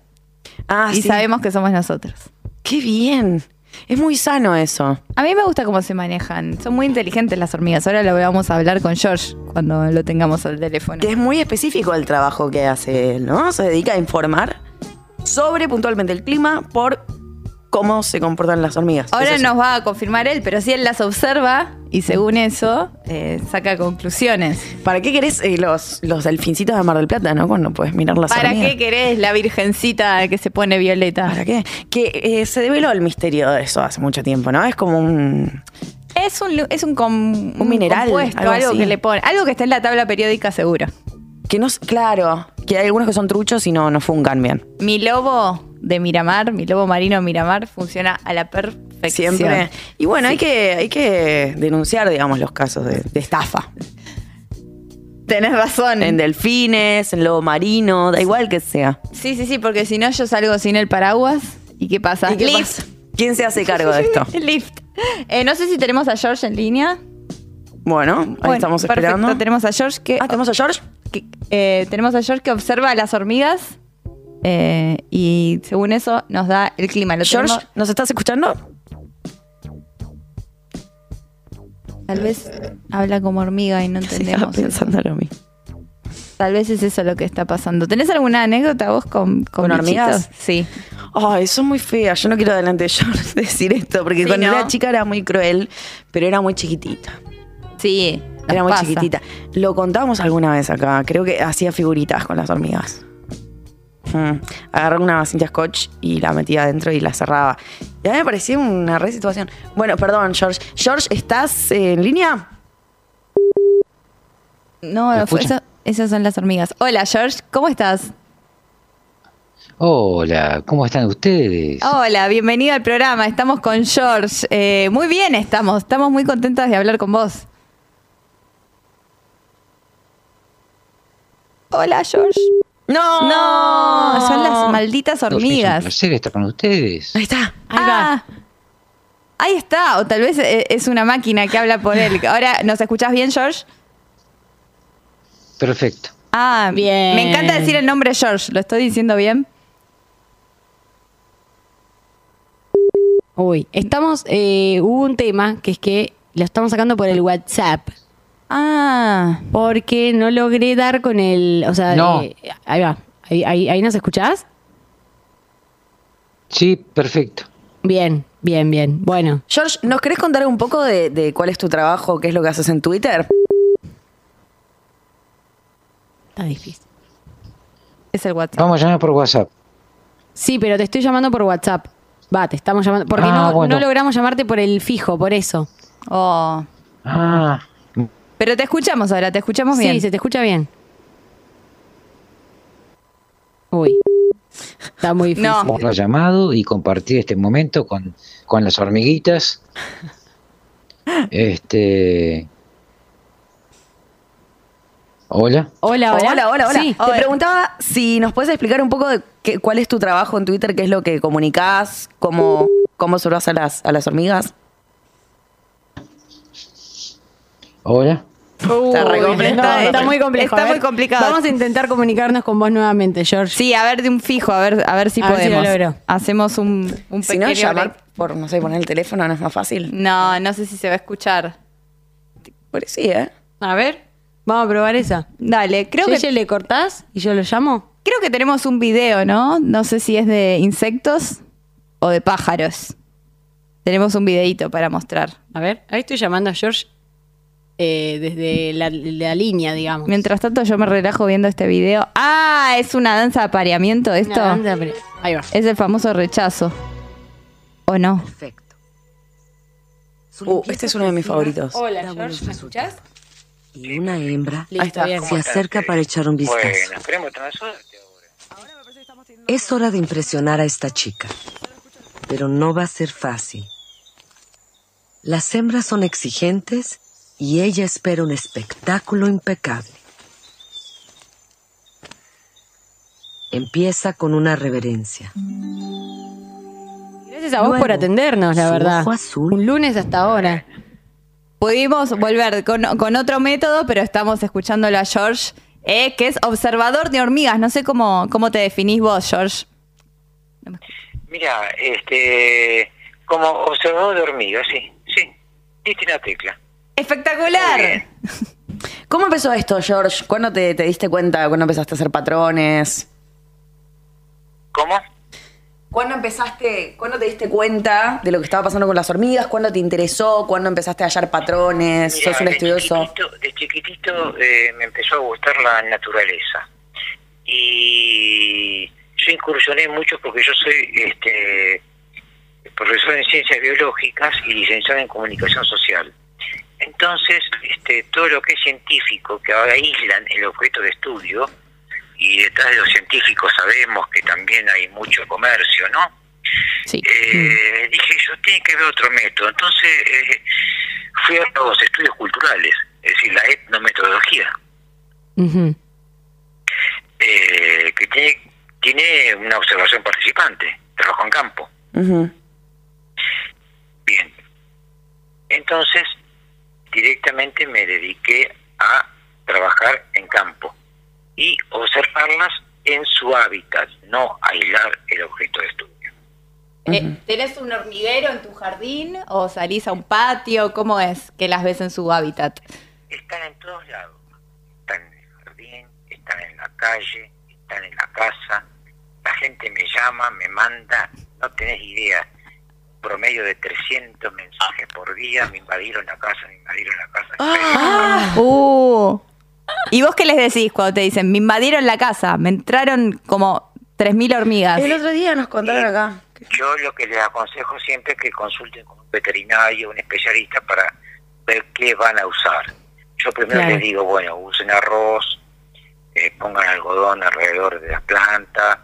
Speaker 2: Ah,
Speaker 3: y
Speaker 2: sí.
Speaker 3: sabemos que somos nosotros.
Speaker 2: Qué bien. Es muy sano eso.
Speaker 3: A mí me gusta cómo se manejan, son muy inteligentes las hormigas. Ahora lo vamos a hablar con George cuando lo tengamos al teléfono.
Speaker 2: Que es muy específico el trabajo que hace él, ¿no? Se dedica a informar sobre puntualmente el clima por cómo se comportan las hormigas.
Speaker 3: Ahora
Speaker 2: Eso sí.
Speaker 3: nos va a confirmar él, pero si él las observa y según eso eh, saca conclusiones.
Speaker 2: ¿Para qué querés eh, los, los delfincitos de Mar del Plata, no? Cuando puedes mirar las
Speaker 3: ¿Para
Speaker 2: hormigas.
Speaker 3: qué querés la virgencita que se pone violeta?
Speaker 2: ¿Para qué? Que eh, se develó el misterio de eso hace mucho tiempo, ¿no? Es como un...
Speaker 3: Es un, lu- es un, com- un
Speaker 2: mineral,
Speaker 3: compuesto,
Speaker 2: algo
Speaker 3: algo,
Speaker 2: así.
Speaker 3: que le pone, algo que está en la tabla periódica seguro.
Speaker 2: Que no... es- Claro, que hay algunos que son truchos y no, no fungan bien.
Speaker 3: Mi lobo de Miramar, mi lobo marino de Miramar funciona a la perfección.
Speaker 2: Siempre. Y bueno, hay, que, hay que denunciar, digamos, los casos de, de estafa.
Speaker 3: Tenés razón.
Speaker 2: En delfines, en lobo marino, da igual que sea.
Speaker 3: sí, sí, sí, porque si no yo salgo sin el paraguas. ¿Y qué pasa?
Speaker 2: ¿Y qué
Speaker 3: Lift.
Speaker 2: pasa? ¿Quién se hace cargo de esto?
Speaker 3: Lift. Eh, no sé si tenemos a George en línea.
Speaker 2: Bueno, ahí
Speaker 3: Bueno,
Speaker 2: estamos
Speaker 3: perfecto,
Speaker 2: esperando.
Speaker 3: Tenemos a George que,
Speaker 2: Ah, ¿tenemos a George?
Speaker 3: que- eh, tenemos a George que observa a las hormigas eh, y según eso nos da el clima. Lo
Speaker 2: George,
Speaker 3: tenemos-
Speaker 2: ¿nos estás escuchando?
Speaker 3: Tal vez habla como hormiga y no
Speaker 2: Estaba
Speaker 3: entendemos.
Speaker 2: pensando lo mismo.
Speaker 3: Tal vez es eso lo que está pasando. ¿Tenés alguna anécdota vos con, con,
Speaker 2: ¿Con hormigas?
Speaker 3: bichitos? Sí.
Speaker 2: Ay, son muy feas. Yo no quiero adelante de George decir esto, porque
Speaker 3: Sí,
Speaker 2: cuando
Speaker 3: ¿no?
Speaker 2: era chica era muy cruel, pero era muy chiquitita.
Speaker 3: Sí.
Speaker 2: Era muy chiquitita. Lo contábamos alguna vez acá. Creo que hacía figuritas con las hormigas. Mm. Agarraba una cinta scotch y la metía adentro y la cerraba. Y a mí me parecía una re situación. Bueno, perdón, George. George, ¿estás eh, en línea?
Speaker 3: No,
Speaker 5: ¿Me
Speaker 3: fue-
Speaker 5: escuchan?
Speaker 3: eso- esas son las hormigas. Hola, George, ¿cómo estás?
Speaker 5: Hola, ¿cómo están ustedes?
Speaker 3: Hola, bienvenido al programa. Estamos con George. Eh, muy bien estamos. Estamos muy contentas de hablar con vos. Hola, George.
Speaker 2: No.
Speaker 3: No, son las malditas
Speaker 5: Es un
Speaker 3: hormigas.
Speaker 5: placer estar con ustedes.
Speaker 2: Ahí está.
Speaker 3: Ahí va. Ahí está, o tal vez eh, es una máquina que habla por él. Ahora, ¿nos escuchás bien, George?
Speaker 5: Perfecto.
Speaker 3: Ah,
Speaker 4: Bien.
Speaker 3: Me encanta decir el nombre George, ¿lo estoy diciendo bien?
Speaker 4: Uy, estamos. eh, hubo un tema que es que lo estamos sacando por el WhatsApp.
Speaker 3: Ah,
Speaker 4: Porque no logré dar con el. O sea,
Speaker 5: No.
Speaker 4: eh, ahí va. Ahí, ahí, ahí nos escuchás.
Speaker 5: Sí, perfecto.
Speaker 4: Bien, bien, bien. Bueno.
Speaker 2: George, ¿nos querés contar un poco de, de cuál es tu trabajo, qué es lo que haces en Twitter?
Speaker 4: Está difícil.
Speaker 3: es el WhatsApp.
Speaker 5: Vamos a llamar por WhatsApp.
Speaker 4: Sí, pero te estoy llamando por WhatsApp. Va, te estamos llamando. Porque
Speaker 5: Ah,
Speaker 4: no,
Speaker 5: bueno.
Speaker 4: no logramos llamarte por el fijo, por eso.
Speaker 3: Oh.
Speaker 5: Ah,
Speaker 3: Pero te escuchamos ahora, te escuchamos bien.
Speaker 4: Sí, se te escucha bien. Uy. Está muy difícil.
Speaker 3: No.
Speaker 5: por la llamado y compartir este momento con, con las hormiguitas. Este. Hola.
Speaker 4: Hola, hola.
Speaker 2: hola, hola. hola.
Speaker 4: Sí.
Speaker 2: Te preguntaba si nos puedes explicar un poco de qué- cuál es tu trabajo en Twitter, qué es lo que comunicás, cómo, cómo observás a las, a las hormigas.
Speaker 5: Hola.
Speaker 2: Está re
Speaker 4: Uy,
Speaker 2: complejo.
Speaker 4: no,
Speaker 3: Está eh.
Speaker 4: está muy complejo.
Speaker 3: está
Speaker 4: A ver,
Speaker 3: muy complicado.
Speaker 4: Vamos a intentar comunicarnos con vos nuevamente, George.
Speaker 3: Sí, a ver de un fijo, a ver, a ver si
Speaker 4: A ver si
Speaker 3: podemos.
Speaker 4: lo logro.
Speaker 3: Hacemos un, un
Speaker 2: Si no,
Speaker 3: pequeño
Speaker 2: llamar
Speaker 3: break.
Speaker 2: por, no sé, poner el teléfono no es más fácil.
Speaker 3: No, no sé si se va a escuchar.
Speaker 2: Pero sí, ¿eh?
Speaker 4: A ver, vamos a probar esa.
Speaker 3: Dale, creo
Speaker 4: Creo
Speaker 3: que
Speaker 4: que le cortás y yo lo llamo.
Speaker 3: Creo que tenemos un video, ¿no? No sé si es de insectos o de pájaros. Tenemos un videito para mostrar.
Speaker 4: A ver, ahí estoy llamando a George eh, desde la, la línea, digamos.
Speaker 3: Mientras tanto yo me relajo viendo este video. Ah, es una danza de apareamiento esto.
Speaker 4: Una banda, pero- Ahí va.
Speaker 3: Es el famoso rechazo. ¿O no?
Speaker 6: Perfecto. Su
Speaker 2: Uh,
Speaker 6: limpieza
Speaker 2: este es uno de mis
Speaker 6: excesiva
Speaker 2: favoritos.
Speaker 6: da
Speaker 4: Hola,
Speaker 6: buenos
Speaker 4: George, ¿me escuchás?
Speaker 6: resultados. Y una hembra
Speaker 4: Listo,
Speaker 2: está.
Speaker 4: bien.
Speaker 6: se acerca para echar un vistazo.
Speaker 7: Bueno, esperemos tener suerte ahora.
Speaker 6: Es hora de impresionar a esta chica. Pero no va a ser fácil. Las hembras son exigentes y ella espera un espectáculo impecable. Empieza con una reverencia.
Speaker 4: Gracias a vos
Speaker 6: Luego,
Speaker 4: por atendernos, la
Speaker 6: su
Speaker 4: verdad.
Speaker 6: ojo azul.
Speaker 4: Un lunes hasta ahora.
Speaker 3: Pudimos volver con, con otro método, pero estamos escuchándolo a George, eh, que es observador de hormigas. No sé cómo, cómo te definís vos, George.
Speaker 7: Mira, este, como observador de hormigas, sí, sí, diste una tecla. Muy
Speaker 3: ¡Espectacular!
Speaker 7: bien.
Speaker 2: ¿Cómo empezó esto, George? ¿Cuándo te, te diste cuenta? ¿Cuándo empezaste a hacer patrones?
Speaker 7: ¿Cómo?
Speaker 2: ¿Cuándo empezaste, cuándo te diste cuenta de lo que estaba pasando con las hormigas? ¿Cuándo te interesó? ¿Cuándo empezaste a hallar patrones?
Speaker 7: Mira,
Speaker 2: ¿Sos un
Speaker 7: de
Speaker 2: estudioso?
Speaker 7: chiquitito- de chiquitito eh, me empezó a gustar la naturaleza. Y yo incursioné mucho porque yo soy este, profesor en ciencias biológicas y licenciado en comunicación social. Entonces, este, todo lo que es científico, que ahora aíslan el objeto de estudio, y detrás de los científicos sabemos que también hay mucho comercio, ¿no?
Speaker 3: Sí.
Speaker 7: Eh, dije, yo tiene que haber otro método. Entonces eh, fui a los estudios culturales, es decir, la etnometodología,
Speaker 4: Ujú.
Speaker 7: eh, que tiene, tiene una observación participante, trabajo en campo.
Speaker 2: Ujú.
Speaker 7: Bien. Entonces, directamente me dediqué a trabajar en campo y observarlas en su hábitat, no aislar el objeto de estudio.
Speaker 3: Eh, ¿Tenés un hormiguero en tu jardín o salís a un patio? ¿Cómo es que las ves en su hábitat?
Speaker 7: están en todos lados. Están en el jardín, están en la calle, están en la casa. La gente me llama, me manda, no tenés idea. Promedio de 300 mensajes por día, me invadieron la casa, me invadieron la casa.
Speaker 2: Ah.
Speaker 3: Uh. ¿Y vos qué les decís cuando te dicen, me invadieron la casa, me entraron como 3.000 hormigas?
Speaker 2: El otro día nos contaron acá.
Speaker 7: Yo lo que les aconsejo siempre es que consulten con un veterinario, un especialista para ver qué van a usar. Yo primero
Speaker 4: Claro.
Speaker 7: les digo, bueno, usen arroz, eh, pongan algodón alrededor de la planta,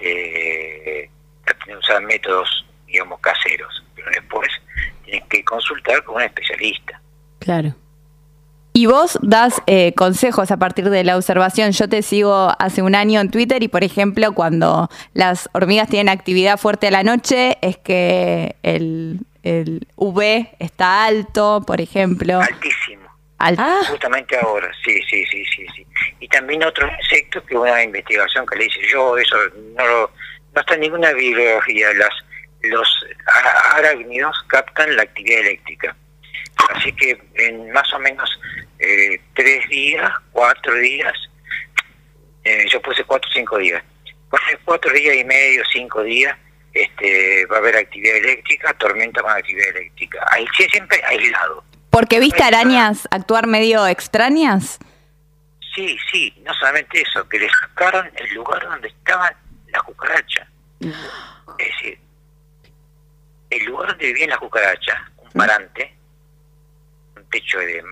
Speaker 7: este, traten de usar métodos, digamos, caseros. Pero después tienen que consultar con un especialista.
Speaker 4: Claro.
Speaker 3: Y vos das eh, consejos a partir de la observación. Yo te sigo hace un año en Twitter y, por ejemplo, cuando las hormigas tienen actividad fuerte a la noche, es que el, el V está alto, por ejemplo.
Speaker 7: Altísimo.
Speaker 3: Alto.
Speaker 7: Justamente ahora, sí, sí, sí, sí, sí. Y también otros insectos que una investigación que le hice yo, eso no lo- no está en ninguna bibliografía. Las, los a- arácnidos captan la actividad eléctrica. Así que en más o menos eh, tres días, cuatro días, eh, yo puse cuatro o cinco días. Puse cuatro días y medio, cinco días, este, va a haber actividad eléctrica, tormenta con actividad eléctrica. Ahí sí, siempre aislado.
Speaker 3: Porque viste arañas actuar medio extrañas.
Speaker 7: Sí, sí, no solamente eso, que le sacaron el lugar donde estaban las cucarachas. Es decir, el lugar donde vivían las cucarachas, un parante, un techo de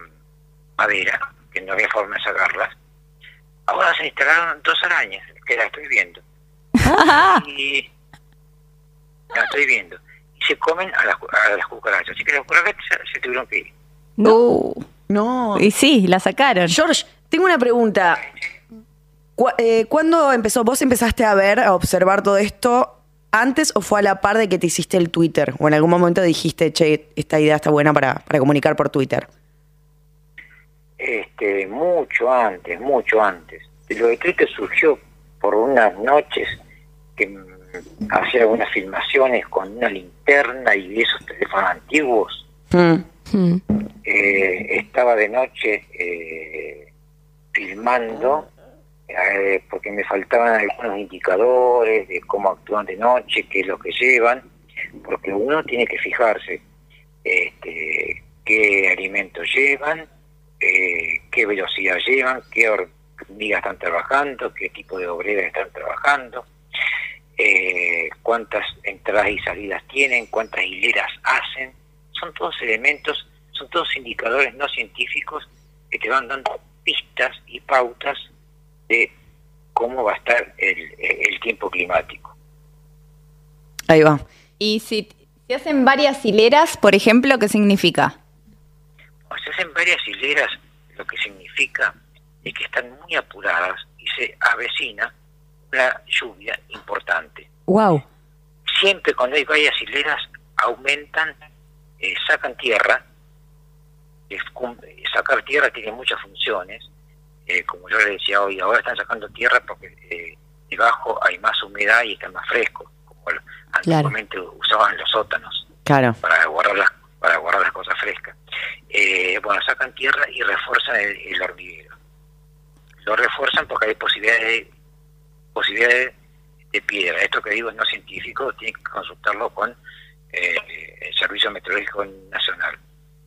Speaker 7: madera, que no había forma de sacarlas, ahora se instalaron dos arañas, que las estoy viendo. Y las estoy viendo. Y se comen a las, cu- a las cucarachas. Así que las cucarachas se- se tuvieron que ir.
Speaker 3: Uh,
Speaker 2: No.
Speaker 3: y sí, la sacaron.
Speaker 2: George, tengo una pregunta. Cu- eh, ¿Cuándo empezó? ¿Vos empezaste a ver, a observar todo esto antes o fue a la par de que te hiciste el Twitter? ¿O en algún momento dijiste, che, esta idea está buena para, para comunicar por Twitter?
Speaker 7: este, mucho antes, mucho antes. Lo de Twitter surgió por unas noches que mm, hacía algunas filmaciones con una linterna y esos teléfonos antiguos.
Speaker 4: Mm.
Speaker 7: Eh, estaba de noche eh, filmando eh, porque me faltaban algunos indicadores de cómo actúan de noche, qué es lo que llevan, porque uno tiene que fijarse este, qué alimentos llevan, eh, qué velocidad llevan, qué hormigas están trabajando, qué tipo de obreras están trabajando, eh, cuántas entradas y salidas tienen, cuántas hileras hacen. Son todos elementos, son todos indicadores no científicos que te van dando pistas y pautas de cómo va a estar el, el tiempo climático.
Speaker 2: Ahí va.
Speaker 3: Y si, si hacen varias hileras, por ejemplo, ¿qué significa?
Speaker 7: O se hacen varias hileras, lo que significa es que están muy apuradas y se avecina una lluvia importante.
Speaker 2: Wow.
Speaker 7: Siempre cuando hay varias hileras aumentan, eh, sacan tierra, es cum- sacar tierra tiene muchas funciones, eh, como yo le decía hoy, ahora están sacando tierra porque eh, debajo hay más humedad y está más fresco, como lo-
Speaker 2: Claro.
Speaker 7: antiguamente usaban los sótanos
Speaker 2: Claro.
Speaker 7: para guardar las, para guardar las cosas frescas. Eh, bueno, sacan tierra y refuerzan el, el hormiguero. Lo refuerzan porque hay posibilidades de, posibilidades de piedra. Esto que digo es no científico, tienen que consultarlo con eh, el Servicio Meteorológico Nacional.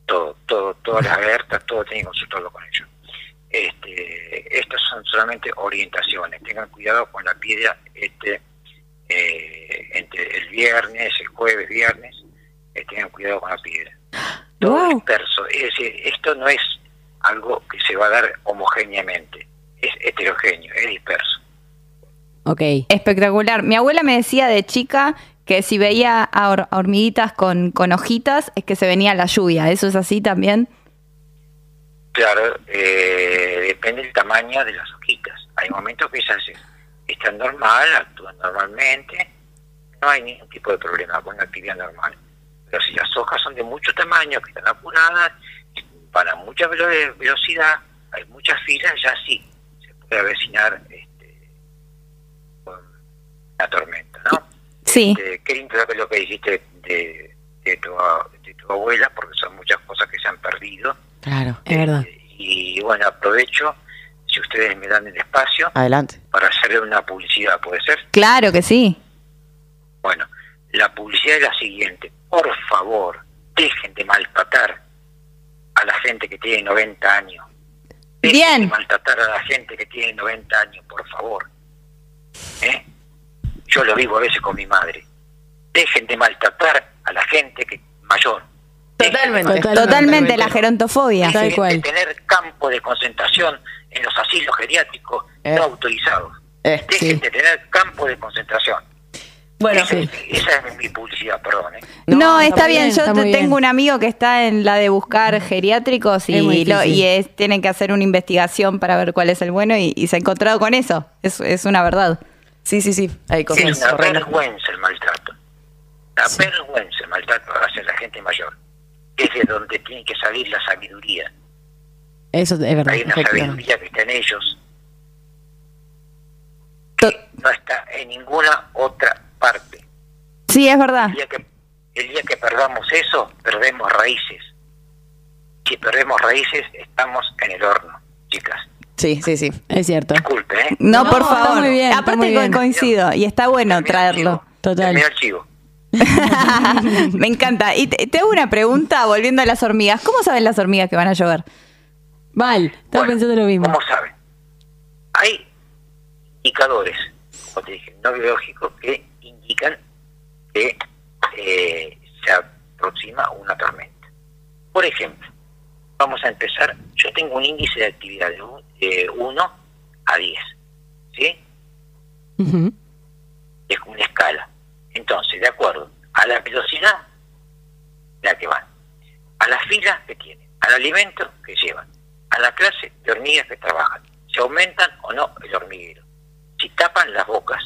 Speaker 7: Todo, todo, todas las alertas, todo tienen que consultarlo con ellos. Este, estas son solamente orientaciones. Tengan cuidado con la piedra este, eh, entre el viernes, el jueves, viernes, eh, tengan cuidado con la piedra. Todo
Speaker 2: Wow.
Speaker 7: disperso. Es decir, esto no es algo que se va a dar homogéneamente, es heterogéneo, es disperso.
Speaker 4: Ok.
Speaker 3: Espectacular. Mi abuela me decía de chica que si veía a, hor- a hormiguitas con, con hojitas es que se venía la lluvia. ¿Eso es así también?
Speaker 7: Claro, eh, depende del tamaño de las hojitas. Hay momentos que ellas están normal, actúan normalmente, no hay ningún tipo de problema con la actividad normal. Pero si las hojas son de mucho tamaño, que están apuradas, para mucha velo- velocidad, hay muchas filas, ya sí, se puede avecinar este, con la tormenta, ¿no?
Speaker 3: Sí.
Speaker 7: Este, qué lindo lo que dijiste de, de tu, a- de tu abuela, porque son muchas cosas que se han perdido.
Speaker 2: Claro.
Speaker 4: Es verdad.
Speaker 7: Y bueno, aprovecho, si ustedes me dan el espacio,
Speaker 2: Adelante.
Speaker 7: para hacerle una publicidad, ¿puede ser?
Speaker 3: Claro que sí.
Speaker 7: Bueno, la publicidad es la siguiente. Por favor, dejen de maltratar a la gente que tiene 90 años. Dejen
Speaker 3: Bien.
Speaker 7: de maltratar a la gente que tiene 90 años, por favor. ¿Eh? Yo lo vivo a veces con mi madre. Dejen de maltratar a la gente que mayor. Dejen de
Speaker 2: Totalmente. Eh,
Speaker 4: Total-
Speaker 3: Totalmente la gerontofobia.
Speaker 4: Tal
Speaker 7: Dejen
Speaker 4: cual.
Speaker 7: de tener campos de concentración en los asilos geriátricos
Speaker 2: Eh.
Speaker 7: no autorizados.
Speaker 2: Eh,
Speaker 7: Dejen
Speaker 2: sí.
Speaker 7: de tener campos de concentración.
Speaker 2: Bueno,
Speaker 7: Esa- Esa es mi publicidad, perdón. ¿eh?
Speaker 3: No,
Speaker 4: No,
Speaker 3: está,
Speaker 4: está
Speaker 3: bien.
Speaker 4: bien,
Speaker 3: Yo
Speaker 4: está
Speaker 3: te-
Speaker 4: muy
Speaker 3: tengo
Speaker 4: bien.
Speaker 3: un amigo que está en la de buscar geriátricos
Speaker 4: Es muy
Speaker 3: y, lo-
Speaker 4: difícil.
Speaker 3: y es, tienen que hacer una investigación para ver cuál es el bueno y, y se ha encontrado con eso. Es, es una verdad.
Speaker 2: Sí, sí, sí. Hay
Speaker 7: es
Speaker 2: cosas
Speaker 7: una
Speaker 2: horrendas.
Speaker 7: vergüenza el maltrato. Una vergüenza el maltrato hacia la gente mayor. Es de donde tiene que salir la sabiduría.
Speaker 4: Eso es verdad.
Speaker 7: Hay una
Speaker 4: efectivamente.
Speaker 7: sabiduría que está en ellos. que no está en ninguna otra parte.
Speaker 3: Sí, es verdad.
Speaker 7: El día, que, el día que perdamos eso, perdemos raíces. Si perdemos raíces, estamos en el horno, chicas.
Speaker 2: Sí, sí, sí.
Speaker 4: Es cierto.
Speaker 7: Disculpe, ¿eh?
Speaker 3: No,
Speaker 4: No,
Speaker 3: por
Speaker 4: está
Speaker 3: favor.
Speaker 4: muy bien, está
Speaker 3: Aparte
Speaker 4: muy
Speaker 3: co-
Speaker 4: bien.
Speaker 3: coincido y está bueno
Speaker 7: Termino el
Speaker 3: traerlo.
Speaker 7: chivo,
Speaker 4: Total.
Speaker 7: termino el chivo.
Speaker 3: Me encanta. Y te, te hago una pregunta volviendo a las hormigas. ¿Cómo saben las hormigas que van a llover?
Speaker 4: Mal, estaba
Speaker 7: Bueno,
Speaker 4: pensando lo mismo.
Speaker 7: Como saben, hay indicadores, como te dije, no biológicos, que indican que eh, se aproxima una tormenta. Por ejemplo, vamos a empezar, yo tengo un índice de actividad de 1 a 10, ¿sí?
Speaker 4: Ujú.
Speaker 7: es como una escala. Entonces, de acuerdo a la velocidad la que van, a las filas que tienen, al alimento que llevan, a la clase de hormigas que trabajan, si aumentan o no el hormiguero, si tapan las bocas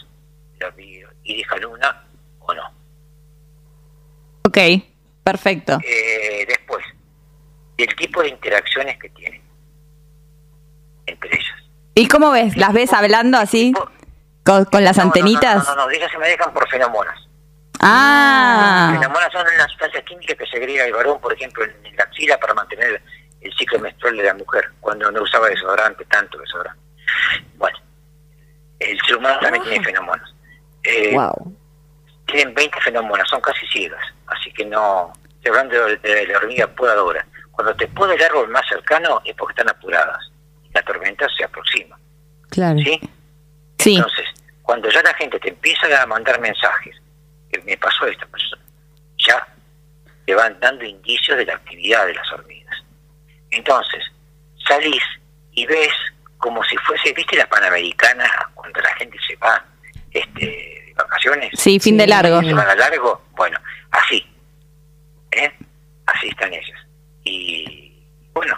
Speaker 7: del hormiguero y dejan una o no.
Speaker 3: Ok, perfecto.
Speaker 7: Eh, después, del tipo de interacciones que tienen entre ellas.
Speaker 3: ¿Y cómo ves? ¿Las ves hablando así?
Speaker 7: Tipo-
Speaker 3: ¿Con, con las
Speaker 7: No, no, no,
Speaker 3: antenitas?
Speaker 7: No, no, no, ellas se me dejan por fenomonas.
Speaker 3: Ah,
Speaker 7: Las hormonas son las sustancias químicas que segrega el varón, por ejemplo, en, en la axila para mantener el ciclo menstrual de la mujer, cuando no usaba desodorante, tanto desodorante. Bueno, El ser humano también tiene fenómenos. Eh,
Speaker 4: Wow.
Speaker 7: Tienen 20 fenómenos, son casi ciegas. Así que no. Estoy hablando de, de la hormiga podadora. Cuando te poda el árbol más cercano es porque están apuradas. La tormenta se aproxima.
Speaker 2: Claro.
Speaker 7: ¿sí?
Speaker 3: Sí.
Speaker 7: Entonces, cuando ya la gente te empieza a mandar mensajes, que me pasó esta persona, ya te van dando indicios de la actividad de las hormigas. Entonces, salís y ves como si fuese, ¿viste la Panamericana cuando la gente se va este, de vacaciones?
Speaker 3: Sí, fin de largo.
Speaker 7: se van a largo, bueno, así. ¿eh? Así están ellas. Y bueno,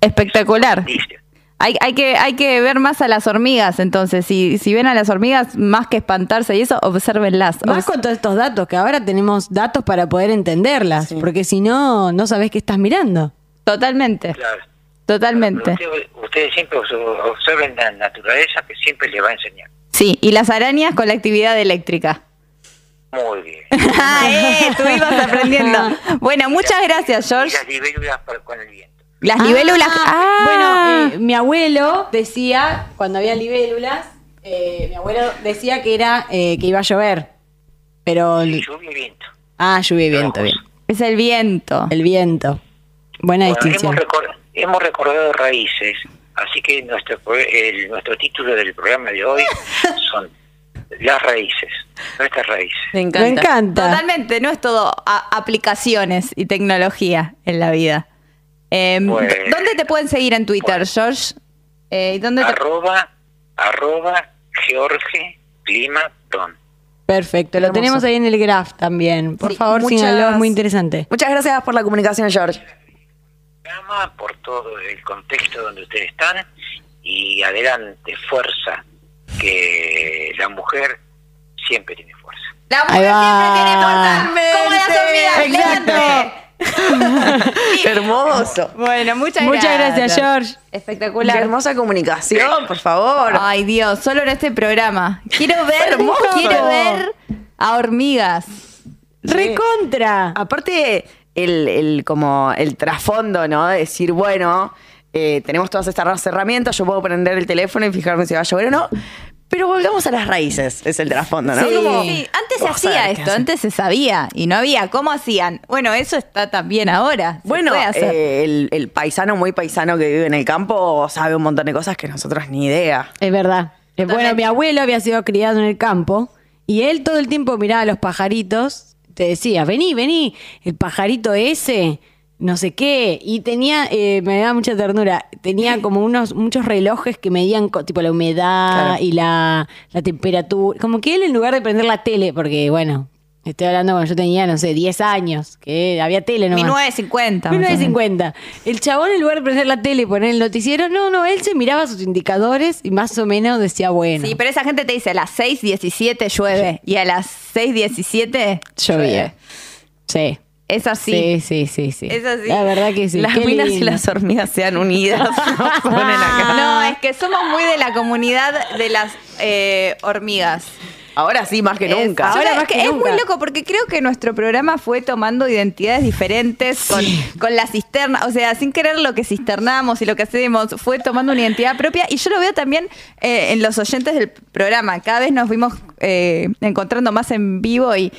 Speaker 3: Espectacular.
Speaker 7: dice.
Speaker 3: Hay, hay, que, hay que ver más a las hormigas, entonces. Si, si ven a las hormigas, más que espantarse y eso, observenlas.
Speaker 4: Más con todos estos datos, que ahora tenemos datos para poder entenderlas, porque si no, no sabés qué estás mirando.
Speaker 3: Totalmente,
Speaker 7: Claro.
Speaker 3: totalmente.
Speaker 7: Ustedes, ustedes siempre obs- observen la naturaleza que siempre les va a enseñar.
Speaker 3: Sí, y las arañas con la actividad eléctrica.
Speaker 7: Muy bien.
Speaker 3: Ah, eh, Estuvimos aprendiendo. Bueno, muchas gracias,
Speaker 7: Y
Speaker 3: George.
Speaker 7: las libélulas por- con el viento.
Speaker 3: Las libélulas. Ah,
Speaker 4: Bueno, eh, mi abuelo decía, cuando había libélulas, eh, mi abuelo decía que era eh, que iba a llover. Pero.
Speaker 7: Lluvia y viento.
Speaker 4: Ah, lluvia y viento, bien.
Speaker 3: es el viento.
Speaker 4: El viento. Buena
Speaker 7: Bueno, hemos,
Speaker 4: distinción.
Speaker 7: recor- hemos recordado raíces, así que nuestro pro- el- nuestro título del programa de hoy son las raíces, nuestras raíces.
Speaker 2: Me encanta.
Speaker 4: Me encanta.
Speaker 3: Totalmente, no es todo a- aplicaciones y tecnología en la vida. Eh,
Speaker 7: Bueno.
Speaker 3: ¿Dónde te pueden seguir en Twitter, George? Eh,
Speaker 2: Ah,
Speaker 3: ¿dónde te-
Speaker 7: Arroba, arroba, George, clima, don.
Speaker 4: Perfecto. Lo
Speaker 2: Hermoso.
Speaker 4: tenemos ahí en el graph también. Por
Speaker 2: Sí,
Speaker 4: favor,
Speaker 2: muchas-
Speaker 4: síganlo, es muy interesante.
Speaker 2: Muchas gracias por la comunicación, George.
Speaker 7: programa, por todo el contexto donde ustedes están y adelante, fuerza, que la mujer siempre tiene fuerza.
Speaker 3: La
Speaker 4: Ahí
Speaker 3: mujer
Speaker 4: va.
Speaker 3: siempre tiene fuerza, como las hormigas.
Speaker 4: Exacto.
Speaker 3: levántate.
Speaker 2: Eh. Hermoso.
Speaker 3: Bueno, muchas gracias.
Speaker 4: Muchas gracias, George.
Speaker 2: Qué
Speaker 3: Espectacular.
Speaker 2: hermosa comunicación, por favor.
Speaker 3: Ay, Dios, solo en este programa. Quiero ver,
Speaker 2: hermoso.
Speaker 3: quiero ver a hormigas.
Speaker 4: Recontra.
Speaker 2: Aparte, el, el- como el trasfondo, ¿no? De decir, bueno, eh, tenemos todas estas herramientas, yo puedo prender el teléfono y fijarme si va a llover o no. Pero volvamos a las raíces, es el trasfondo, ¿no?
Speaker 3: Sí,
Speaker 2: Como-
Speaker 3: sí, antes se
Speaker 2: vos
Speaker 3: hacía
Speaker 2: sabés qué
Speaker 3: esto,
Speaker 2: hacer.
Speaker 3: antes se sabía y no había. ¿Cómo hacían? Bueno, eso está también ahora. se
Speaker 2: Bueno,
Speaker 3: puede hacer.
Speaker 2: eh, el, el paisano muy paisano que vive en el campo sabe un montón de cosas que nosotros ni idea.
Speaker 4: Es verdad. Eh, Bueno,
Speaker 3: Totalmente.
Speaker 4: mi abuelo había sido criado en el campo y él todo el tiempo miraba a los pajaritos. Te decía, vení, vení, el pajarito ese, no sé qué. Y tenía, eh, me daba mucha ternura, tenía como unos muchos relojes que medían co- tipo la humedad
Speaker 2: Claro.
Speaker 4: y la, la temperatura. Como que él en lugar de prender la tele, porque bueno, estoy hablando cuando yo tenía, no sé, 10 años, que había tele nomás.
Speaker 3: 1950. más o menos.
Speaker 4: 1950. El chabón, en lugar de prender la tele y poner el noticiero, no, no, él se miraba sus indicadores y más o menos decía, bueno,
Speaker 3: Sí, pero esa gente te dice a las 6.17 llueve y a las 6.17
Speaker 4: llovía. Sí.
Speaker 3: Es así.
Speaker 4: sí. Sí, sí, sí.
Speaker 3: Es así.
Speaker 4: La verdad que sí.
Speaker 2: Las
Speaker 4: Qué
Speaker 2: minas y
Speaker 4: lindo.
Speaker 2: las hormigas sean unidas. nos ponen acá.
Speaker 3: No, es que somos muy de la comunidad de las eh, hormigas.
Speaker 2: Ahora sí, más que
Speaker 3: Es-
Speaker 2: nunca.
Speaker 3: yo
Speaker 4: Ahora
Speaker 3: creo
Speaker 4: más que
Speaker 3: es
Speaker 4: nunca.
Speaker 3: muy loco porque creo que nuestro programa fue tomando identidades diferentes con, con la cisterna, o sea, sin querer lo que cisternábamos y lo que hacemos fue tomando una identidad propia y yo lo veo también eh, en los oyentes del programa, cada vez nos fuimos eh, encontrando más en vivo y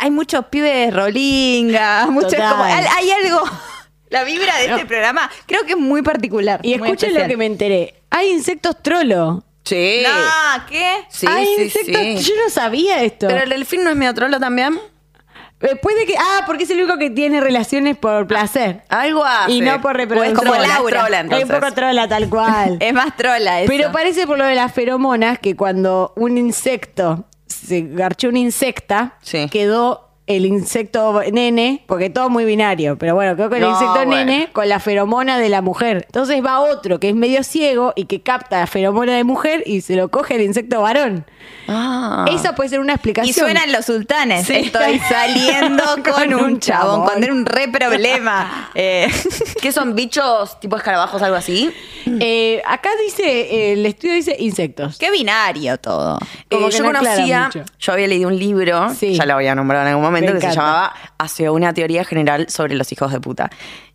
Speaker 3: hay muchos pibes rolinga, muchos
Speaker 4: Total.
Speaker 3: como, hay, hay algo, la vibra de este programa creo que es muy particular.
Speaker 4: Y
Speaker 3: muy
Speaker 4: escuchen lo
Speaker 3: especial.
Speaker 4: que me enteré. Hay insectos trolo.
Speaker 2: Sí.
Speaker 3: No, ¿qué?
Speaker 2: Eh. Sí,
Speaker 4: Hay
Speaker 2: sí,
Speaker 4: insectos.
Speaker 2: sí.
Speaker 4: Yo no sabía esto.
Speaker 2: Pero el delfín no es medio trolo también.
Speaker 4: Después de que. Ah, porque es el único que tiene relaciones por placer.
Speaker 2: Algo hace.
Speaker 4: y no por reproducción.
Speaker 3: como Laura.
Speaker 2: Trola,
Speaker 4: Es un poco
Speaker 2: entonces.
Speaker 4: trola, tal cual.
Speaker 3: Es más trola eso.
Speaker 4: Pero parece por lo de las feromonas que cuando un insecto se garchó una insecta,
Speaker 2: Sí.
Speaker 4: quedó el insecto nene, porque todo muy binario, pero bueno, creo que el
Speaker 2: No,
Speaker 4: insecto
Speaker 2: bueno.
Speaker 3: ¿eh?
Speaker 4: nene con la feromona de la mujer. Entonces va otro que es medio ciego y que capta la feromona de mujer y se lo coge el insecto varón.
Speaker 2: Ah.
Speaker 4: Esa puede ser una explicación.
Speaker 3: Y suenan los sultanes.
Speaker 4: Sí.
Speaker 3: Estoy saliendo con
Speaker 4: Con
Speaker 3: un
Speaker 4: un
Speaker 3: chabón,
Speaker 4: chabón.
Speaker 3: cuando era un re problema. Eh,
Speaker 2: ¿Qué son bichos tipo escarabajos, algo así?
Speaker 4: Eh, acá dice, eh, el estudio dice insectos.
Speaker 3: qué binario todo.
Speaker 4: Como
Speaker 2: Eh,
Speaker 4: que
Speaker 2: yo
Speaker 4: no aclara
Speaker 2: conocía,
Speaker 4: mucho.
Speaker 2: yo había leído un libro,
Speaker 4: Sí.
Speaker 2: ya lo había nombrado en algún momento,
Speaker 4: Me
Speaker 2: que se
Speaker 4: encanta.
Speaker 2: llamaba Hacia una teoría general sobre los hijos de puta.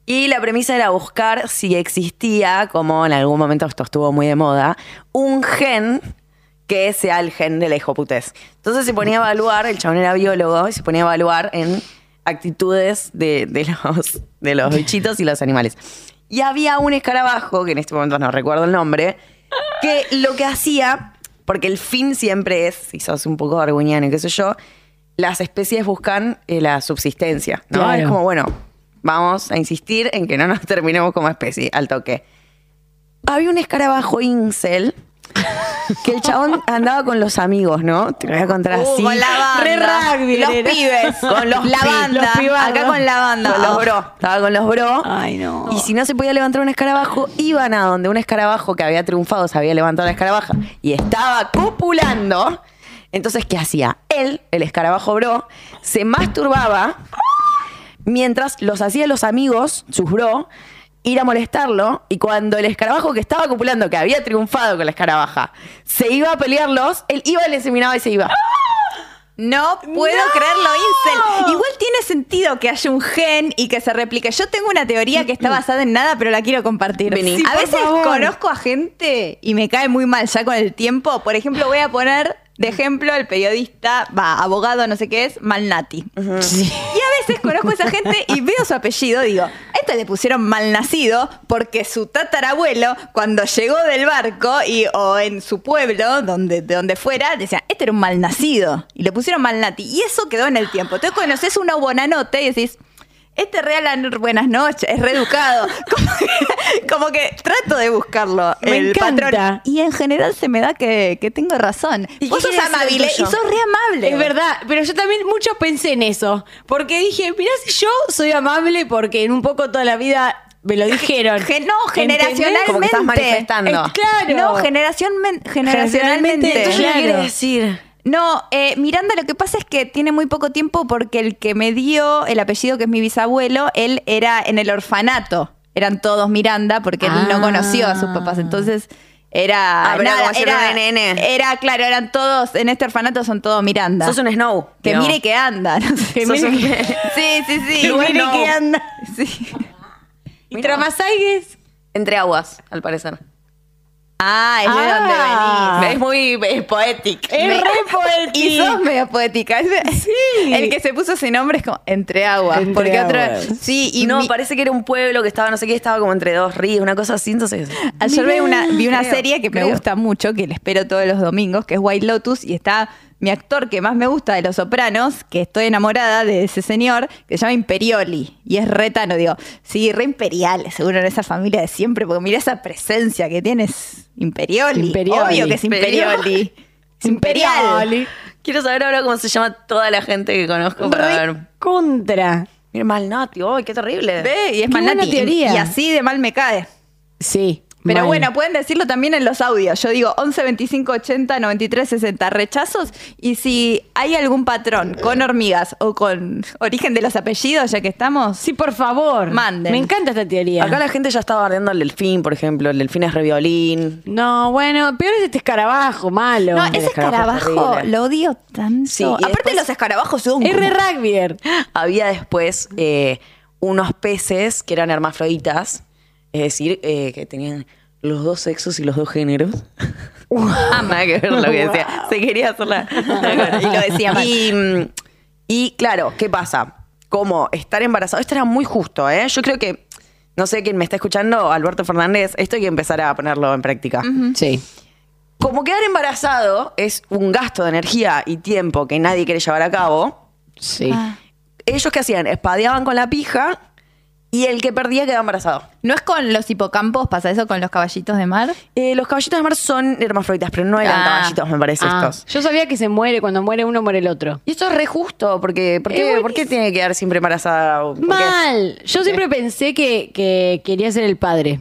Speaker 2: Y la premisa era buscar si existía, como en algún momento esto estuvo muy de moda, un gen que sea el gen de la hijoputez. Entonces se ponía a evaluar, el chabón era biólogo, y se ponía a evaluar en actitudes de, de los, de los bichitos y los animales. Y había un escarabajo, que en este momento no recuerdo el nombre, que lo que hacía, porque el fin siempre es, si sos un poco arguñano y qué sé yo, las especies buscan eh, la subsistencia, ¿no?
Speaker 4: Claro.
Speaker 2: Es como, bueno, vamos a insistir en que no nos terminemos como especie al toque. Había un escarabajo incel que el chabón andaba con los amigos, ¿no? Te lo voy a contar así.
Speaker 3: Uh, con la banda.
Speaker 4: Re rugby,
Speaker 3: los
Speaker 4: era.
Speaker 3: pibes.
Speaker 2: Con los
Speaker 3: la
Speaker 2: pi-
Speaker 3: banda.
Speaker 4: los pibardos.
Speaker 3: acá con Ah. la banda.
Speaker 2: Con los bro. Estaba con los bro.
Speaker 4: Ay, no.
Speaker 2: Y si no se podía levantar un escarabajo, iban a donde un escarabajo que había triunfado se había levantado la escarabaja y estaba copulando. Entonces, ¿qué hacía? Él, el escarabajo bro, se masturbaba mientras los hacía los amigos, sus bro, ir a molestarlo. Y cuando el escarabajo que estaba copulando, que había triunfado con la escarabaja, se iba a pelearlos, él iba, le seminaba y se iba.
Speaker 3: No puedo creerlo, Incel. Igual tiene sentido que haya un gen y que se replique. Yo tengo una teoría que está basada en nada, pero la quiero compartir.
Speaker 2: Mm. Vení.
Speaker 3: a
Speaker 2: por
Speaker 3: veces conozco a gente y me cae muy mal ya con el tiempo. Por ejemplo, voy a poner de ejemplo el periodista, va, abogado, no sé qué es, Malnati.
Speaker 4: Sí.
Speaker 3: Y a veces conozco a esa gente y veo su apellido, digo, a este le pusieron malnacido porque su tatarabuelo, cuando llegó del barco y, o en su pueblo, donde, de donde fuera, decían, este era un malnacido. Y le pusieron malnati. Y eso quedó en el tiempo. Entonces conoces una bonanota y decís, este real Anur, buenas noches, es reeducado. Como que, como que trato de buscarlo.
Speaker 4: Me
Speaker 3: el
Speaker 4: encanta.
Speaker 3: patrón. Y en general se me da que, que tengo razón.
Speaker 2: ¿Y
Speaker 3: Vos
Speaker 2: qué
Speaker 3: sos
Speaker 2: quiere decir
Speaker 3: amable y
Speaker 2: tuyo?
Speaker 3: sos re amable.
Speaker 4: Es verdad, pero yo también mucho pensé en eso. Porque dije, mirá si yo soy amable porque en un poco toda la vida me lo dijeron.
Speaker 3: Gen- no,
Speaker 4: ¿Entendés?
Speaker 3: generacionalmente.
Speaker 2: Como que estás manifestando.
Speaker 4: Es- claro.
Speaker 3: No, generación men-
Speaker 4: Generacionalmente,
Speaker 3: generacionalmente.
Speaker 4: entonces, ¿qué quiere
Speaker 2: decir?
Speaker 3: No, eh, Miranda lo que pasa es que tiene muy poco tiempo porque el que me dio el apellido, que es mi bisabuelo, él era en el orfanato. Eran todos Miranda porque él
Speaker 4: Ah.
Speaker 3: no conoció a sus papás. Entonces
Speaker 2: Ah,
Speaker 3: era.
Speaker 2: pero era
Speaker 3: nada,
Speaker 2: como si era un nene.
Speaker 3: era, claro, eran todos. En este orfanato son todos Miranda.
Speaker 2: Sos un snow.
Speaker 3: que
Speaker 2: digamos.
Speaker 3: mire que anda. no sé.
Speaker 4: Que
Speaker 3: Sos
Speaker 4: mire
Speaker 3: un-
Speaker 4: que-
Speaker 3: Sí, sí, sí.
Speaker 4: Que mire
Speaker 3: no.
Speaker 4: que anda.
Speaker 3: Sí.
Speaker 4: ¿Y Tramasaiges?
Speaker 2: Entre aguas, al parecer.
Speaker 3: Ah, es de donde venís.
Speaker 4: Ah.
Speaker 2: Es muy es poético.
Speaker 4: Es re
Speaker 3: Y
Speaker 4: poético.
Speaker 3: sos medio poética.
Speaker 4: Sí.
Speaker 3: El que se puso ese nombre es como entre aguas.
Speaker 4: Entre
Speaker 3: porque otro.
Speaker 4: aguas.
Speaker 3: Sí, y
Speaker 2: no,
Speaker 3: mi-
Speaker 2: parece que era un pueblo que estaba, no sé qué, estaba como entre dos ríos, una cosa así, entonces.
Speaker 3: ayer vi una, vi una
Speaker 2: creo,
Speaker 3: serie que me
Speaker 2: creo.
Speaker 3: gusta mucho, que la espero todos los domingos, que es White Lotus, y está mi actor que más me gusta de Los Sopranos, que estoy enamorada de ese señor, que se llama Imperioli, y es retano, digo, sí, re imperial, seguro en esa familia de siempre, porque mira esa presencia que tienes, Imperioli.
Speaker 4: Imperioli.
Speaker 3: Obvio que es Imperioli. Es imperial.
Speaker 4: Imperial.
Speaker 2: Quiero saber ahora cómo se llama toda la gente que conozco para ver.
Speaker 4: Contra.
Speaker 2: Mira, mal Nati, ¡ay, qué terrible!
Speaker 3: Ve, y es
Speaker 4: Qué
Speaker 3: mal
Speaker 4: buena
Speaker 3: nati.
Speaker 4: teoría.
Speaker 3: Y así de mal me cae.
Speaker 4: Sí.
Speaker 3: Pero
Speaker 4: mal.
Speaker 3: bueno, pueden decirlo también en los audios. Yo digo 11, 25, 80, 93, 60 rechazos. Y si hay algún patrón con hormigas o con origen de los apellidos, ya que estamos.
Speaker 4: Sí, por favor.
Speaker 3: Manden.
Speaker 4: Me encanta esta teoría.
Speaker 2: Acá la gente ya estaba bardeando al delfín, por ejemplo. El delfín es reviolín.
Speaker 4: No, bueno, peor es este escarabajo, malo.
Speaker 3: No,
Speaker 4: Es
Speaker 3: ese
Speaker 2: escarabajo
Speaker 3: escarabajo
Speaker 2: horrible.
Speaker 3: lo odio tanto.
Speaker 2: Sí, y
Speaker 3: Aparte,
Speaker 2: después-
Speaker 3: los escarabajos son.
Speaker 4: re rugbyer.
Speaker 2: Había después eh, unos peces que eran hermafroditas, es decir, eh, que tenían los dos sexos y los dos géneros. Ah, nada que ver lo que decía. Se quería hacerla.
Speaker 3: Y lo decía mal.
Speaker 2: Y, mm, y, claro, ¿qué pasa? Como estar embarazado, esto era muy justo, ¿eh? Yo creo que, no sé quién me está escuchando, Alberto Fernández, esto hay que empezar a ponerlo en práctica.
Speaker 4: Sí.
Speaker 2: Como quedar embarazado es un gasto de energía y tiempo que nadie quiere llevar a cabo,
Speaker 4: Sí.
Speaker 2: ellos qué hacían? Espadeaban con la pija y el que perdía quedaba embarazado.
Speaker 3: ¿No es con los hipocampos? ¿Pasa eso con los caballitos de mar?
Speaker 2: Eh, los caballitos de mar son hermafroditas, pero no eran
Speaker 3: Ah.
Speaker 2: caballitos, me parece,
Speaker 4: Ah,
Speaker 2: estos.
Speaker 4: Yo sabía que se muere, cuando muere uno, muere el otro.
Speaker 2: Y esto es re justo, porque ¿por qué,
Speaker 4: Eh,
Speaker 2: ¿por qué tiene que quedar siempre embarazada? ¿Por qué?
Speaker 4: Mal. Yo siempre pensé que, que quería ser el padre.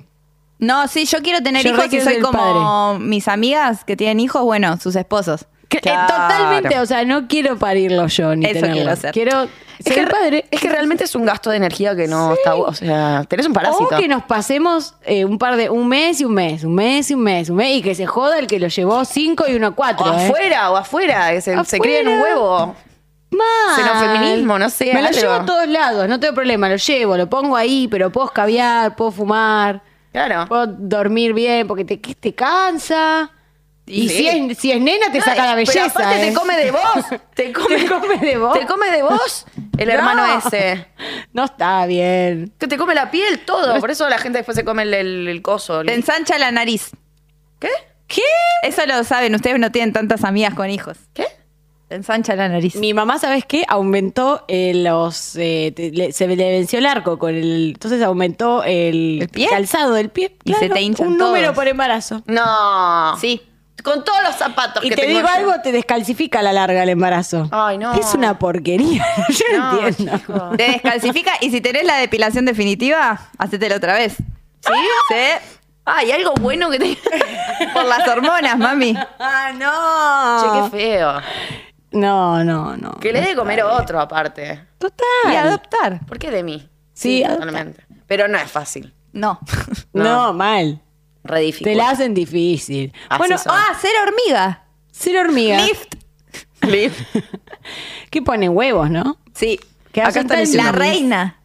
Speaker 3: No, sí, yo quiero tener
Speaker 4: Yo re
Speaker 3: hijos y
Speaker 4: quiero
Speaker 3: soy
Speaker 4: ser
Speaker 3: como Eh, mis amigas que tienen hijos, bueno, sus esposos.
Speaker 4: Que- eh,
Speaker 2: Claro.
Speaker 4: totalmente, o sea, no quiero parirlo yo ni
Speaker 3: Eso
Speaker 4: tenerlo.
Speaker 3: quiero hacer.
Speaker 4: ser
Speaker 2: Es que,
Speaker 4: el padre.
Speaker 2: es que realmente es un gasto de energía que no está. bu- O sea, tenés un
Speaker 4: O
Speaker 2: parásito.
Speaker 4: que nos pasemos eh, un par de un mes y un mes, un mes y un mes, un mes y que se joda el que lo llevó cinco y uno a
Speaker 2: O
Speaker 4: cuatro. ¿eh?
Speaker 2: afuera, o afuera, que se, se
Speaker 4: Afuera.
Speaker 2: cría en un huevo.
Speaker 4: Mal.
Speaker 2: Xenofeminismo, no sé,
Speaker 4: Me lo
Speaker 2: algo.
Speaker 4: llevo a todos lados, no tengo problema, lo llevo, lo pongo ahí, pero puedo escabiar, puedo fumar,
Speaker 2: Claro.
Speaker 4: puedo dormir bien porque te, que te cansa. Y si es, si es nena, te saca la
Speaker 2: Ay,
Speaker 4: belleza.
Speaker 2: Pero aparte
Speaker 4: ¿eh?
Speaker 2: te come de vos. Te come,
Speaker 4: Te come de vos.
Speaker 2: Te come de vos el hermano
Speaker 4: No.
Speaker 2: ese.
Speaker 4: No está bien.
Speaker 2: Que te come la piel, todo. Por eso la gente después se come el, el- el coso. el-
Speaker 3: Te ensancha la nariz.
Speaker 2: ¿Qué?
Speaker 3: ¿Qué? Eso lo saben, ustedes no tienen tantas amigas con hijos.
Speaker 2: ¿Qué?
Speaker 3: Te ensancha la nariz.
Speaker 4: Mi mamá, ¿sabes qué? Aumentó eh, los. eh, te- le- se le venció el arco con el. Entonces aumentó el,
Speaker 3: ¿El pie?
Speaker 4: calzado del pie.
Speaker 3: Y se te hinchan
Speaker 4: Un número
Speaker 3: todos.
Speaker 4: por embarazo.
Speaker 2: No.
Speaker 3: Sí.
Speaker 2: Con todos los zapatos
Speaker 4: Y
Speaker 2: que
Speaker 4: te
Speaker 2: tengo
Speaker 4: digo
Speaker 2: yo.
Speaker 4: algo, te descalcifica a la larga el embarazo.
Speaker 2: Ay, no.
Speaker 4: Es una porquería. Yo no,
Speaker 2: No,
Speaker 4: entiendo.
Speaker 2: chico.
Speaker 3: Te descalcifica y si tenés la depilación definitiva, hacételo otra vez. ¿Sí? Sí.
Speaker 2: Ay, algo bueno que te.
Speaker 3: Por las hormonas, mami.
Speaker 4: Ah,
Speaker 2: Che, qué feo.
Speaker 4: no. No, no, no.
Speaker 2: Que le dé de comer otro, aparte.
Speaker 4: Total.
Speaker 3: Y adoptar.
Speaker 2: ¿Por qué de mí?
Speaker 4: Sí, adopta.
Speaker 2: totalmente. Pero no es fácil.
Speaker 3: No.
Speaker 4: no.
Speaker 2: No.
Speaker 4: mal.
Speaker 2: Re difícil.
Speaker 4: Te la hacen difícil.
Speaker 2: Así
Speaker 4: bueno,
Speaker 2: son.
Speaker 4: ah,
Speaker 3: Ah, ser hormiga.
Speaker 4: ser hormiga.
Speaker 3: Lift.
Speaker 4: que ponen huevos, ¿no?
Speaker 3: Sí.
Speaker 4: Que
Speaker 2: Acá
Speaker 4: hacen
Speaker 2: están
Speaker 4: tal-
Speaker 2: diciendo
Speaker 3: La reina.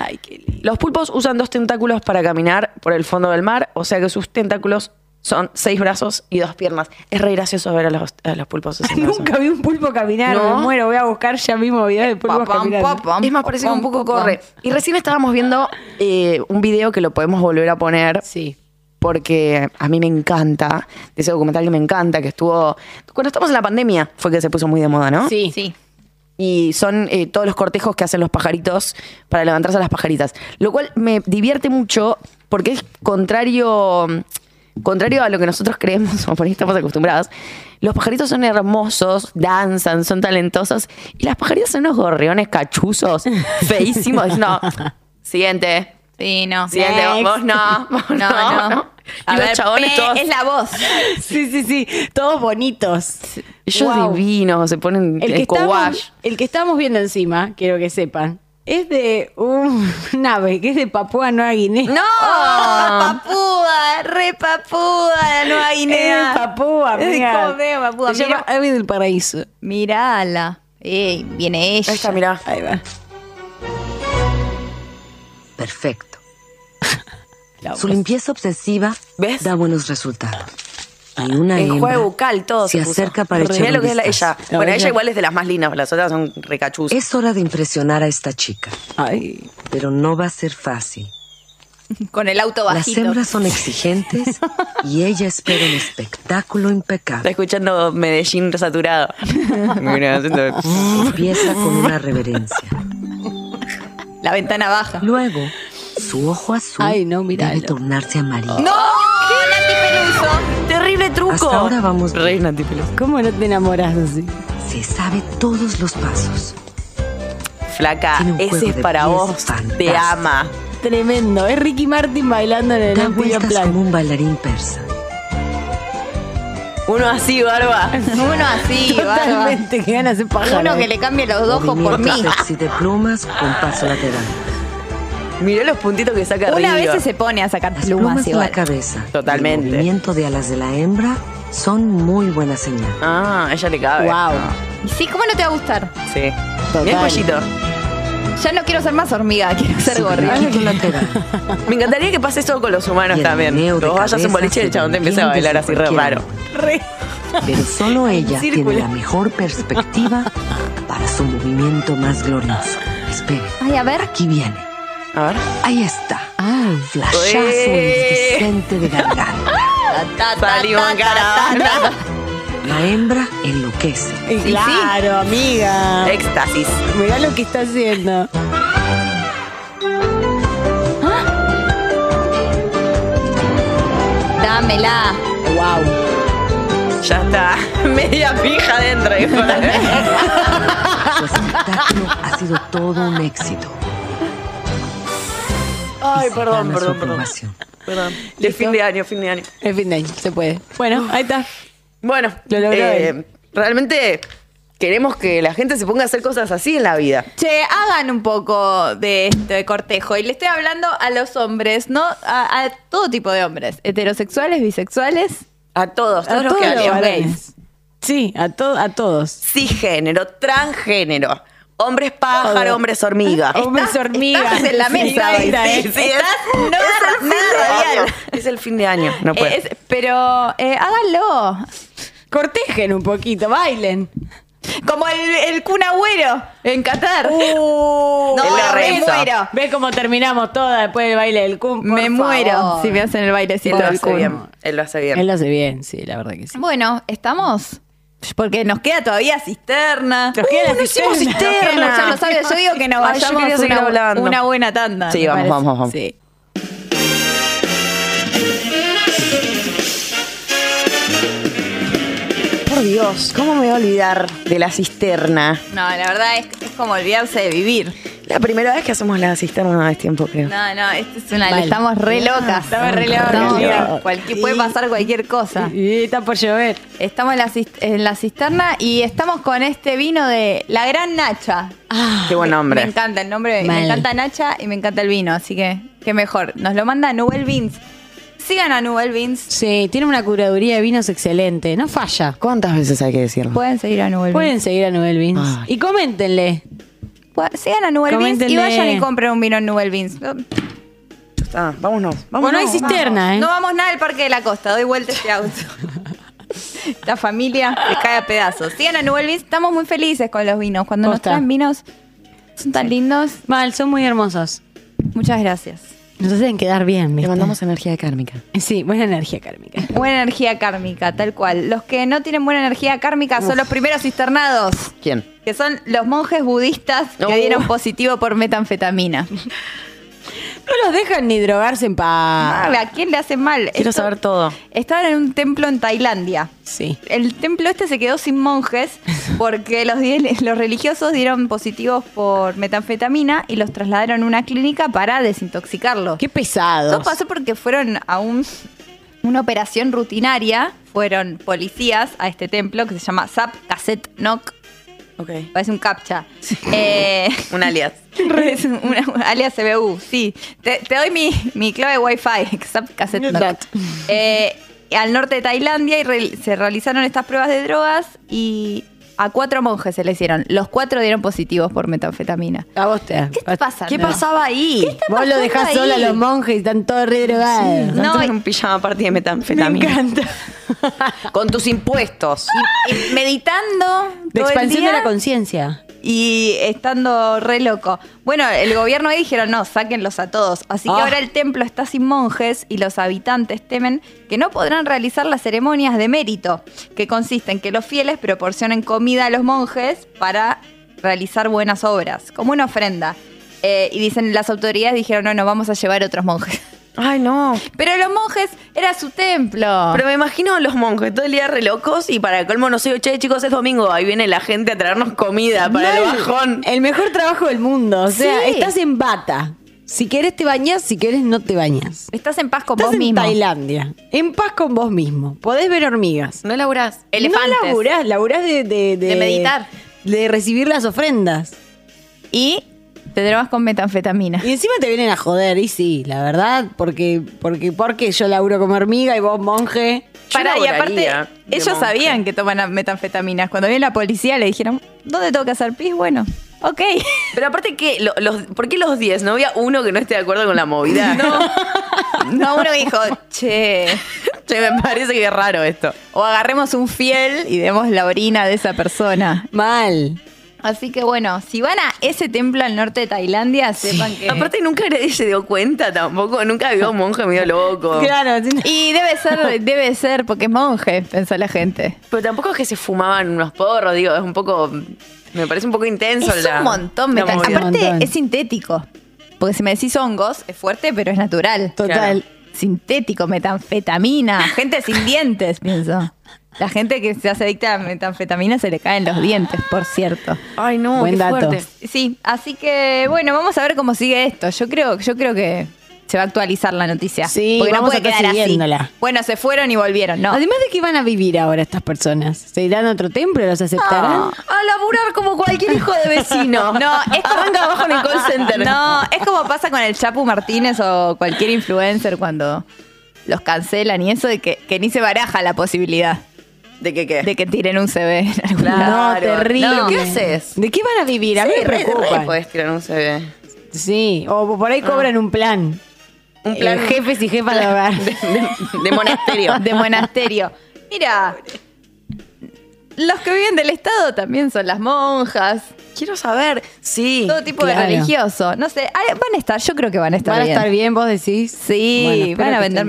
Speaker 4: Ay, qué lindo.
Speaker 2: Los pulpos usan dos tentáculos para caminar por el fondo del mar, o sea que sus tentáculos son seis brazos y dos piernas. Es re gracioso ver a los, a los pulpos. haciendo eso.
Speaker 4: Nunca vi un pulpo caminar.
Speaker 2: No.
Speaker 4: Me muero. Voy a buscar ya mismo videos de pulpos
Speaker 3: Papam,
Speaker 4: caminando.
Speaker 3: papam.
Speaker 2: Es más, parece que un poco
Speaker 3: Pam, pam,
Speaker 2: corre. Y recién estábamos viendo eh, un video que lo podemos volver a poner
Speaker 4: Sí.
Speaker 2: porque a mí me encanta, de ese documental que me encanta, que estuvo... Cuando estamos en la pandemia fue que se puso muy de moda, ¿no?
Speaker 4: Sí.
Speaker 3: Sí.
Speaker 2: Y son eh, todos los cortejos que hacen los pajaritos para levantarse a las pajaritas. Lo cual me divierte mucho porque es contrario, contrario a lo que nosotros creemos o por ahí estamos acostumbrados. Los pajaritos son hermosos, danzan, son talentosos. Y las pajaritas son unos gorriones cachuzos, feísimos. No, siguiente.
Speaker 3: Sí, no.
Speaker 2: Siguiente, vos, vos no, vos no, no.
Speaker 3: A
Speaker 2: Y los
Speaker 3: ver,
Speaker 2: chabones
Speaker 4: eh,
Speaker 3: P
Speaker 2: todos-
Speaker 3: es la voz.
Speaker 4: Sí, sí, sí. Todos bonitos.
Speaker 2: Ellos
Speaker 4: Guau.
Speaker 2: divinos, se ponen
Speaker 4: El que,
Speaker 2: el
Speaker 4: estamos, el que estamos viendo encima, quiero que sepan, es de un ave que es de Papúa Nueva Guinea.
Speaker 2: ¡Oh!
Speaker 4: Ah.
Speaker 3: ¡No! ¡Papúa! ¡Re papúa! La Nueva
Speaker 4: Oh. Es de
Speaker 3: Guinea.
Speaker 4: Papúa,
Speaker 3: Es de
Speaker 4: amiga.
Speaker 3: ¿Cómo se llama papúa?
Speaker 4: Se llama
Speaker 3: Mirá-
Speaker 4: ave del paraíso.
Speaker 3: Mirala. Ey, viene ella.
Speaker 2: Esta, mirá.
Speaker 4: Ahí va.
Speaker 6: Perfecto.
Speaker 4: La
Speaker 6: Su limpieza obsesiva
Speaker 2: ¿Ves?
Speaker 6: da buenos resultados. Y una
Speaker 2: El
Speaker 6: hembra
Speaker 2: juego bucal, todo.
Speaker 6: se,
Speaker 2: puso.
Speaker 6: acerca para
Speaker 2: Mirá
Speaker 6: echar un
Speaker 2: lo que es la- ella.
Speaker 6: vistazo.
Speaker 4: La
Speaker 2: bueno,
Speaker 4: verdad.
Speaker 2: ella igual es de las más lindas, las otras son recachuzas.
Speaker 6: Es hora de impresionar a esta chica,
Speaker 4: Ay.
Speaker 6: pero no va a ser fácil.
Speaker 3: Con el auto
Speaker 6: Las
Speaker 3: bajito.
Speaker 6: hembras son exigentes y ella espera un espectáculo
Speaker 2: Está
Speaker 6: impecable.
Speaker 2: escuchando Medellín saturado. Mira, haciendo-
Speaker 6: Empieza con una reverencia.
Speaker 3: La ventana baja.
Speaker 6: Luego, su ojo azul
Speaker 4: Ay, no, míralo.
Speaker 6: debe tornarse amarillo.
Speaker 3: ¡No! ¡Nati Peluso!
Speaker 2: Terrible truco.
Speaker 6: Hasta ahora vamos bien.
Speaker 2: Reina, tipo,
Speaker 4: ¿Cómo no te enamoras así?
Speaker 6: Se sabe todos los pasos.
Speaker 2: Flaca,
Speaker 6: Tiene un
Speaker 2: ese
Speaker 6: juego
Speaker 2: es
Speaker 6: de
Speaker 2: para
Speaker 6: pies
Speaker 2: vos. Te
Speaker 6: fantástico.
Speaker 2: ama.
Speaker 4: Tremendo. Es Ricky Martin bailando en el
Speaker 6: Da
Speaker 4: antiguo
Speaker 6: vueltas
Speaker 4: plan.
Speaker 6: como un bailarín persa.
Speaker 2: Uno así, barba.
Speaker 3: Uno así, barba.
Speaker 4: Totalmente, que ganas de pájaro.
Speaker 3: Uno que le cambie los ojos por
Speaker 6: Movimiento
Speaker 3: mí.
Speaker 6: sexy de plumas con paso lateral.
Speaker 2: Mirá los puntitos que saca
Speaker 3: Una
Speaker 2: arriba.
Speaker 3: vez se pone a sacar
Speaker 6: Las plumas
Speaker 3: plumas
Speaker 6: de la
Speaker 3: igual.
Speaker 6: cabeza.
Speaker 2: Totalmente.
Speaker 6: Y el movimiento de alas de la hembra son muy buena señal.
Speaker 2: Ah, a ella le cabe.
Speaker 4: Wow.
Speaker 3: Y Sí, ¿cómo no te va a gustar?
Speaker 2: Sí.
Speaker 4: Total.
Speaker 2: Mirá el cuellito.
Speaker 3: Ya no quiero ser más hormiga, quiero ser
Speaker 6: Su
Speaker 3: gorda.
Speaker 6: movimiento lateral.
Speaker 2: Me encantaría que pase eso con los humanos
Speaker 6: Y el
Speaker 2: también. Que
Speaker 6: meneo de
Speaker 2: vos vayas a un
Speaker 6: cabeza
Speaker 2: boliche y el
Speaker 6: se
Speaker 2: chabón te empieza a
Speaker 6: entiende
Speaker 2: bailar
Speaker 6: de
Speaker 2: así re
Speaker 6: cualquier
Speaker 2: raro.
Speaker 6: Pero solo ella
Speaker 4: círculo.
Speaker 6: tiene la mejor perspectiva para su movimiento más glorioso. Espere,
Speaker 3: Ay, a ver.
Speaker 6: aquí viene.
Speaker 2: A ver.
Speaker 6: Ahí está.
Speaker 3: Ah.
Speaker 4: Ay.
Speaker 6: Flashazo
Speaker 2: Ué.
Speaker 6: insistente de garganta.
Speaker 2: Salió en caravana.
Speaker 6: La hembra enloquece.
Speaker 4: Y claro, amiga.
Speaker 2: Éxtasis.
Speaker 4: Mirá lo que está haciendo.
Speaker 3: Dámela.
Speaker 4: Wow.
Speaker 2: Ya está. Media pija adentro. hijo.
Speaker 6: Su espectáculo ha sido todo un éxito.
Speaker 2: Ay,
Speaker 6: Y se
Speaker 2: perdón,
Speaker 6: gana su
Speaker 2: perdón, perdón.
Speaker 6: aprobación.
Speaker 2: Perdón. De fin de año, fin de año.
Speaker 4: En fin de año, se puede. Bueno, ahí está.
Speaker 2: Bueno,
Speaker 4: Lo logró
Speaker 2: eh,
Speaker 4: él.
Speaker 2: realmente queremos que la gente se ponga a hacer cosas así en la vida.
Speaker 3: Che, hagan un poco de esto de cortejo. Y le estoy hablando a los hombres, ¿no? A, a todo tipo de hombres. Heterosexuales, bisexuales.
Speaker 2: A todos, todos
Speaker 4: a
Speaker 2: los que
Speaker 4: todos los
Speaker 2: hablan.
Speaker 4: varones. Sí, a, to- a todos.
Speaker 2: Cisgénero, transgénero. Hombres pájaro,
Speaker 4: Todo.
Speaker 2: hombres hormiga.
Speaker 4: Hombres hormigas.
Speaker 3: estás en la mesa
Speaker 4: Sí, ¿eh?
Speaker 3: hoy. ¿eh?
Speaker 4: sí,
Speaker 2: Sí,
Speaker 4: sí.
Speaker 2: sí, es-
Speaker 3: no
Speaker 2: es el fin
Speaker 3: nada
Speaker 2: de año.
Speaker 3: bien.
Speaker 2: Es el fin de año.
Speaker 4: Eh,
Speaker 2: No puede.
Speaker 3: Es- pero eh, háganlo.
Speaker 4: Cortejen un poquito, bailen.
Speaker 3: Como el, el Kun Agüero en Qatar.
Speaker 2: No,
Speaker 3: me
Speaker 2: rezo.
Speaker 3: muero.
Speaker 4: Ve cómo terminamos toda después del baile del cum. por
Speaker 3: me muero
Speaker 4: favor.
Speaker 3: si me hacen el
Speaker 2: Él
Speaker 3: bailecito
Speaker 2: lo
Speaker 3: del
Speaker 2: hace
Speaker 3: Kun.
Speaker 2: bien. Él lo hace bien.
Speaker 4: Él lo hace bien, sí, la verdad que sí.
Speaker 3: Bueno, ¿estamos? Porque nos queda todavía cisterna. Uh,
Speaker 4: Nos queda la
Speaker 3: no hicimos
Speaker 4: cisterna.
Speaker 3: cisterna.
Speaker 4: Nos queda la
Speaker 3: Ya lo sabes, yo digo que nos
Speaker 2: Ay, yo
Speaker 3: vayamos
Speaker 2: quería seguir
Speaker 3: una,
Speaker 2: hablando.
Speaker 3: una buena tanda.
Speaker 2: Sí,
Speaker 3: me
Speaker 2: vamos,
Speaker 3: parece.
Speaker 2: vamos, vamos.
Speaker 3: Sí.
Speaker 2: Por Dios, ¿cómo me voy a olvidar de la cisterna?
Speaker 3: No, la verdad es, es como olvidarse de vivir.
Speaker 2: La primera vez que hacemos la cisterna no es tiempo, creo.
Speaker 3: No, no, esto es una.
Speaker 4: Vale.
Speaker 3: Estamos re locas.
Speaker 4: Estamos re locas.
Speaker 3: Estamos-
Speaker 4: Mira.
Speaker 3: cualquier- puede pasar cualquier cosa.
Speaker 4: Y está por llover.
Speaker 3: Estamos en la, cis- en la cisterna y estamos con este vino de La Gran Nacha.
Speaker 2: Qué buen
Speaker 3: Me
Speaker 2: nombre.
Speaker 3: encanta el nombre,
Speaker 4: Ah, Mal.
Speaker 3: me encanta Nacha y me encanta el vino, así que qué mejor. Nos lo manda Nubel Beans. Sigan a Nubel Beans.
Speaker 4: Sí, tiene una curaduría de vinos excelente, no falla.
Speaker 2: ¿Cuántas veces hay que decirlo?
Speaker 3: Pueden seguir a Nubel
Speaker 4: Pueden seguir a Nubel Beans.
Speaker 2: Ay.
Speaker 4: Y coméntenle.
Speaker 3: Beans. Pu- Sigan a Nubel Beans
Speaker 4: Coméntenle.
Speaker 3: y vayan y compren un vino en Nubel Beans. No,
Speaker 2: Ah, vámonos. vámonos.
Speaker 4: Bueno, no hay cisterna, ¿eh?
Speaker 3: no vamos nada al Parque de la Costa, doy vuelta este auto. La familia se cae a pedazos. Sigan a Nubel Beans, estamos muy felices con los vinos. Cuando nos
Speaker 4: Posta.
Speaker 3: traen vinos, son tan lindos.
Speaker 4: Mal, son muy hermosos.
Speaker 3: Muchas gracias.
Speaker 4: Nos hacen quedar bien,
Speaker 2: Le
Speaker 4: ¿viste?
Speaker 2: mandamos energía kármica.
Speaker 4: Sí, buena energía kármica.
Speaker 3: Buena energía kármica, tal cual. Los que no tienen buena energía kármica son los primeros cisternados.
Speaker 2: ¿Quién?
Speaker 3: Que son los monjes budistas que
Speaker 4: Oh.
Speaker 2: Uh.
Speaker 3: dieron positivo por metanfetamina.
Speaker 4: No los dejan ni drogarse en paz.
Speaker 3: ¿A quién le hace mal?
Speaker 2: Quiero
Speaker 3: Esto-
Speaker 2: saber todo.
Speaker 3: Estaban en un templo en Tailandia.
Speaker 4: Sí.
Speaker 3: El templo este se quedó sin monjes porque los, die- los religiosos dieron positivos por metanfetamina y los trasladaron a una clínica para desintoxicarlos.
Speaker 4: Qué pesados.
Speaker 3: Todo pasó porque fueron a un- una operación rutinaria. Fueron policías a este templo que se llama Zap Cassette Nok.
Speaker 2: Ok.
Speaker 3: Parece un captcha. Eh,
Speaker 2: Un alias.
Speaker 3: es un- una- un alias CBU, sí. Te, te doy mi, mi clave Wi-Fi, Zap Cassette Nok.
Speaker 4: Exacto.
Speaker 3: Eh, al norte de Tailandia y re- se realizaron estas pruebas de drogas y a cuatro monjes se le hicieron. Los cuatro dieron positivos por metanfetamina.
Speaker 4: A vos te.
Speaker 3: ¿Qué está pasando?
Speaker 4: ¿Qué pasaba ahí? Vos lo
Speaker 3: pasando
Speaker 4: dejás
Speaker 3: ahí?
Speaker 4: solo a los monjes y están todos re drogados.
Speaker 3: No,
Speaker 2: No,
Speaker 3: y-
Speaker 2: en un pijama party de metanfetamina. Con tus impuestos.
Speaker 3: Y meditando
Speaker 4: La
Speaker 3: todo el
Speaker 4: expansión
Speaker 3: día.
Speaker 4: de la conciencia.
Speaker 3: y estando re loco. Bueno, el gobierno ahí dijeron, no, sáquenlos a todos. Así que
Speaker 4: Ah.
Speaker 3: ahora el templo está sin monjes y los habitantes temen que no podrán realizar las ceremonias de mérito, que consiste en que los fieles proporcionen comida a los monjes para realizar buenas obras, como una ofrenda. Eh, y dicen, las autoridades dijeron, no, no, vamos a llevar otros monjes.
Speaker 2: Ay, no.
Speaker 3: Pero los monjes era su templo.
Speaker 2: Oh. Pero me imagino a los monjes todo el día re locos y para el colmo no sé, che, chicos, es domingo, ahí viene la gente a traernos comida para el bajón.
Speaker 4: El mejor trabajo del mundo. O sea,
Speaker 3: Sí.
Speaker 4: estás en bata. Si querés te bañas, si querés no te bañas.
Speaker 3: Estás en paz con
Speaker 4: Estás
Speaker 3: vos
Speaker 4: en
Speaker 3: mismo.
Speaker 4: Tailandia. En paz con vos mismo. Podés ver hormigas.
Speaker 2: No laburás.
Speaker 3: Elefantes.
Speaker 4: No laburás, laburás de, de,
Speaker 3: De meditar.
Speaker 4: De recibir las ofrendas.
Speaker 3: Y te drogas con metanfetamina.
Speaker 4: Y encima te vienen a joder, y sí, la verdad, porque, porque, porque yo laburo como hormiga y vos monje.
Speaker 2: Yo
Speaker 3: Pará, y aparte,
Speaker 2: laboraría de
Speaker 3: ellos
Speaker 2: monja.
Speaker 3: sabían que toman metanfetaminas. Cuando vino la policía le dijeron, ¿dónde tengo que hacer pis? Bueno, ok.
Speaker 2: Pero aparte, que lo- los, ¿por qué los 10? No había uno que no esté de acuerdo con la movida.
Speaker 3: No, uno dijo, che.
Speaker 2: Che, me parece que es raro esto.
Speaker 3: O agarremos un fiel y demos la orina de esa persona.
Speaker 4: Mal.
Speaker 3: Así que bueno, si van a ese templo al norte de Tailandia, sepan que...
Speaker 2: Aparte, nunca nadie se dio cuenta tampoco. Nunca vio a un monje medio loco.
Speaker 4: Claro, si no-
Speaker 3: Y debe ser, debe ser, porque es monje, pensó la gente.
Speaker 2: Pero tampoco es que se fumaban unos porros, digo, es un poco. Me parece un poco intenso
Speaker 3: Es
Speaker 2: la-
Speaker 3: un montón.
Speaker 2: la
Speaker 3: metan-
Speaker 2: movida.
Speaker 3: Aparte,
Speaker 4: Un montón.
Speaker 3: es sintético. Porque si me decís hongos, es fuerte, pero es natural.
Speaker 4: total.
Speaker 3: Sintético, metanfetamina. Gente sin dientes, pienso. La gente que se hace adicta a metanfetamina se le caen los dientes, por cierto.
Speaker 2: Ay, no,
Speaker 4: Buen
Speaker 2: qué
Speaker 4: dato.
Speaker 2: fuerte.
Speaker 3: Sí, así que bueno, vamos a ver cómo sigue esto. Yo creo, yo creo que se va a actualizar la noticia.
Speaker 4: Sí,
Speaker 3: porque
Speaker 4: vamos
Speaker 3: no
Speaker 4: a
Speaker 3: puede
Speaker 4: estar
Speaker 3: quedar así.
Speaker 4: siguiéndola.
Speaker 3: Bueno, se fueron y volvieron,
Speaker 2: Ah,
Speaker 3: ¿no?
Speaker 4: Además de que van a vivir ahora estas personas, ¿se irán a otro templo? ¿Los aceptarán? Ah,
Speaker 2: A laburar como cualquier hijo de vecino.
Speaker 3: No, es como
Speaker 2: Arranca abajo en el call center.
Speaker 3: No, es como pasa con el Chapu Martínez o cualquier influencer cuando los cancelan y eso de que, que ni se baraja la posibilidad.
Speaker 2: ¿De qué qué?
Speaker 3: de que tiren un CV en algún
Speaker 2: Claro.
Speaker 3: lado.
Speaker 4: No, terrible.
Speaker 2: No, ¿qué haces?
Speaker 4: ¿De qué van a vivir? A mí me
Speaker 2: re- re
Speaker 4: preocupa.
Speaker 2: podés tirar un CV.
Speaker 4: Sí, o por ahí cobran un Ah. plan.
Speaker 2: Un plan-
Speaker 4: Eh, jefes y jefas de hogar.
Speaker 2: De, de- de monasterio.
Speaker 3: De monasterio. Mira, los que viven del Estado también son las monjas,
Speaker 2: Quiero saber. Sí.
Speaker 3: todo tipo
Speaker 4: claro.
Speaker 3: de religioso. No sé, ah, van a estar, yo creo que van a estar
Speaker 4: ¿Van a
Speaker 3: bien.
Speaker 4: estar bien, vos decís? Bueno,
Speaker 3: Sí,
Speaker 4: espero
Speaker 3: van a
Speaker 4: que
Speaker 3: vender
Speaker 4: estén bien.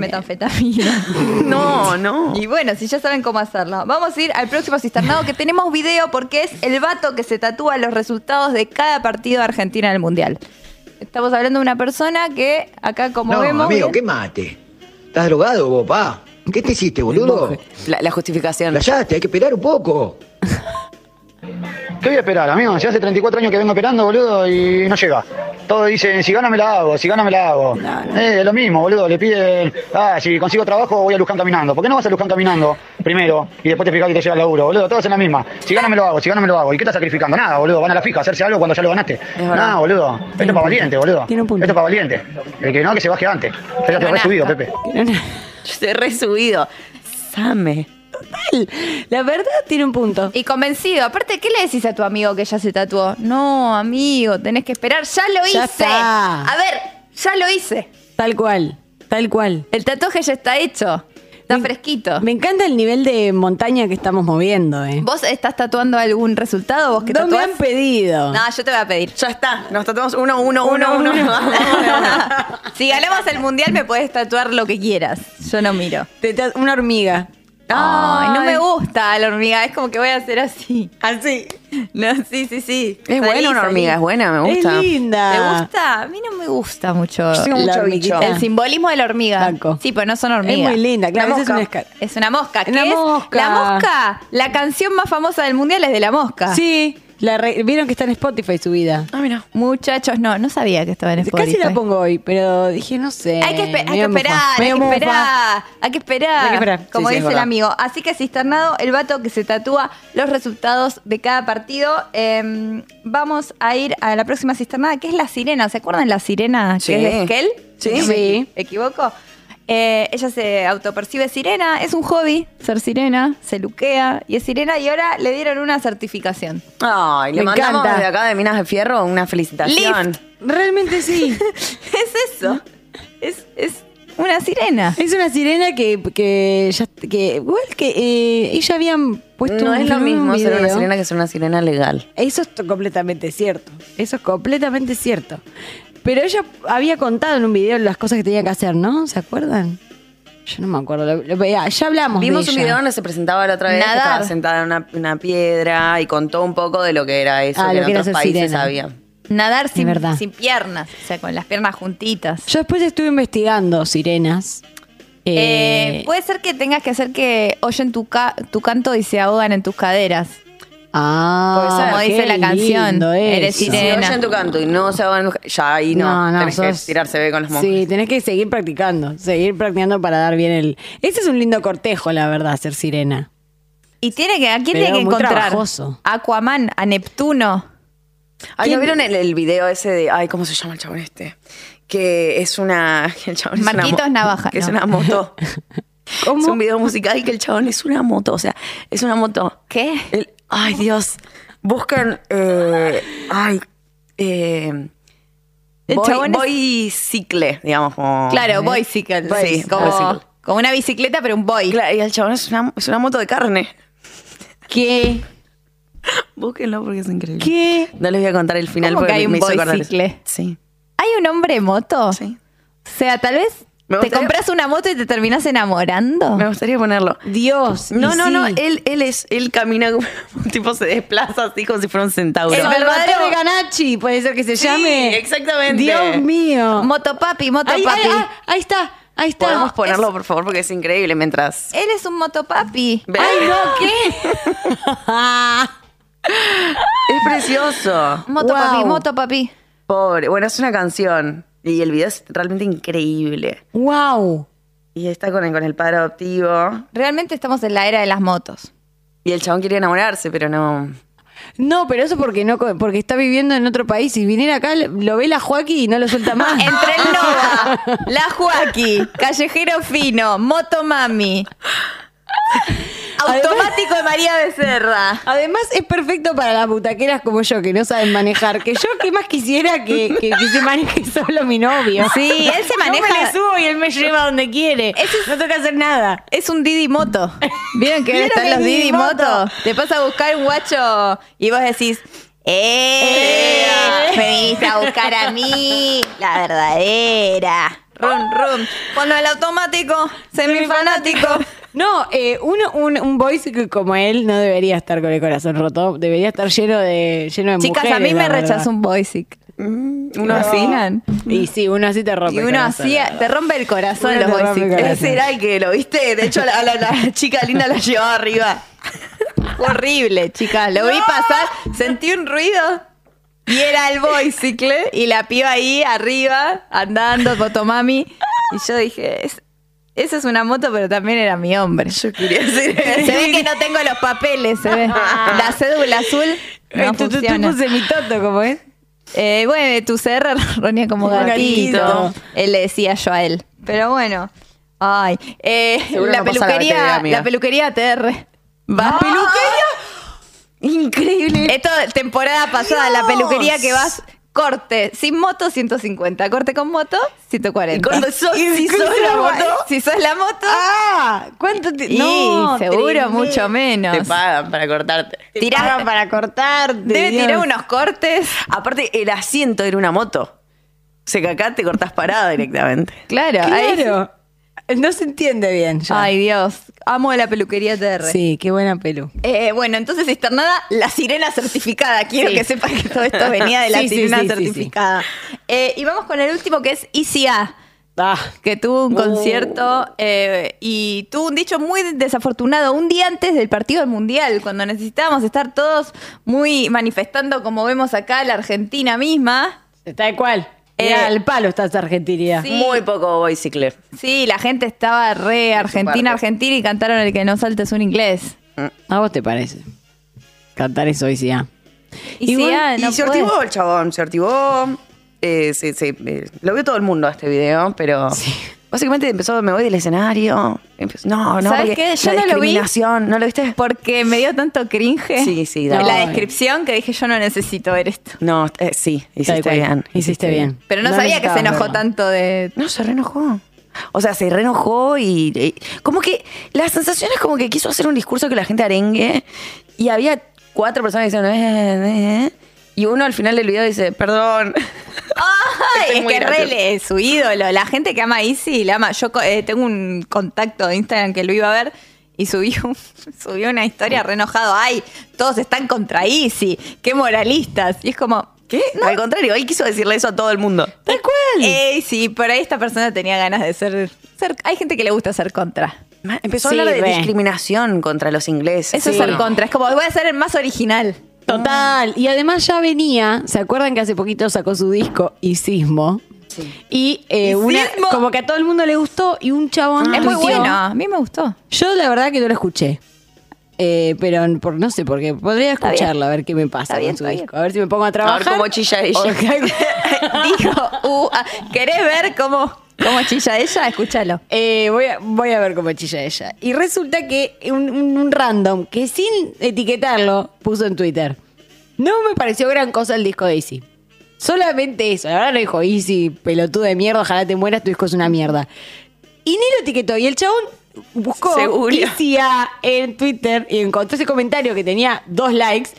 Speaker 3: metanfetamina.
Speaker 2: No, no.
Speaker 3: Y bueno, si ya saben cómo hacerlo, vamos a ir al próximo cisternado que tenemos video porque es el vato que se tatúa los resultados de cada partido de Argentina en el Mundial. Estamos hablando de una persona que acá como
Speaker 8: No,
Speaker 3: vemos...
Speaker 8: amigo, ¿qué mate? ¿Estás drogado vos, pa? ¿Qué te hiciste, boludo?
Speaker 2: La, la justificación.
Speaker 8: Playaste, hay que esperar un poco. ¿Qué voy a esperar, amigo? Si hace 34 años que vengo esperando, boludo, y no llega. Todos dicen, si gana me la hago, si gana me la hago. Eh, es lo mismo, boludo, le piden, ah, si consigo trabajo voy a Luján caminando. ¿Por qué no vas a Luján caminando primero y después te fijas que te llega el laburo, boludo? Todos en la misma. Si gana me lo hago, si gana me lo hago. ¿Y qué estás sacrificando? Nada, boludo, van a la fija a hacerse algo cuando ya lo ganaste.
Speaker 2: verdad.
Speaker 8: Nada, boludo. Esto es para valiente, boludo.
Speaker 4: Tiene un punto.
Speaker 8: Esto es para valiente. El que no, que se baje antes. Yo ya te he subido, Pepe.
Speaker 2: Se he resubido. Same.
Speaker 4: La verdad tiene un punto.
Speaker 3: Y convencido, aparte, ¿qué le decís a tu amigo que ya se tatuó? No, amigo, tenés que esperar, ya lo hice.
Speaker 4: Ya está.
Speaker 3: A ver, ya lo hice.
Speaker 4: Tal cual, tal cual.
Speaker 3: El tatuaje ya está hecho, está
Speaker 4: Me-
Speaker 3: fresquito.
Speaker 4: Me encanta el nivel de montaña que estamos moviendo, ¿eh?
Speaker 3: ¿Vos estás tatuando algún resultado? ¿Vos que
Speaker 4: No me
Speaker 3: tatuás?
Speaker 4: han pedido.
Speaker 3: No, yo te voy a pedir.
Speaker 2: Ya está. Nos tratamos uno, uno, uno,
Speaker 4: Uno,
Speaker 2: uno.
Speaker 4: uno.
Speaker 3: si ganamos el mundial me puedes tatuar lo que quieras. Yo no miro.
Speaker 4: Te tra- Una hormiga.
Speaker 3: Ay, no me gusta la hormiga. Es como que voy a hacer así.
Speaker 4: Así.
Speaker 3: No, sí, sí, sí.
Speaker 2: Es buena una hormiga, es buena, me gusta.
Speaker 4: Es linda.
Speaker 3: ¿Te gusta? A mí no me gusta mucho.
Speaker 2: tengo
Speaker 4: La
Speaker 2: mucho
Speaker 4: hormiguita.
Speaker 2: bicho.
Speaker 3: El simbolismo de la hormiga.
Speaker 4: Banco.
Speaker 3: Sí, pero no son hormigas.
Speaker 4: Es muy linda, claro.
Speaker 2: Una
Speaker 4: esa es una
Speaker 2: mosca.
Speaker 4: escala.
Speaker 3: Es una mosca. ¿Qué
Speaker 4: Una
Speaker 3: es?
Speaker 4: mosca.
Speaker 3: La mosca. La canción más famosa del mundial es de la mosca.
Speaker 4: Sí, la re- vieron que está en Spotify subida.
Speaker 2: Ah, mira.
Speaker 3: Muchachos, no, no sabía que estaba en Spotify.
Speaker 4: Casi la pongo hoy, pero dije, no sé.
Speaker 3: Hay que, espe- hay
Speaker 4: medio
Speaker 3: que
Speaker 4: mufa,
Speaker 3: esperar, hay que
Speaker 4: medio mufa.
Speaker 3: esperar, hay que esperar,
Speaker 4: Hay que esperar.
Speaker 3: como
Speaker 2: Sí, sí, es
Speaker 3: dice el
Speaker 2: verdad.
Speaker 3: amigo. Así que cisternado, el vato que se tatúa los resultados de cada partido. Eh, vamos a ir a la próxima cisternada, que es la sirena. ¿Se acuerdan la sirena
Speaker 2: Sí.
Speaker 3: que es de Esquel?
Speaker 2: Sí.
Speaker 3: Si no me
Speaker 4: Sí.
Speaker 3: equivoco. Eh, ella se autopercibe sirena, es un hobby ser sirena, se luquea y es sirena y ahora le dieron una certificación.
Speaker 2: Ay, le
Speaker 4: Me
Speaker 2: mandamos
Speaker 4: encanta.
Speaker 2: de acá de Minas de Fierro una felicitación.
Speaker 4: Realmente sí.
Speaker 3: Es eso, es, es una sirena.
Speaker 4: es una sirena que, que, ya, que igual que eh, ella habían puesto
Speaker 2: No
Speaker 4: un-
Speaker 2: es lo
Speaker 4: un
Speaker 2: mismo ser una
Speaker 4: video.
Speaker 2: sirena que ser una sirena legal.
Speaker 4: Eso es to- completamente cierto. Eso es completamente cierto. Pero ella había contado en un video las cosas que tenía que hacer, ¿no? ¿Se acuerdan? Yo no me acuerdo. Lo- lo- ya, ya hablamos
Speaker 2: Vimos
Speaker 4: de
Speaker 2: un
Speaker 4: ella.
Speaker 2: video donde se presentaba la otra vez, que
Speaker 3: Nadar.
Speaker 2: estaba sentada en una, una piedra y contó un poco de lo que era eso
Speaker 4: Ah,
Speaker 2: que
Speaker 4: lo
Speaker 2: en
Speaker 4: que era
Speaker 2: otros
Speaker 4: ser
Speaker 2: países
Speaker 4: sirena.
Speaker 2: había.
Speaker 3: Nadar sin,
Speaker 4: verdad.
Speaker 3: sin piernas, o sea, con las piernas juntitas.
Speaker 4: Yo después estuve investigando sirenas.
Speaker 3: Eh,
Speaker 4: Eh,
Speaker 2: pues,
Speaker 3: puede ser que tengas que hacer que oyen tu, ca- tu canto y se ahogan en tus caderas.
Speaker 4: ah,
Speaker 3: Como
Speaker 4: qué
Speaker 3: dice la canción,
Speaker 4: lindo
Speaker 3: eres
Speaker 4: eso.
Speaker 3: sirena.
Speaker 2: Si oyen tu canto y no se ahogan, ya ahí no, tenés
Speaker 4: sos-
Speaker 2: que tirarse ve con los monjes.
Speaker 4: Sí, tenés que seguir practicando, seguir practicando para dar bien el... Ese es un lindo cortejo, la verdad, ser sirena.
Speaker 3: Y tiene que, ¿a
Speaker 4: Pero
Speaker 3: quién tiene que
Speaker 4: muy
Speaker 3: encontrar?
Speaker 4: trabajoso.
Speaker 3: Aquaman, a Neptuno.
Speaker 2: Ay, ¿no
Speaker 3: ¿Quién?
Speaker 2: vieron el, el video ese de, ay, ¿cómo se llama el chabón este? Que es una... que el chabón es una
Speaker 3: Marquitos
Speaker 2: mo-
Speaker 3: Navaja,
Speaker 2: Que es
Speaker 3: no.
Speaker 2: una moto.
Speaker 4: ¿Cómo?
Speaker 2: Es un video musical que el chabón es una moto, o sea, es una moto.
Speaker 3: ¿Qué?
Speaker 2: El- ay, Dios. Buscan. eh, ay. Eh,
Speaker 3: El
Speaker 2: voy,
Speaker 3: chabón es-
Speaker 2: voy cicle, digamos. Como,
Speaker 3: Claro, bicycle.
Speaker 2: Sí,
Speaker 3: Sí, como,
Speaker 2: bicycle.
Speaker 3: como una bicicleta, pero un boy.
Speaker 2: Claro, y el chabón es una, es una moto de carne.
Speaker 4: ¿Qué?
Speaker 2: Búsquenlo porque es increíble.
Speaker 4: ¿Qué?
Speaker 2: No les voy a contar el final
Speaker 3: ¿Cómo
Speaker 2: porque
Speaker 3: que hay un
Speaker 2: me hizo acordar.
Speaker 3: boicicle?
Speaker 2: Sí,
Speaker 3: ¿Hay un hombre moto?
Speaker 2: sí.
Speaker 3: O sea, tal vez
Speaker 2: Me
Speaker 3: te
Speaker 2: gustaría-
Speaker 3: compras una moto y te terminas enamorando.
Speaker 2: Me gustaría ponerlo.
Speaker 4: Dios. y
Speaker 2: No, no, no.
Speaker 4: sí.
Speaker 2: Él, él es, él camina como tipo se desplaza así como si fuera un centauro.
Speaker 3: El
Speaker 4: El
Speaker 3: verdadero-
Speaker 4: verdadero Ganachi, puede ser que se
Speaker 2: Sí,
Speaker 4: llame.
Speaker 2: exactamente.
Speaker 4: Dios mío.
Speaker 3: Motopapi,
Speaker 4: Ahí,
Speaker 3: motopapi.
Speaker 4: ahí, ah, ahí está, ahí está.
Speaker 2: Podemos
Speaker 4: No,
Speaker 2: ponerlo, por favor, porque es increíble mientras.
Speaker 3: Él es un motopapi.
Speaker 2: Ve-
Speaker 4: Ay, no, ¿qué?
Speaker 2: Es precioso.
Speaker 3: Motopapi,
Speaker 4: Wow.
Speaker 3: motopapi.
Speaker 2: Pobre. Bueno, es una canción. Y el video es realmente increíble.
Speaker 4: wow.
Speaker 2: Y está con el, con el padre adoptivo.
Speaker 3: Realmente estamos en la era de las motos.
Speaker 2: Y el chabón quería enamorarse, pero no.
Speaker 4: No, pero eso porque no co- porque está viviendo en otro país y viniera acá lo ve la Joaquín y no lo suelta más.
Speaker 3: Entre el Nova, la Joaquí, Callejero Fino, Motomami, Automático de María Becerra.
Speaker 4: Además es perfecto para las butaqueras como yo, que no saben manejar. Que yo, ¿qué más quisiera que, que, que se maneje solo mi novio?
Speaker 3: Sí, él se maneja-
Speaker 4: Yo me le subo y él me lleva donde quiere. No tengo que hacer nada.
Speaker 3: Es un Didi Moto. ¿Vieron que ahora
Speaker 4: ¿Vieron
Speaker 3: están
Speaker 4: el
Speaker 3: los
Speaker 4: Didi
Speaker 3: Didi Moto?
Speaker 4: Moto?
Speaker 3: Te vas a buscar un guacho y vos decís, ¡Eh!
Speaker 4: ¡Eh!
Speaker 3: Me viniste a buscar a mí, la verdadera. Rum, rum. Ponlo el automático, semifanático.
Speaker 4: No, eh, uno- un, un voice que como él no debería estar con el corazón roto, debería estar lleno de lleno de
Speaker 3: Chicas, a
Speaker 4: mujeres, la
Speaker 3: mí me
Speaker 4: verdad.
Speaker 3: rechazó un boisic. Mm,
Speaker 2: Uno así.
Speaker 4: Y sí, uno así te rompe.
Speaker 3: Y
Speaker 4: el
Speaker 3: uno
Speaker 4: corazón, la
Speaker 3: hacía,
Speaker 4: verdad.
Speaker 3: te rompe el corazón
Speaker 4: Uno
Speaker 3: los
Speaker 4: te rompe el
Speaker 3: boisic.
Speaker 4: corazón.
Speaker 3: Ese era el que lo viste. De hecho, a la, a la- la chica linda la llevaba arriba. Fue Horrible, chicas. Lo vi pasar, sentí un ruido. Y era el boicicle y la piba ahí arriba, andando, fotomami. Y yo dije, es- esa es una moto, pero también era mi hombre.
Speaker 2: Yo quería decir
Speaker 3: Se ve que no tengo los papeles, se ve. La cédula azul no
Speaker 4: Ah. Ay, tu, tu, tu,
Speaker 3: funciona.
Speaker 4: puse mi toto, como es.
Speaker 3: Eh, bueno, tu CR ronía como
Speaker 4: Como
Speaker 3: gatito.
Speaker 4: gatito.
Speaker 3: Él le decía yo a él. Pero bueno. Ay. eh,
Speaker 2: Seguro
Speaker 3: la
Speaker 2: no pasa la
Speaker 3: peluquería.
Speaker 2: batería,
Speaker 3: La,
Speaker 2: amiga.
Speaker 3: peluquería TR. ¿Vas
Speaker 2: Increíble.
Speaker 3: Esto temporada pasada, la peluquería que vas. Corte sin moto, 150. Corte con moto, 140.
Speaker 2: Y cuando sos-
Speaker 3: si
Speaker 2: y cuando
Speaker 3: sos
Speaker 2: sos
Speaker 3: la
Speaker 2: la
Speaker 3: moto.
Speaker 2: moto-
Speaker 3: Si sos la moto.
Speaker 4: Ah, ¿cuánto te.?
Speaker 3: y
Speaker 4: no,
Speaker 3: seguro
Speaker 4: tremendo.
Speaker 3: mucho menos.
Speaker 2: Te pagan para cortarte.
Speaker 3: Tirás-
Speaker 4: pagan para cortarte.
Speaker 3: Debe
Speaker 4: Dios.
Speaker 3: tirar unos cortes.
Speaker 2: Aparte, el asiento era una moto. O sea que acá te cortás parada directamente.
Speaker 3: Claro, ahí-
Speaker 4: Claro. No se entiende bien. ya.
Speaker 3: Ay, Dios. Amo la peluquería TR.
Speaker 4: sí, qué buena pelu.
Speaker 3: Eh, bueno, entonces externada la sirena certificada. Quiero
Speaker 4: Sí.
Speaker 3: que sepa que todo esto venía de la
Speaker 4: Sí, sí,
Speaker 3: sirena
Speaker 4: sí, sí,
Speaker 3: certificada. Eh, y vamos con el último que es ICA,
Speaker 4: Ah,
Speaker 3: que tuvo un concierto eh, y tuvo un dicho muy desafortunado un día antes del partido del Mundial, cuando necesitábamos estar todos muy manifestando, como vemos acá, la Argentina misma.
Speaker 4: tal cual.
Speaker 3: Eh,
Speaker 4: Era al palo esta argentinidad.
Speaker 3: Sí.
Speaker 2: Muy poco bicycle.
Speaker 3: Sí, la gente estaba re argentina, argentina y cantaron el que no saltes un inglés.
Speaker 4: ¿A vos te parece? Cantar eso hoy sí. ah.
Speaker 3: ICA,
Speaker 2: y
Speaker 3: ah, no
Speaker 2: se
Speaker 3: puede.
Speaker 2: activó el chabón, se activó. Eh, se- se- eh, lo vio todo el mundo a este video, pero. Básicamente empezó, me voy del escenario. empezó- no, no,
Speaker 3: ¿Sabes
Speaker 2: porque
Speaker 3: qué? Yo
Speaker 2: la
Speaker 3: no lo vi.
Speaker 2: discriminación, ¿no lo viste?
Speaker 3: Porque me dio tanto cringe
Speaker 2: Sí, sí, dale.
Speaker 3: la
Speaker 4: No.
Speaker 3: descripción que dije yo no necesito ver esto.
Speaker 2: No, eh, sí,
Speaker 4: Tal
Speaker 2: hiciste
Speaker 4: cual.
Speaker 2: bien.
Speaker 4: Hiciste bien.
Speaker 3: Pero no, sabía que se
Speaker 4: necesitabas
Speaker 3: enojó
Speaker 4: verlo.
Speaker 3: tanto de...
Speaker 2: No, se reenojó. O sea, se reenojó y, y- Como que la sensación es como que quiso hacer un discurso que la gente arengue y había cuatro personas diciendo. "Eh, eh, eh", y uno al final del video dice, perdón.
Speaker 3: ¡Ay!
Speaker 2: Estoy
Speaker 3: Es
Speaker 2: muy
Speaker 3: que
Speaker 2: gracioso.
Speaker 3: Rele es su ídolo. La gente que ama a Izzy la ama. Yo co- eh, tengo un contacto de Instagram que lo iba a ver y subió, un- subió una historia re enojado. ¡Ay! Todos están contra Izzy. ¡Qué moralistas! Y es como...
Speaker 2: ¿Qué? Al contrario, él quiso decirle eso a todo el mundo.
Speaker 3: ¿Tal cual? sí, por ahí esta persona tenía ganas de ser... ser- hay gente que le gusta ser contra.
Speaker 2: Ma- Empezó
Speaker 4: Sí,
Speaker 2: a hablar de
Speaker 4: re.
Speaker 2: discriminación contra los ingleses.
Speaker 3: Eso es ser contra. Es como, voy a ser el más original.
Speaker 4: Total. Y además ya venía, ¿se acuerdan que hace poquito sacó su disco y sismo? Y, eh,
Speaker 3: ¿Y
Speaker 4: una-
Speaker 3: Sismo?
Speaker 4: como que a todo el mundo le gustó y un chabón.
Speaker 3: Ah, es muy
Speaker 4: tuiteó-
Speaker 3: bueno. A mí me gustó.
Speaker 4: Yo la verdad que no lo escuché. Eh, pero por, no sé por qué. Podría
Speaker 3: Está bien.
Speaker 4: escucharlo a ver qué me pasa
Speaker 3: Está bien,
Speaker 4: con su
Speaker 3: está
Speaker 4: disco. A ver si me pongo a
Speaker 2: A
Speaker 4: trabajar.
Speaker 2: ver cómo chilla ella.
Speaker 3: Dijo, uh, ah, ¿querés ver cómo, cómo chilla ella? Escúchalo.
Speaker 4: Eh, voy, a, voy a ver cómo chilla ella. Y resulta que un, un- un random que sin etiquetarlo puso en Twitter. No me pareció gran cosa el disco de Easy. Solamente eso. La verdad no dijo Easy, pelotudo de mierda, ojalá te mueras, tu disco es una mierda. Y ni lo etiquetó. Y el chabón buscó
Speaker 2: Seguro.
Speaker 4: Easy A en Twitter y encontró ese comentario que tenía dos likes.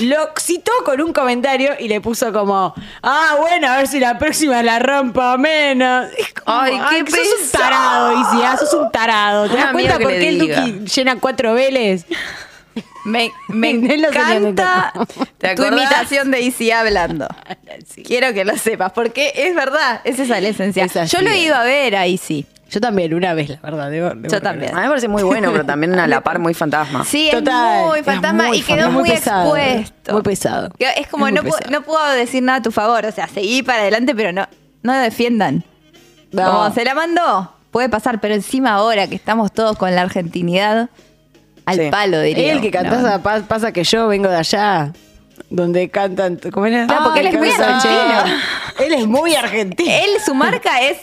Speaker 4: Lo citó con un comentario y le puso como, ah, bueno, a ver si la próxima la rompa menos. Es como,
Speaker 2: Ay, qué
Speaker 4: que sos un
Speaker 2: pesado.
Speaker 4: tarado, Isi, ah, sos un tarado. ¿Te
Speaker 2: Una
Speaker 4: das cuenta
Speaker 2: amiga que
Speaker 4: por
Speaker 2: le
Speaker 4: qué el
Speaker 2: diga.
Speaker 4: Duki llena cuatro Vélez?
Speaker 3: Me, me
Speaker 4: No lo sabía
Speaker 3: encanta
Speaker 4: nunca.
Speaker 2: ¿Te
Speaker 3: tu
Speaker 2: acordás?
Speaker 3: imitación de Izzy hablando. Quiero que lo sepas, porque es verdad, esa es la esencia.
Speaker 4: Es así.
Speaker 3: Yo lo he ido a ver a Izzy.
Speaker 4: Yo también, una vez, la verdad. debo- debo
Speaker 3: Yo también.
Speaker 2: A mí me parece muy bueno, pero también a la par muy fantasma.
Speaker 3: Sí,
Speaker 4: Total.
Speaker 3: es muy
Speaker 4: Es
Speaker 3: fantasma
Speaker 4: muy
Speaker 3: y quedó
Speaker 4: fantasma.
Speaker 3: muy,
Speaker 4: Muy pesado,
Speaker 3: expuesto.
Speaker 4: muy pesado.
Speaker 3: Que Es como
Speaker 4: Es muy
Speaker 3: no, pu-
Speaker 4: pesado.
Speaker 3: no puedo decir nada a tu favor, o sea, seguí para adelante, pero no, no defiendan.
Speaker 4: No.
Speaker 3: Como se la mandó, puede pasar, pero encima ahora que estamos todos con la argentinidad, al
Speaker 2: Sí.
Speaker 3: palo diría.
Speaker 4: El que
Speaker 3: una
Speaker 4: cantás
Speaker 3: banda.
Speaker 4: a Paz- pasa que yo vengo de allá. Donde cantan. ¿Cómo era?
Speaker 3: Claro, porque él es muy
Speaker 4: Cantan-
Speaker 3: argentino.
Speaker 4: Él es muy argentino.
Speaker 3: Él, su marca es...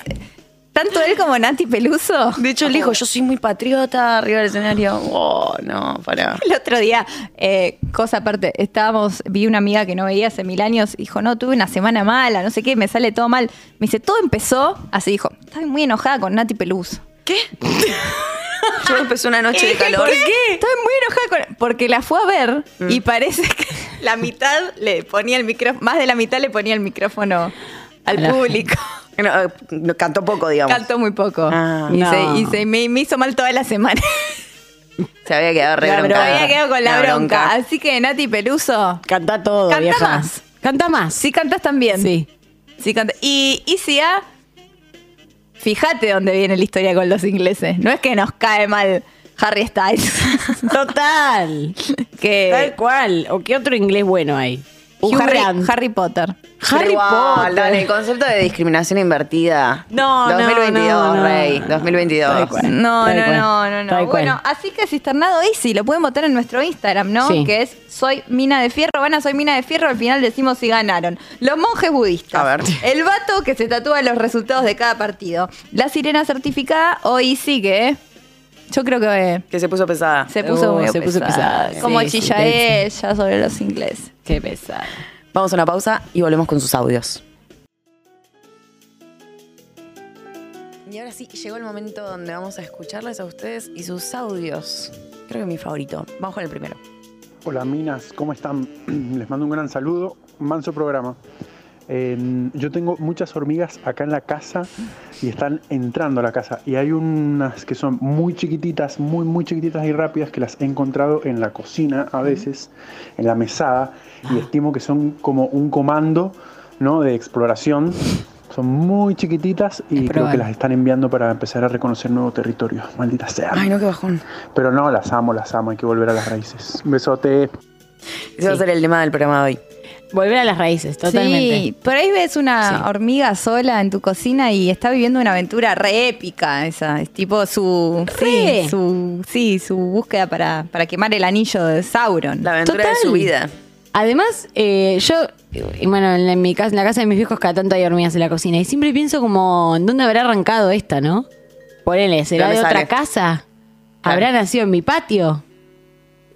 Speaker 3: tanto él como Nati Peluso.
Speaker 2: De hecho, él dijo, yo soy muy patriota arriba del escenario. Oh, no, para.
Speaker 3: El otro día, eh, cosa aparte, estábamos, vi una amiga que no veía hace mil años, dijo, no, tuve una semana mala, no sé qué, me sale todo mal. Me dice, todo empezó, así dijo, estaba muy enojada con Nati Peluso.
Speaker 2: ¿Qué? yo empecé una noche de calor. Mm.
Speaker 3: ¿Por qué? Estaba muy enojada con... Porque la fue a ver y parece que la mitad le ponía el micrófono, más de la mitad le ponía el micrófono al público.
Speaker 2: No, eh, no, cantó poco, digamos.
Speaker 3: Cantó muy poco.
Speaker 2: Ah,
Speaker 3: y
Speaker 4: no.
Speaker 3: se, y se- me, me hizo mal toda la semana.
Speaker 2: Se había quedado re
Speaker 3: La
Speaker 2: broncada.
Speaker 3: había quedado con la, bronca. Así que, Nati Peluso,
Speaker 4: Canta todo,
Speaker 3: Canta
Speaker 4: vieja.
Speaker 3: más.
Speaker 4: Canta más.
Speaker 3: sí cantas también.
Speaker 4: Sí.
Speaker 3: Sí canta. Y ICA, fíjate dónde viene la historia con los ingleses. No es que nos cae mal Harry Styles.
Speaker 4: Total. Tal
Speaker 3: que
Speaker 4: cual. ¿O qué otro inglés bueno hay?
Speaker 3: Hugh
Speaker 4: Hugh
Speaker 3: Grant.
Speaker 4: Grant.
Speaker 3: Harry Potter.
Speaker 2: Pero
Speaker 4: Harry
Speaker 2: igual,
Speaker 4: Potter.
Speaker 2: dale, el concepto de discriminación invertida.
Speaker 4: No, no,
Speaker 2: 2022,
Speaker 4: no, no.
Speaker 2: rey.
Speaker 4: Tal
Speaker 2: 2022.
Speaker 4: cual.
Speaker 3: No,
Speaker 4: Tal
Speaker 3: no,
Speaker 4: cual.
Speaker 3: no, no, no.
Speaker 4: Tal cual.
Speaker 3: Bueno, así que Cisternado Easy, lo pueden votar en nuestro Instagram, ¿no?
Speaker 4: Sí.
Speaker 3: Que es Soy Mina de Fierro, van a Soy Mina de Fierro, al final decimos si ganaron. Los monjes budistas.
Speaker 2: A ver.
Speaker 3: El vato que se tatúa los resultados de cada partido. La sirena certificada o Easy que yo creo que eh,
Speaker 2: Que se puso pesada.
Speaker 3: se puso
Speaker 4: Oh,
Speaker 3: muy
Speaker 4: se puso
Speaker 3: pesada.
Speaker 4: pesada.
Speaker 3: Como
Speaker 4: Sí, sí,
Speaker 3: chilla
Speaker 4: sí.
Speaker 3: ella sobre los ingleses.
Speaker 4: Qué pesado.
Speaker 2: Vamos a una pausa y volvemos con sus audios. Y ahora sí, llegó el momento donde vamos a escucharles a ustedes y sus audios. Creo que mi favorito. Vamos con el primero.
Speaker 9: Hola minas, ¿cómo están? Les mando un gran saludo, manso programa. Eh, yo tengo muchas hormigas acá en la casa y están entrando a la casa y hay unas que son muy chiquititas, muy muy chiquititas y rápidas que las he encontrado en la cocina a veces, en la mesada y estimo que son como un comando, ¿no? De exploración. Son muy chiquititas y creo que las están enviando para empezar a reconocer nuevo territorio. Maldita sea.
Speaker 2: Ay, no, qué bajón.
Speaker 9: Pero no, las amo, las amo, hay que volver a las raíces. Un besote.
Speaker 2: Ese va a ser el tema del programa de hoy.
Speaker 4: Volver a las raíces, totalmente.
Speaker 3: Sí, por ahí ves una
Speaker 4: Sí.
Speaker 3: hormiga sola en tu cocina y está viviendo una aventura re épica esa. Es tipo su.
Speaker 4: Re.
Speaker 3: Sí, su, sí, su búsqueda para, para quemar el anillo de Sauron.
Speaker 2: La aventura de
Speaker 4: Total.
Speaker 2: su vida.
Speaker 4: Además, eh, yo, y bueno, en, la- en mi casa, en la casa de mis viejos cada tanto hay hormigas en la cocina y siempre pienso como, ¿en dónde habrá arrancado esta, no? Ponele, ¿será
Speaker 2: ¿Dónde
Speaker 4: de
Speaker 2: sale?
Speaker 4: otra casa?
Speaker 2: Claro.
Speaker 4: ¿Habrá nacido en mi patio?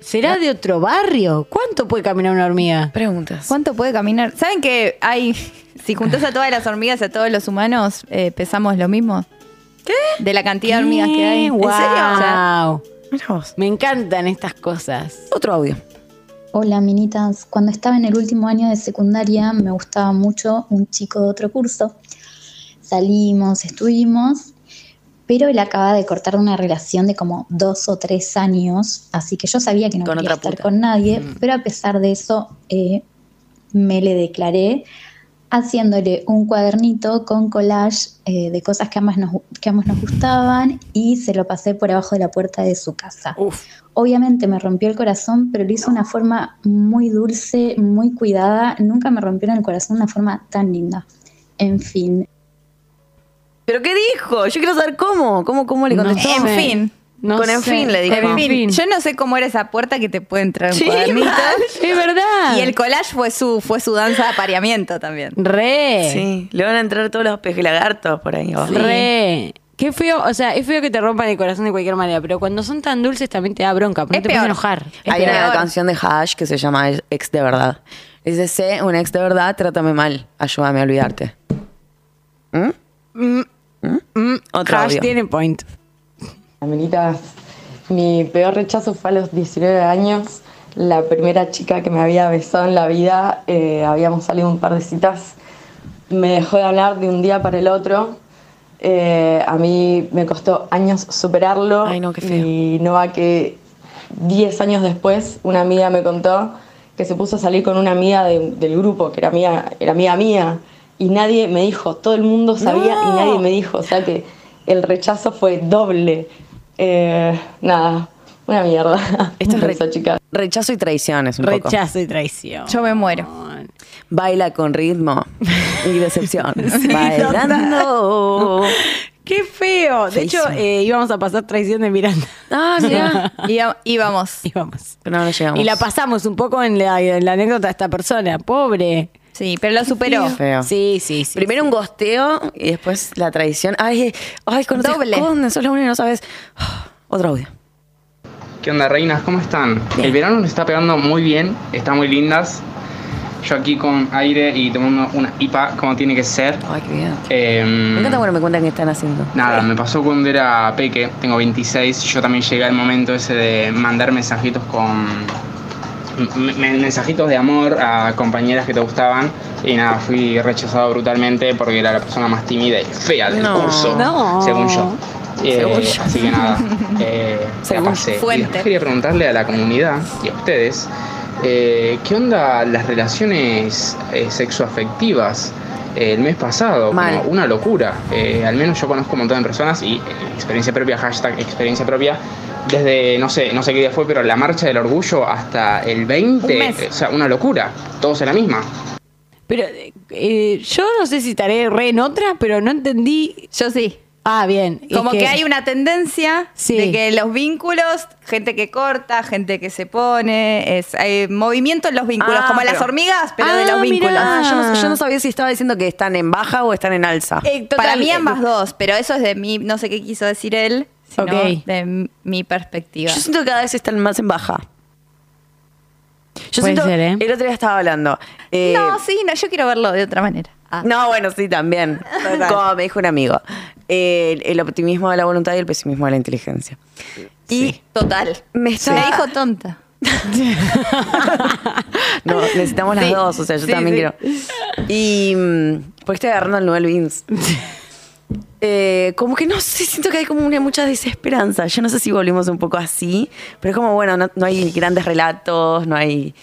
Speaker 4: ¿Será de otro barrio? ¿Cuánto puede caminar una hormiga?
Speaker 2: Preguntas.
Speaker 3: ¿Cuánto puede caminar? ¿Saben que hay. Si juntas a todas las hormigas y a todos los humanos, eh, pesamos lo mismo? ¿Qué? De la cantidad de hormigas que hay.
Speaker 4: Wow.
Speaker 3: ¿En serio? O sea,
Speaker 2: Mira vos.
Speaker 4: Me encantan estas cosas.
Speaker 2: Otro audio.
Speaker 10: Hola, minitas. Cuando estaba en el último año de secundaria me gustaba mucho un chico de otro curso. Salimos, estuvimos, pero él acaba de cortar una relación de como dos o tres años, así que yo sabía que no
Speaker 2: Con
Speaker 10: quería
Speaker 2: otra
Speaker 10: estar
Speaker 2: puta. Mm.
Speaker 10: con nadie, pero a pesar de eso eh, me le declaré haciéndole un cuadernito con collage eh, de cosas que ambas, nos, que ambos nos gustaban y se lo pasé por abajo de la puerta de su casa. Obviamente me rompió el corazón, pero lo hizo de una forma muy dulce, muy cuidada. Nunca me rompieron el corazón de una forma tan linda. En fin,
Speaker 2: ¿Pero qué dijo? Yo quiero saber cómo. ¿Cómo, cómo le
Speaker 4: No
Speaker 2: contestó?
Speaker 4: sé.
Speaker 3: En fin.
Speaker 4: No
Speaker 2: Con en
Speaker 4: sé.
Speaker 2: fin le dije.
Speaker 4: Con
Speaker 3: En fin,
Speaker 4: fin.
Speaker 3: yo no sé cómo era esa puerta que te puede entrar un
Speaker 2: Sí,
Speaker 3: cuadernito.
Speaker 4: Es verdad.
Speaker 3: Y el collage fue su, fue su danza de apareamiento también.
Speaker 4: Re.
Speaker 2: Sí, le van a entrar todos los pejelagartos por ahí. abajo.
Speaker 4: Re. Qué feo, o sea, es feo que te rompan el corazón de cualquier manera, pero cuando son tan dulces también te da bronca, porque
Speaker 3: Es
Speaker 4: no te puedes
Speaker 3: peor.
Speaker 4: enojar. Es
Speaker 2: Hay
Speaker 4: peor.
Speaker 2: una canción de Hash que se llama Ex de verdad. Dice, sé un ex de verdad, trátame mal, ayúdame a olvidarte. ¿Mm? ¿Mm? Otro
Speaker 4: Hash
Speaker 2: audio.
Speaker 4: tiene point.
Speaker 11: Amiguitas, mi peor rechazo fue a los 19 años. La primera chica que me había besado en la vida, eh, habíamos salido un par de citas, me dejó de hablar de un día para el otro. Eh, a mí me costó años superarlo.
Speaker 2: Ay, no, qué feo.
Speaker 11: Y no va que 10 años después una amiga me contó que se puso a salir con una amiga de- del grupo, que era amiga, era amiga mía. Y nadie me dijo, todo el mundo sabía y nadie me dijo. O sea que el rechazo fue doble. Eh, nada, una mierda.
Speaker 2: Esto es re-
Speaker 11: Eso, chicas.
Speaker 2: Rechazo y traiciones un poco.
Speaker 4: Rechazo y traición.
Speaker 3: Yo me muero.
Speaker 2: Baila con ritmo y decepción. Bailando.
Speaker 4: Qué feo. De hecho,
Speaker 2: Feísimo.
Speaker 4: eh, íbamos a pasar traición de Miranda.
Speaker 2: Ah, mira.
Speaker 3: Iba- Íbamos.
Speaker 4: Íbamos.
Speaker 2: Pero no, no llegamos.
Speaker 4: Y la pasamos un poco en la, en la anécdota de esta persona. Pobre.
Speaker 3: Sí, pero lo superó.
Speaker 2: Feo.
Speaker 4: Sí, sí, sí.
Speaker 2: Primero un gosteo y después la traición. Ay, ay, con
Speaker 3: Doble.
Speaker 2: Con, sos la única que no sabes. Otro audio.
Speaker 12: ¿Qué onda, reinas? ¿Cómo están? El verano nos está pegando muy bien, están muy lindas. Yo aquí con aire y tomando una IPA, como tiene que ser.
Speaker 2: Ay, qué bien. Me
Speaker 12: Em,
Speaker 2: encanta cuando me cuentan qué están haciendo.
Speaker 12: Nada, me pasó cuando era peque, tengo 26, yo también llegué al momento ese de mandar mensajitos con... me- me- mensajitos de amor a compañeras que te gustaban y nada, fui rechazado brutalmente porque era la persona más tímida y fea del
Speaker 1: No.
Speaker 12: curso,
Speaker 1: No.
Speaker 12: según yo. Eh,
Speaker 1: Según yo.
Speaker 12: Así que nada, eh, la pasé. Y
Speaker 1: Fuente.
Speaker 12: después quería preguntarle a la comunidad y a ustedes, eh, ¿qué onda las relaciones eh, sexoafectivas? Eh, El mes pasado,
Speaker 2: Mal.
Speaker 12: como una locura. Eh, al menos yo conozco un montón de personas y eh, experiencia propia, hashtag experiencia propia, desde no sé, no sé qué día fue, pero la marcha del orgullo hasta el 20,
Speaker 4: Un mes.
Speaker 12: eh, o sea, una locura. Todos en la misma.
Speaker 4: Pero eh, eh, yo no sé si estaré re en otra, pero no entendí.
Speaker 3: Yo sí.
Speaker 4: Ah, bien. Es
Speaker 3: Como que, hay una tendencia
Speaker 4: Sí.
Speaker 3: de que los vínculos, gente que corta, gente que se pone, es, hay movimiento en los vínculos,
Speaker 2: Ah,
Speaker 3: como
Speaker 2: pero-
Speaker 3: las hormigas, pero de los
Speaker 2: Ah, mirá.
Speaker 3: vínculos.
Speaker 2: Ah, yo, no, yo no sabía si estaba diciendo que están en baja o están en alza.
Speaker 3: Eh, Para mí ambas dos, pero eso es de mí, no sé qué quiso decir él, sino
Speaker 2: Ok.
Speaker 3: de m- mi perspectiva.
Speaker 2: Yo siento que cada vez están más en baja. Yo
Speaker 3: Puede
Speaker 2: siento,
Speaker 3: ser, ¿eh?
Speaker 2: el otro día estaba hablando. eh,
Speaker 3: no, sí, no, yo quiero verlo de otra manera. Ah.
Speaker 2: No, bueno, sí, también. Como me dijo un amigo, el, el optimismo de la voluntad y el pesimismo de la inteligencia.
Speaker 3: Y total.
Speaker 2: Me, estaba-
Speaker 3: me Ah. dijo tonta.
Speaker 2: No, necesitamos las
Speaker 3: Sí.
Speaker 2: dos, o sea, yo
Speaker 3: Sí,
Speaker 2: también
Speaker 3: sí.
Speaker 2: quiero. Y. mm, ¿Por qué estoy agarrando el Noel Beans? Eh, como que no sé, siento que hay como una mucha desesperanza. Yo no sé si volvimos un poco así, pero es como, bueno, no, no hay grandes relatos, no hay.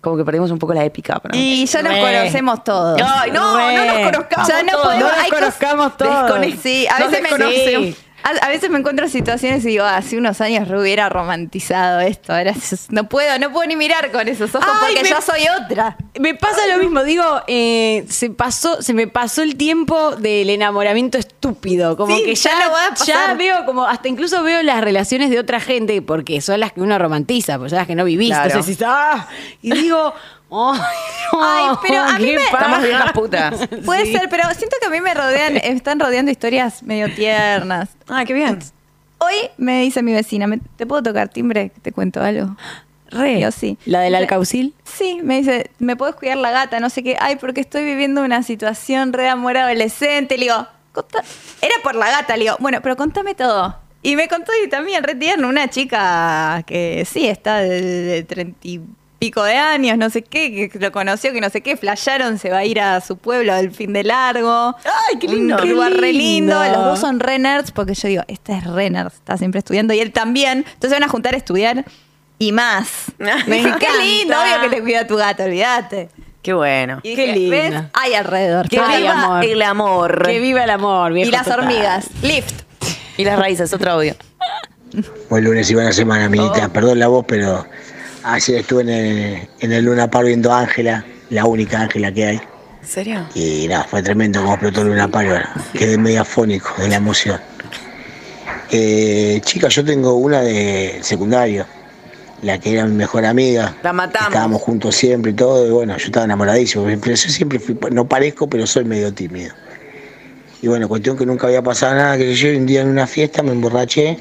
Speaker 2: Como que perdimos un poco la épica. para mí.
Speaker 3: Y ya nos
Speaker 2: Re.
Speaker 3: conocemos todos.
Speaker 2: Ay, no, no nos conozcamos
Speaker 3: Ya no
Speaker 2: todos.
Speaker 3: podemos.
Speaker 2: No nos
Speaker 3: hay cosas-
Speaker 2: conozcamos todos.
Speaker 3: Descone- Sí, a
Speaker 2: Nos
Speaker 3: veces, me,
Speaker 2: desconocemos.
Speaker 3: sí. a, a veces me encuentro en situaciones y digo, ah, hace unos años Ru hubiera romantizado esto. Ahora es- no puedo, no puedo ni mirar con esos ojos
Speaker 4: Ay,
Speaker 3: porque
Speaker 4: me-
Speaker 3: ya soy otra.
Speaker 4: Me pasa lo mismo, digo, eh, se pasó, se me pasó el tiempo del enamoramiento estúpido, como
Speaker 3: Sí,
Speaker 4: que ya,
Speaker 3: ya no va a pasar.
Speaker 4: ya veo como, hasta incluso veo las relaciones de otra gente, porque son las que uno romantiza, porque son las que no vivís,
Speaker 2: Claro.
Speaker 4: entonces dices, "Ah", y digo, ay, no,
Speaker 3: Ay, pero a mí
Speaker 4: qué
Speaker 3: me-
Speaker 4: paja".
Speaker 2: Estamos viejas putas.
Speaker 3: Puede ser, pero siento que a mí me rodean, están rodeando historias medio tiernas.
Speaker 2: Ah, qué bien.
Speaker 3: Hoy me dice mi vecina, "Me- ¿te puedo tocar timbre? ¿Te cuento algo?
Speaker 4: Re.
Speaker 3: Yo sí.
Speaker 4: La del alcaucil.
Speaker 3: Sí, me dice, ¿me puedes cuidar la gata? No sé qué. Ay, porque estoy viviendo una situación re de amor adolescente. Le digo, "Contá-". era por la gata. Le digo, bueno, pero contame todo. Y me contó y también re tierno, una chica que sí, está de, de treinta y pico de años, no sé qué, que lo conoció, que no sé qué, flasharon, se va a ir a su pueblo al fin de largo.
Speaker 2: ¡Ay, qué lindo!
Speaker 3: Un
Speaker 2: Qué
Speaker 3: lugar re lindo.
Speaker 2: lindo.
Speaker 3: Los dos son re nerds, porque yo digo, esta es re nerd, está siempre estudiando, y él también. Entonces van a juntar a estudiar y más. Me dije, qué
Speaker 2: encanta.
Speaker 3: lindo, obvio que te cuida tu gato, olvídate.
Speaker 2: Qué bueno.
Speaker 3: Y
Speaker 4: Qué
Speaker 3: dije,
Speaker 4: lindo.
Speaker 3: ¿ves? Hay alrededor.
Speaker 2: Que
Speaker 3: Hay
Speaker 2: viva
Speaker 3: amor.
Speaker 2: el amor.
Speaker 4: Que viva el amor, viejo
Speaker 3: Y las
Speaker 4: total.
Speaker 3: hormigas. Lift.
Speaker 2: Y las raíces, otro audio.
Speaker 13: Buen lunes y buena semana, amiguita. Perdón la voz, pero ayer estuve en el, en el Luna Par viendo a Ángela, la única Ángela que hay.
Speaker 2: ¿En serio?
Speaker 13: Y nada, fue tremendo como explotó el Luna Par. ahora. Quedé mediafónico de la emoción. Eh, chica, yo tengo una de secundario, la que era mi mejor amiga.
Speaker 2: La matamos.
Speaker 13: Estábamos juntos siempre y todo, y bueno, yo estaba enamoradísimo. Pero yo siempre fui, no parezco, pero soy medio tímido. Y bueno, cuestión que nunca había pasado nada, que yo y un día en una fiesta me emborraché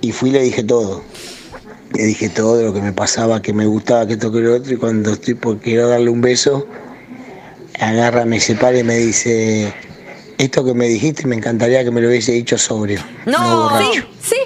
Speaker 13: y fui y le dije todo. Le dije todo lo que me pasaba, que me gustaba, que esto, que lo otro, y cuando estoy por quiero darle un beso, agarra, me separa y me dice, esto que me dijiste me encantaría que me lo hubiese dicho sobrio. borracho".
Speaker 3: sí, sí.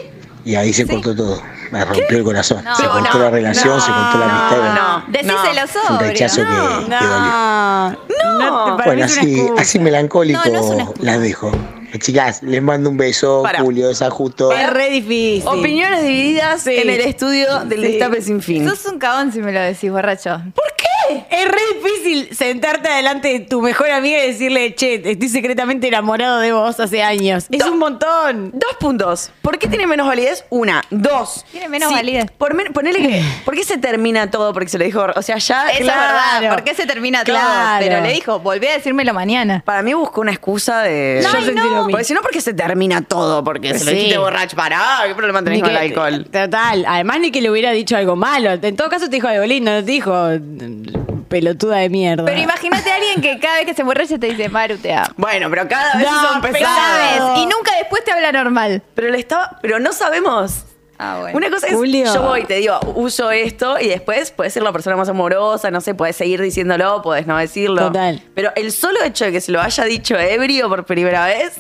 Speaker 13: Y ahí se cortó todo. Me rompió el corazón.
Speaker 3: No,
Speaker 13: se cortó
Speaker 3: no,
Speaker 13: la relación, se cortó la amistad.
Speaker 3: Decíselo
Speaker 13: Un
Speaker 3: sobrio.
Speaker 13: rechazo que, que dolió.
Speaker 4: No,
Speaker 13: Bueno, así, así melancólico
Speaker 4: No, no es una
Speaker 13: las dejo. Chicas, les mando un beso,
Speaker 2: Pará.
Speaker 13: Julio, es justo.
Speaker 4: Es re difícil.
Speaker 2: Opiniones divididas
Speaker 4: Sí.
Speaker 2: en el estudio del
Speaker 4: Sí.
Speaker 2: Destape Sin Fin.
Speaker 3: Sos un cagón si me lo decís, borracho.
Speaker 4: Es re difícil sentarte delante de tu mejor amiga y decirle, che, estoy secretamente enamorado de vos hace años. Es un montón.
Speaker 2: Dos puntos. ¿Por qué tiene menos validez? Una. Dos.
Speaker 3: Tiene menos validez.
Speaker 2: Por, men- ponele que. ¿Por qué se termina todo? Porque se lo dijo. O sea, ya.
Speaker 3: Eso es
Speaker 2: claro.
Speaker 3: verdad. ¿Por qué se termina
Speaker 2: Claro.
Speaker 3: todo? Pero le dijo, volví a decírmelo mañana.
Speaker 2: Para mí buscó una excusa de.
Speaker 4: No, Yo ay, sentí no. lo mismo.
Speaker 2: Porque si no, porque se termina todo. Porque se lo
Speaker 4: Sí.
Speaker 2: dijiste borracho. Pará, ¿qué problema
Speaker 4: Ni
Speaker 2: tenés con el
Speaker 4: que-
Speaker 2: alcohol?
Speaker 4: Total. Además, ni que le hubiera dicho algo malo. En todo caso, te dijo algo lindo, no te dijo. mm, pelotuda de mierda.
Speaker 3: Pero imagínate a alguien que cada vez que se emborracha te dice, Maru, te amo.
Speaker 2: Bueno, pero cada vez
Speaker 3: No,
Speaker 2: son
Speaker 3: pero
Speaker 2: pesados.
Speaker 3: cada vez. Y nunca después te habla normal.
Speaker 2: Pero le estaba, pero no sabemos.
Speaker 3: Ah, bueno.
Speaker 2: Una cosa es,
Speaker 3: Julio.
Speaker 2: yo voy, y te digo, huyo esto y después puedes ser la persona más amorosa, no sé, puedes seguir diciéndolo, puedes no decirlo.
Speaker 4: Total.
Speaker 2: Pero el solo hecho de que se lo haya dicho ebrio por primera vez,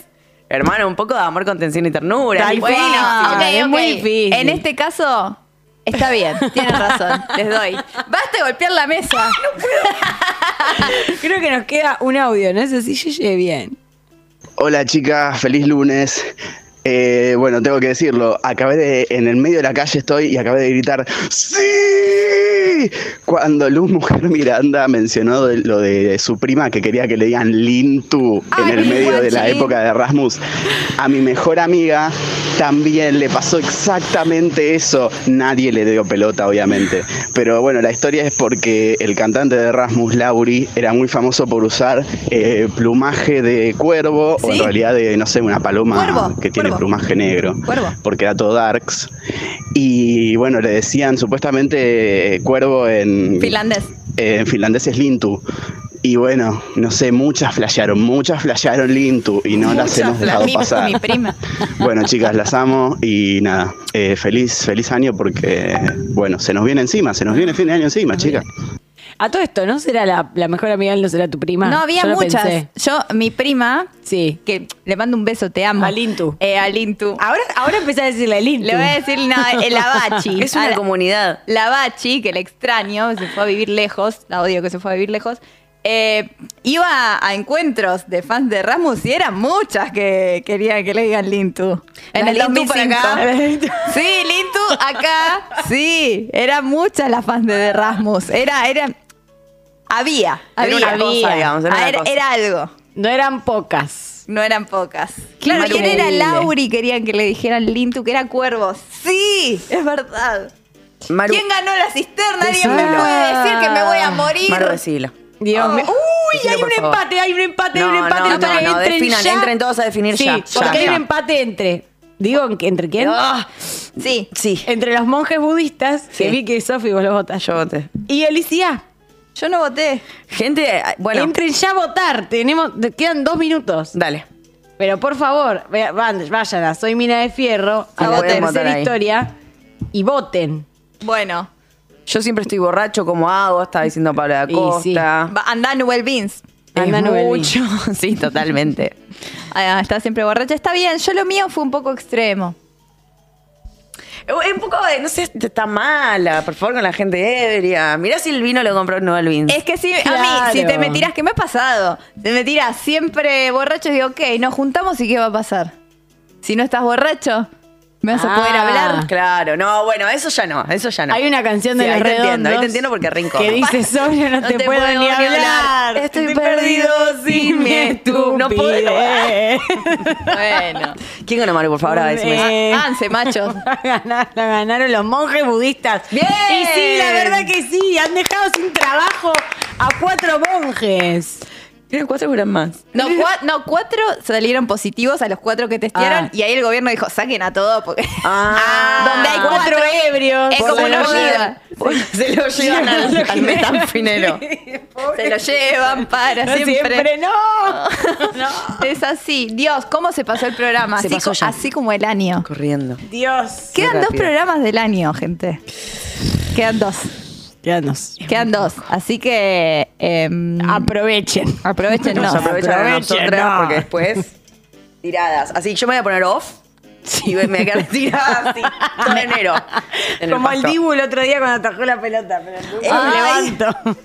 Speaker 2: hermano, un poco de amor, contención y ternura.
Speaker 3: Tal
Speaker 2: Bueno,
Speaker 3: cual.
Speaker 2: ok,
Speaker 3: Es
Speaker 2: ok.
Speaker 3: muy difícil. En este caso, está bien, tienes razón, les doy. Basta de golpear la mesa.
Speaker 4: Creo que nos queda un audio, ¿no? Eso sí, yo llegué bien.
Speaker 14: Hola chicas, feliz lunes. Eh, bueno, tengo que decirlo, acabé de, en el medio de la calle estoy y acabé de gritar ¡Sí! Cuando Luz Mujer Miranda mencionó de- lo de su prima que quería que le digan Lintu en el medio de la
Speaker 15: guachín.
Speaker 14: época de Rasmus, a mi mejor amiga también le pasó exactamente eso. Nadie le dio pelota, obviamente. Pero bueno, la historia es porque el cantante de Rasmus, Lauri, era muy famoso por usar eh, plumaje de cuervo o en realidad de, no sé, una paloma que tiene plumaje negro. Porque era todo darks. Y bueno, le decían supuestamente eh, cuervo en
Speaker 3: Finlandés.
Speaker 14: eh, en finlandés es Lintu. Y bueno, no sé, muchas flashearon, muchas flashearon Lintu y no las hemos dejado pasar.
Speaker 3: Mi prima.
Speaker 14: Bueno, chicas, las amo y nada, eh, feliz, feliz año porque, bueno, se nos viene encima, se nos viene fin de año encima, chicas.
Speaker 4: A todo esto, ¿no será la, la mejor amiga? ¿No será tu prima?
Speaker 3: No, había
Speaker 4: Yo lo
Speaker 3: muchas.
Speaker 4: pensé.
Speaker 3: Yo, mi prima,
Speaker 4: sí.
Speaker 3: que le mando un beso, te amo. A Lintu. Eh, a Lintu.
Speaker 4: Ahora, ahora empecé a decirle Lintu.
Speaker 3: Le voy a decir, no, el Abachi.
Speaker 2: Es una
Speaker 3: A la-
Speaker 2: comunidad.
Speaker 3: La Bachi, que la extraño, se fue a vivir lejos, la odio que se fue a vivir lejos, eh, iba a encuentros de fans de Rasmus y eran muchas que querían que le digan Lintu. En
Speaker 2: La
Speaker 3: el
Speaker 2: Lintu para
Speaker 3: 2005.
Speaker 2: acá.
Speaker 3: Sí, Lintu acá. Sí, eran muchas las fans de, de Rasmus. Era, era, había.
Speaker 2: Era
Speaker 3: había.
Speaker 2: una cosa, digamos, era una
Speaker 3: Ah, era-
Speaker 2: cosa.
Speaker 3: era algo.
Speaker 4: No eran pocas.
Speaker 3: No eran pocas. Claro, ¿quién
Speaker 2: increíble.
Speaker 3: era Lauri? Querían que le dijeran Lintu, que era Cuervos. Sí, es verdad.
Speaker 2: Maru,
Speaker 3: ¿Quién ganó la cisterna? Alguien me
Speaker 2: decilo.
Speaker 3: puede decir que me voy a morir. Uh,
Speaker 2: Maru, decilo.
Speaker 4: Dios mío. Uy,
Speaker 2: Decilo,
Speaker 4: hay un
Speaker 2: por favor.
Speaker 4: empate, hay un empate,
Speaker 2: No,
Speaker 4: hay un empate.
Speaker 2: no,
Speaker 4: entonces
Speaker 2: no, no,
Speaker 4: entren
Speaker 2: definan,
Speaker 4: ya.
Speaker 2: entren todos a definir
Speaker 4: sí,
Speaker 2: ya, ya,
Speaker 4: Porque hay
Speaker 2: ya.
Speaker 4: un empate entre. Digo, ¿en- ¿entre quién?
Speaker 2: Ah,
Speaker 3: sí.
Speaker 2: Sí.
Speaker 4: Entre los monjes budistas, que
Speaker 2: Sí.
Speaker 4: vi que Sofi vos los votás.
Speaker 2: Yo voté.
Speaker 4: Y Alicia.
Speaker 3: Yo no voté.
Speaker 2: Gente, eh, bueno.
Speaker 4: Entren ya a votar. Tenemos, te quedan dos minutos.
Speaker 2: Dale.
Speaker 4: Pero por favor, ve- van- vayan a Soy Mina de Fierro,
Speaker 2: Sí,
Speaker 4: a la
Speaker 2: pueden votar
Speaker 4: tercera
Speaker 2: ahí.
Speaker 4: historia y voten.
Speaker 3: Bueno.
Speaker 2: Yo siempre estoy borracho como hago, estaba diciendo Pablo de
Speaker 3: Y sí.
Speaker 2: Acosta.
Speaker 3: Va- Anda Nubel Beans.
Speaker 2: Es
Speaker 3: Anda Nubel
Speaker 2: mucho. Sí, totalmente.
Speaker 3: Ah, está siempre borracha. Está bien, yo lo mío fue un poco extremo.
Speaker 2: Es un poco de, no sé, está mala, por favor, con la gente ebria. Mirá si el vino lo compró Nuevo Alvin.
Speaker 3: Es que si Eh, a mí, si te me tiras, ¿qué me ha pasado? Te me tiras siempre borracho y digo, ok, nos juntamos y ¿qué va a pasar? Si no estás borracho, ¿me vas a poder
Speaker 2: Ah.
Speaker 3: hablar?
Speaker 2: Claro, no, bueno, eso ya no, eso ya no.
Speaker 4: Hay una canción de
Speaker 2: Sí,
Speaker 4: Los
Speaker 2: ahí te entiendo,
Speaker 4: Redondos
Speaker 2: ahí te entiendo porque rinco.
Speaker 4: que dice, "Sobrio, no te puedo ni hablar.
Speaker 2: Estoy
Speaker 4: Estoy
Speaker 2: perdido
Speaker 4: perdido
Speaker 2: sin mi estupidez. No puedo.
Speaker 3: bueno.
Speaker 2: ¿Quién ganó, Maru, por favor? A ver, si me-
Speaker 4: Eh,
Speaker 3: Ah, Avance, machos.
Speaker 4: la ganaron, la ganaron los monjes budistas.
Speaker 3: ¡Bien!
Speaker 4: Y sí, la verdad que sí, han dejado sin trabajo a cuatro monjes.
Speaker 2: Tienen cuatro eran más.
Speaker 3: No, cua- no, cuatro salieron positivos a los cuatro que testearon
Speaker 2: Ah.
Speaker 3: y ahí el gobierno dijo, saquen a todo porque... Donde hay
Speaker 4: cuatro
Speaker 3: Ah. cuatro
Speaker 4: ebrios.
Speaker 3: Es
Speaker 2: Por
Speaker 3: como
Speaker 2: la
Speaker 3: una
Speaker 2: noche.
Speaker 3: movida.
Speaker 2: Se lo llevan al, al metanfinero.
Speaker 3: Se lo llevan para
Speaker 4: No,
Speaker 3: siempre.
Speaker 4: siempre no.
Speaker 3: Es así. Dios, ¿cómo se pasó el programa?
Speaker 2: Se
Speaker 3: así,
Speaker 2: pasó
Speaker 3: co-
Speaker 2: ya.
Speaker 3: así como el año.
Speaker 2: Corriendo.
Speaker 4: Dios.
Speaker 3: Quedan dos
Speaker 2: rápido.
Speaker 3: programas del año, gente. Quedan dos.
Speaker 4: Quédanos.
Speaker 3: Quedan dos. Así que. em,
Speaker 4: aprovechen.
Speaker 3: Aprovechen,
Speaker 2: Nos aprovechan a nosotras porque después tiradas. Así, yo me voy a poner off y me voy a quedar tirada así todo enero. En
Speaker 4: Como el
Speaker 2: pasto.
Speaker 4: Dibu el otro día cuando atajó la pelota. Pero el Dibu se
Speaker 3: Ay.
Speaker 4: levantó.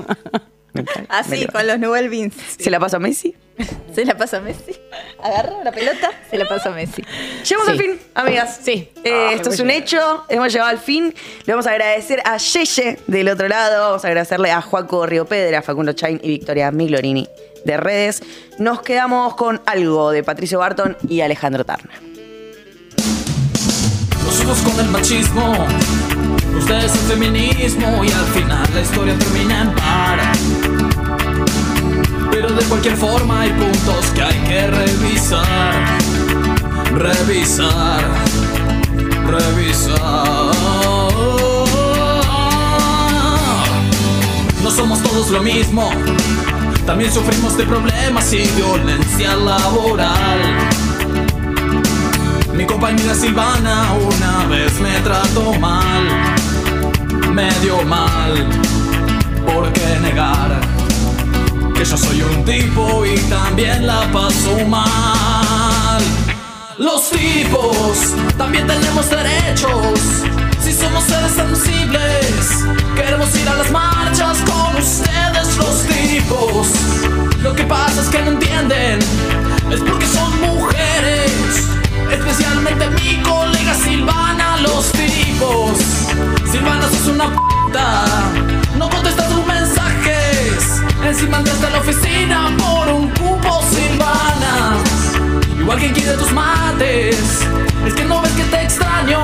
Speaker 2: Me
Speaker 3: Así,
Speaker 2: levanto.
Speaker 3: con los Newell Beans.
Speaker 2: ¿Se la paso a Messi?
Speaker 3: Se la pasa a Messi. Agarra la pelota, se la pasa a Messi.
Speaker 2: Llegamos al fin, amigas.
Speaker 4: Sí.
Speaker 2: Eh, esto es un hecho, hemos llegado al fin. Le vamos a agradecer a Yeye del otro lado, vamos a agradecerle a Juaco Río Pedra, Facundo Chain y Victoria Miglorini de redes. Nos quedamos con algo de Patricio Barton y Alejandro Tarna.
Speaker 1: Nosotros con el machismo, ustedes el feminismo y al final la historia termina en par. Pero de cualquier forma hay puntos que hay que revisar, revisar, revisar. No somos todos
Speaker 16: lo mismo. También sufrimos de problemas y violencia laboral. Mi compañera Silvana una vez me trató mal, medio mal. ¿Por qué negar que yo soy un tipo y también la paso mal? Los tipos también tenemos derechos. Si somos seres sensibles, queremos ir a las marchas con ustedes los tipos. Lo que pasa es que no entienden, es porque son mujeres. Especialmente mi colega Silvana, los tipos. Silvana, sos una puta. No contestas tus mensajes. Encima andas de la oficina por un cupo, Silvana. Igual que quiere tus mates. Es que no ves que te extraño.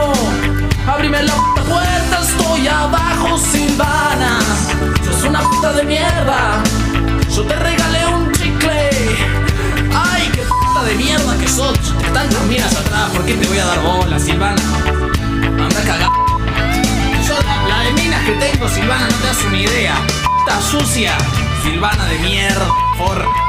Speaker 16: Ábrime la puta puerta, estoy abajo, Silvana. Sos una puta de mierda. Yo te regalé un chicle. ¡Ay, qué puta de mierda que sos! Hay Tantas minas atrás, ¿por qué te voy a dar bola, Silvana? Anda a cagar. Yo, la, la de minas que tengo, Silvana, no te das una idea. Puta sucia, Silvana de mierda, por...